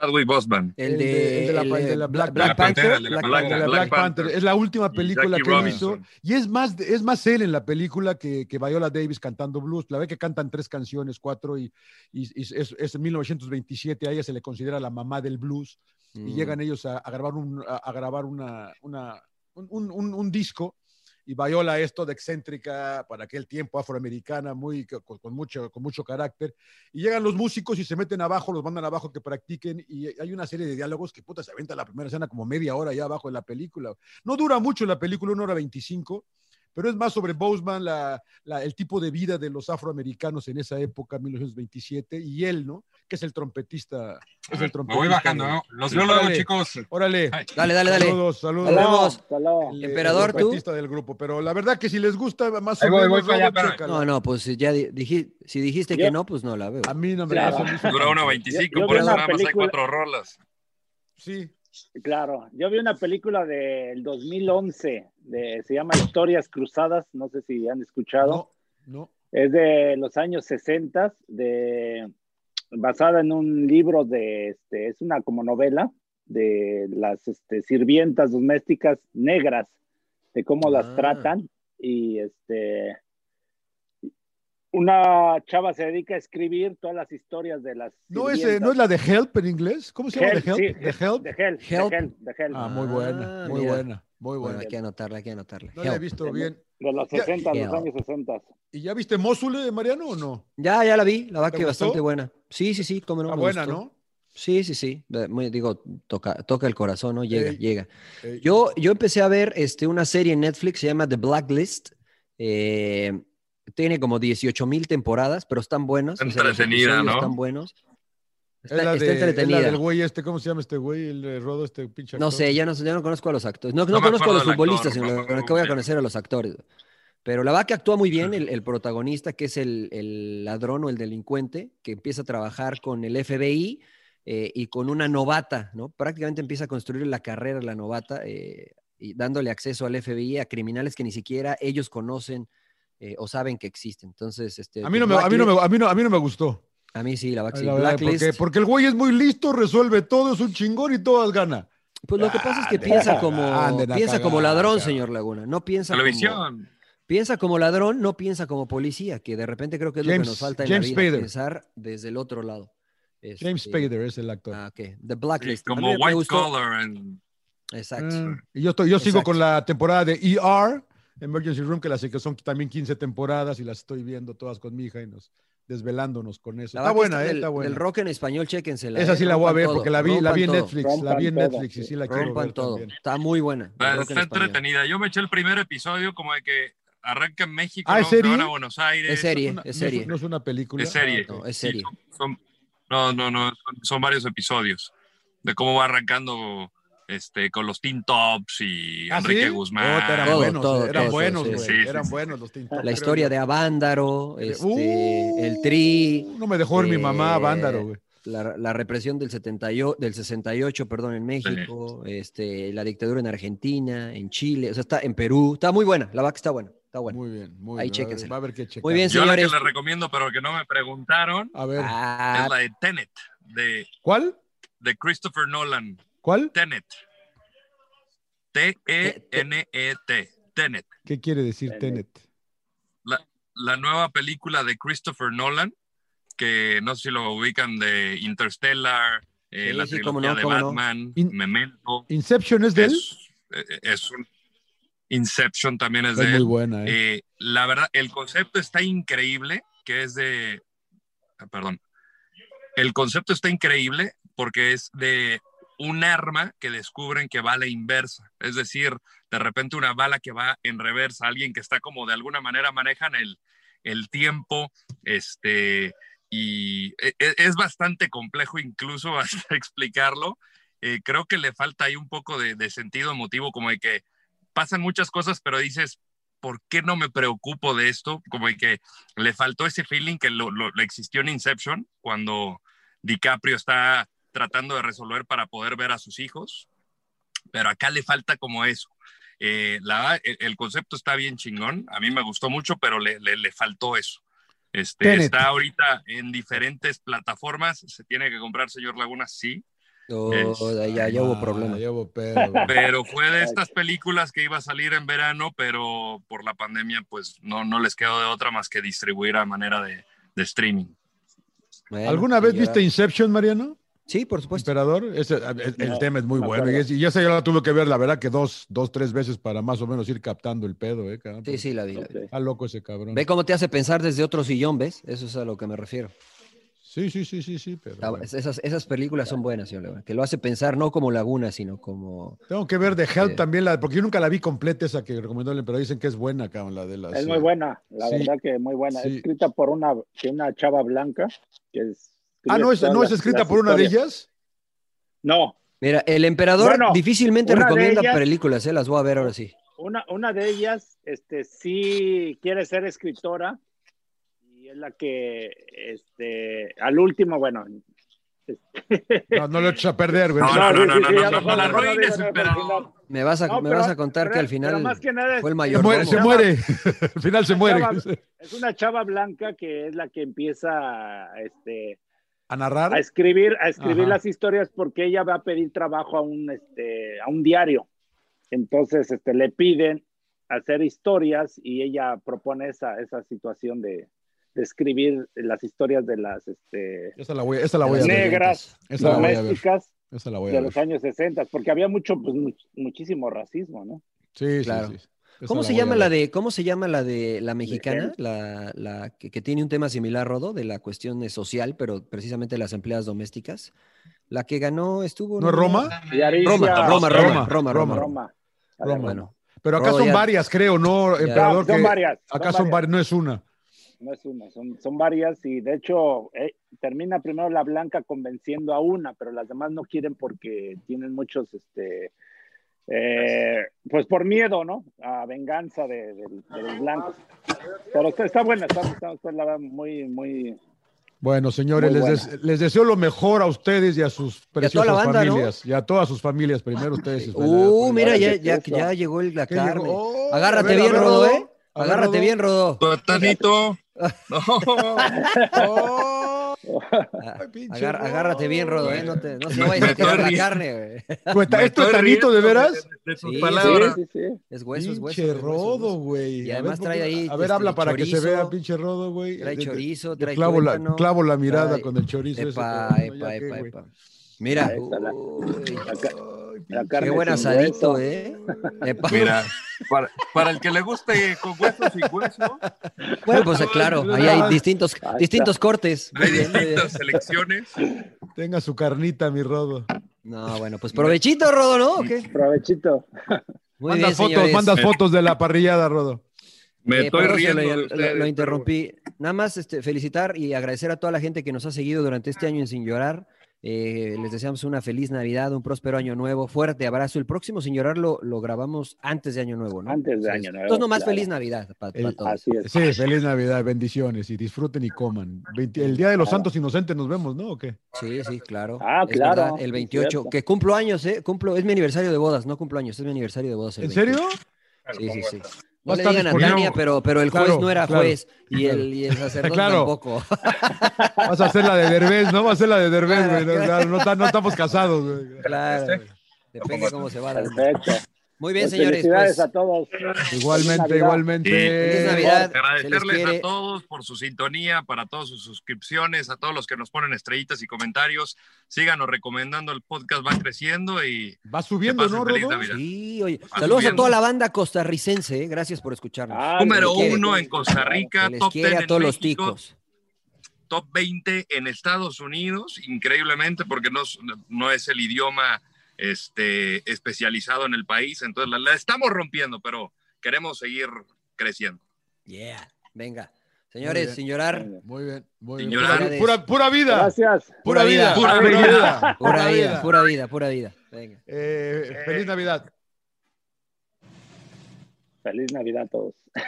Chadwick Bosman.
El
El de-
de,
el de la-
el
el de la Black-
La Pantera, el de la
Black
Pantera.
de la
Black
Black Panther.
Panther.
Es la última
Y
película
Jackie
que
Robinson.
hizo. Y es más, es más él en la película que, que Viola Davis cantando blues. La ve que cantan tres canciones, cuatro, y, y- y es, es en 1927. A ella se le considera la mamá del blues. Y llegan ellos a, a grabar, un, a, a grabar una, una- un, un- un- un disco. Y Viola es toda excéntrica para aquel tiempo, afroamericana, muy, con, con mucho, con mucho carácter. Y llegan los músicos y se meten abajo, los mandan abajo que practiquen. Y hay una serie de diálogos que puta se aventa la primera escena como media hora ya abajo de la película. No dura mucho la película, una hora veinticinco, pero es más sobre Boseman, la- la- el tipo de vida de los afroamericanos en esa época, 1927, y él, ¿no? Que es el trompetista. Es el
Me
trompetista.
voy bajando,
de-
¿no? Los veo luego,
Órale.
chicos.
Órale.
Ay.
Dale, dale, dale.
Saludos, saludos.
Nos vemos.
Hasta luego.
El-
Emperador,
el
tú.
trompetista del grupo, pero la verdad que si les gusta más o
Ahí voy,
menos,
voy para allá,
luego
espérame.
chécala.
No, no, pues si ya di- dije, si dijiste que
Yo-
no, pues no la veo.
A mí no me
Claro.
no se me hizo
Dura
tan-
una 25,
Yo- yo
por
vi
eso
una
nada más hay
película-
cuatro rolas.
Sí.
Claro, yo vi una película del 2011, de, se llama Historias Cruzadas, no sé si han escuchado.
No, no.
Es de los años 60, de, basada en un libro de, este, es una como novela de las este, sirvientas domésticas negras, de cómo las
Ah.
tratan. Y este, una chava se dedica a escribir todas las historias de las...
No es, eh,
sirvientas.
¿No es la de Help en inglés? ¿Cómo se llama?
Help,
¿De Help?
sí,
¿De Help?
De Hell,
Help.
de Hell, de Hell.
Ah, muy buena,
Ah,
muy
mira.
buena, muy
Bueno,
buena.
hay que anotarla, hay que anotarla.
No la he
Help.
visto bien.
De los
Ya-
60, los
Help.
años 60.
¿Y ya viste Mósule, Mariano, o no?
Ya, ya la vi, la verdad
¿Te
que
gustó?
bastante buena. Sí, sí, sí, cómo no.
Está
me
buena,
gustó.
¿no?
Sí, sí, sí. de- muy- digo, toca, toca el corazón, ¿no? Llega,
Ey.
llega.
Eh,
Yo, yo empecé a ver este, una serie en Netflix, se llama The Blacklist. Eh, tiene como 18 mil temporadas, pero están buenos. o sea, los
Entretenida,
episodios
¿no?
Están buenos.
es
Está,
la
está
de- es la
entretenida.
del güey este, ¿cómo se llama este güey? El eh, rodo este pinche
No
actor.
sé, ya no, sé, ya no conozco a los actores. No, no
No me
conozco a los
acuerdo del actor,
futbolistas,
no me
sino
acuerdo
que voy a
del-
conocer a los actores. Pero la verdad que actúa muy bien el, el protagonista, que es el, el ladrón o el delincuente, que empieza a trabajar con el FBI eh, y con una novata, ¿no? Prácticamente empieza a construir la carrera de la novata, eh, y dándole acceso al FBI a criminales que ni siquiera ellos conocen eh, o saben que existen. Entonces, este.
A mí no me, a mí no me, a mí no, a mí no me gustó.
A mí sí, la verdad que sí.
La verdad,
Blacklist.
porque, porque el güey es muy listo, resuelve todo, es un chingón y todas gana.
Pues lo que pasa es que
Anden a
piensa
cagar, <laughs>
como,
anden a
piensa como
cagar,
ladrón,
cabrón.
señor Laguna. No piensa como-
Televisión.
Piensa como ladrón, no piensa como policía, que de repente creo que es lo
James-
que nos falta en
James
la vida,
Spader.
pensar desde el otro lado. Este,
James Spader es el actor.
Ah, ok. The
Sí,
Blacklist. A mí
como
me
White
gustó-
Collar. and-
Exacto.
Ah, y yo, estoy- yo sigo
Exacto.
con la temporada de ER, Emergency Room, que, las, que son también 15 temporadas y las estoy viendo todas con mi hija y nos desvelándonos con eso. Está
La verdad que
buena,
esta
eh,
del-
está buena.
Del rock en español, chéquensela.
Esa
eh,
sí la voy a
rompan
ver
todo,
porque la vi, la vi en
rompan todo,
Netflix, la vi en
Rompan
Netflix y
todo,
sí la quiero
Rompan
ver
todo.
también.
Está muy buena. el rock en
Está
español.
entretenida. Yo me eché el primer episodio como de que arranca en México,
Ah, ¿es
luego se van
serie?
a Buenos Aires.
Es serie,
Una- no
es serie.
No es una película.
Es serie.
Ah, ok.
No, es serie.
Son- no, no, no, son, son varios episodios de cómo va arrancando este con los Teen Tops y
¿Ah,
Enrique
Oh,
sí?
Guzmán.
Puta, eran
Todo,
buenos,
todo,
eran
todo,
buenos,
sí,
güey,
sí, sí,
eran
sí.
buenos los Teen Top,
La
creo
historia
yo.
de Avándaro, este,
Uh,
el Tri,
No me dejó ir mi mamá,
eh,
Vándaro, güey.
la, la represión del, 78, del 68 perdón, en México, este, la dictadura en Argentina, en Chile, o sea, está en Perú, está muy buena, la vaca está buena, está buena.
Muy bien, muy bien. Va a
ahí
ver-
chéquensela.
Va a haber que checar.
Muy bien,
Yo la que
señores.
les recomiendo, pero que no me preguntaron,
A ver,
Ah,
es la de Tenet, de,
¿cuál?
de Christopher Nolan.
¿Cuál?
Tenet. E T-E-N-E-T. Tenet.
¿Qué quiere decir
Tenet.
Tenet?
La nueva película de Christopher Nolan, que no sé si lo ubican de Interstellar, eh,
Sí,
la
sí,
trilogía
cómo no,
de
cómo no.
Batman,
In-
Memento.
Inception es de él.
Es, eh, es un Inception también es,
Es
de él.
muy buena, ¿eh?
Eh, la verdad, el concepto está increíble, que es de, ah, perdón, el concepto está increíble porque es de un arma que descubren que va a la inversa, es decir, de repente una bala que va en reversa, alguien que está como de alguna manera manejan el, el tiempo, este, y e- e- es bastante complejo incluso <laughs> hasta explicarlo. Eh, creo que le falta ahí un poco de, de sentido emotivo, como de que pasan muchas cosas, pero dices, ¿por qué no me preocupo de esto? Como de que le faltó ese feeling que lo, lo- lo existió en Inception, cuando DiCaprio está tratando de resolver para poder ver a sus hijos, pero acá le falta como eso. Eh, la- el, el concepto está bien chingón, a mí me gustó mucho, pero le, le- le faltó eso. Este,
Tenet.
está ahorita en diferentes plataformas, se tiene que comprar, señor Laguna, sí,
oh,
es-
ya, ya hubo
Ah,
problema.
Ya hubo
<laughs>
pedo, güey.
pero fue de estas películas que iba a salir en verano, pero por la pandemia, pues no, no les quedó de otra más que distribuir a manera de, de <laughs> streaming.
Bueno,
¿Alguna
y
vez
ya- Pues,
viste Inception, Mariano?
Sí, por supuesto.
Emperador. Ese- el, el
No,
tema es muy
no me
bueno. Y,
acuerdo.
es- y esa yo la tuve que ver, la verdad, que dos, dos, tres veces para más o menos ir captando el pedo, ¿eh? cabrón?
Sí, sí, la vi. la vi.
Ok.
Está loco ese cabrón.
Ve cómo te hace pensar desde otro sillón, ¿ves? Eso es a lo que me refiero.
Sí, sí, sí, sí, sí. Pero,
Está-
bueno.
Esas, esas películas son buenas, señor Laguna, que lo hace pensar no como Laguna, sino como...
Tengo que ver de Help
Sí.
también, la, porque yo nunca la vi completa esa que recomendó el emperador. Dicen que es buena, cabrón, la de las.
Es
eh,
muy buena, la
Sí.
verdad que muy buena.
Sí.
Escrita por una, que una chava blanca. Que es,
Ah, no es,
todas
no es
las-
escrita
las
por una de
historias.
ellas.
No,
Mira, el emperador
Bueno,
difícilmente
una de
recomienda
ellas-
películas, ¿eh? las voy a ver ahora sí.
una, una de ellas este, sí quiere ser escritora y es la que este, al último, bueno, este,
No, no lo eches a perder, güey.
No, no, no, no, no,
ya lo
no, no,
pongo,
la
no digo
arruines,
nada,
pero
Me vas a,
No,
me
pero-
vas a contar que al
pero- pero
final
más que nada es-
fue el
Se
mayor.
muere, se
Llama-
muere. <laughs> Al final se muere.
Llama- Es una chava blanca que es la que empieza este,
A
a
narrar.
escribir, a escribir
Ajá.
las historias porque ella va a pedir trabajo a un, este, a un diario. Entonces este, le piden hacer historias y ella propone esa, esa situación de, de escribir las historias de las este,
Esa la voy, esa la voy a ver.
negras
Esa la voy a ver.
domésticas
Esa la voy
de
a ver.
los años 60, porque había mucho, pues, much- muchísimo racismo, ¿no?
Sí, sí,
Claro.
sí. Esa
¿Cómo
la
se
voy a
llama
ver.
la de, cómo se llama la de la mexicana?
Hell?
La, la que, que tiene un tema similar, Rodo, de la cuestión eh, social, pero precisamente las empleadas domésticas. La que ganó estuvo.
¿No es
nominada-
Roma?
Y Aricia-
Roma, Roma, Roma, Roma,
Roma,
Roma,
Roma.
Roma. A ver,
Roma.
bueno.
Pero acá
Rodo,
son
ya-
varias, creo, ¿no,
Ah,
emperador?
son
Que
varias.
Acá son varias, no es una.
No es una, son, son varias y de hecho eh, termina primero la blanca convenciendo a una, pero las demás no quieren porque tienen muchos, este, eh, pues por miedo, ¿no? A venganza de, de- de los blancos. Pero está, está buena, está, está- está la verdad muy, muy...
Bueno, señores,
Muy
les,
buena.
des- les deseo lo mejor a ustedes y a sus
toda la
preciosas
banda, ¿no?
familias. Y a todas sus familias, primero ustedes. sus
Uh,
verdaderas
mira, ya,
familias.
ya,
Eso.
ya llegó el, la
¿Qué llegó?
carne.
Oh, a
Agárrate
ver, a
bien,
ver,
Rodo, ¿eh?
A ver,
Agárrate
Rodo. <laughs>
bien, Rodo.
Platanito. No,
Oh,
Ah,
Ay, pinche
agar-
Rodo.
agárrate bien, Rodo, ¿eh? No,
<laughs>
te, no se
Me-
vayas a
me estoy
tirar la
riendo.
carne, güey. <laughs>
Cuesta-
me
¿Es
estoy
este tanito de
riendo
veras?
De, de tus
Sí,
palabras.
Sí, sí, sí.
Es hueso, es hueso.
pinche
es hueso, es
Rodo,
hueso.
güey.
Y
A ver,
además
¿por
trae
qué-
ahí,
A ver,
este,
habla para que se
chorizo,
vea, pinche Rodo, güey.
Trae
De- de-
chorizo,
yo
trae
clavo la,
tuétano.
clavo la mirada
Trae-
con el chorizo ese,
Epa,
pero bueno, ya
epa,
qué,
epa,
güey.
epa. Mira,
Ahí está la- <laughs> la
uy,
ca-
Ay,
la
pinche-
carne
qué buen
sin
asadito,
hueso. <laughs>
¿eh? Epa.
<laughs> Mira, para, para el que le guste con huesos y hueso,
Bueno, pues claro, ahí hay distintos,
está.
distintos cortes. Muy
hay
bien, muy bien.
distintas selecciones.
Tenga su carnita, mi Rodo.
No, bueno, pues provechito, Rodo, ¿no? ¿O qué?
Provechito.
Muy
manda
bien,
fotos,
señores.
mandas fotos de la parrillada, Rodo.
<laughs> Me
Eh,
estoy
perdón, se
riendo.
lo-
de
lo- Lo,
ustedes, pero-
interrumpí. Nada más este, felicitar y agradecer a toda la gente que nos ha seguido durante este año en Sin Llorar. Eh, les deseamos una feliz Navidad, un próspero año nuevo, fuerte abrazo. El próximo Sin Llorar lo, lo grabamos antes de Año Nuevo, ¿no?
Antes de Año
Entonces,
Nuevo,
Entonces, nomás
claro.
feliz Navidad para
El-
todos.
Así es.
Sí, feliz Navidad, bendiciones y disfruten y coman. Veinti- el Día de los
Claro.
Santos Inocentes nos vemos, ¿no? ¿O qué?
Sí, sí, claro.
Ah,
Es verdad,
claro,
el
es
28,
cierto.
que cumplo años, ¿eh? Cumplo, es mi aniversario de bodas, no cumplo años, es mi aniversario de bodas. el
¿En serio?
28. Sí, sí, sí.
Va
No
a
le
estar
digan a
disponible.
Tania, pero, pero el juez
Claro,
no era
claro,
juez y
claro.
el, y el
<laughs>
sacerdote
Claro. Este,
tampoco.
Vas a hacer la de Derbez, ¿no? Vas a hacer la de Derbez, güey.
Claro,
No,
claro.
no, no- no estamos casados, güey.
Claro. güey. Depende cómo se va la
Perfecto.
Muy bien,
Pues
señores.
felicidades
pues,
a todos.
Igualmente,
Navidad.
igualmente.
Sí,
feliz Navidad. Se les
Agradecerles
quiere.
a todos por su sintonía, para todas sus suscripciones, a todos los que nos ponen estrellitas y comentarios. Síganos recomendando, el podcast va creciendo y
Va subiendo,
Que pasen
¿no,
feliz
Rodo?
Navidad.
Sí, oye.
Ah,
Saludos a
bien.
toda la banda costarricense. eh, Gracias por escucharnos.
Ah,
número
les quiere.
uno en Costa
Se
Rica,
les
top
quiere
10
a
en
todos los
México,
ticos.
top 20 en Estados Unidos, increíblemente porque no, es- no es el idioma este, especializado en el país, entonces la, la estamos rompiendo, pero queremos seguir creciendo.
Yeah. Venga.
Muy bien.
Señores, sin llorar.
Venga.
Muy bien, muy bien.
Señora.
Pura, pura, pura vida.
Gracias.
Pura vida.
Pura
Pura
vida.
vida.
Pura vida, pura vida, pura vida. Venga.
Eh, feliz Navidad.
Feliz Navidad a todos.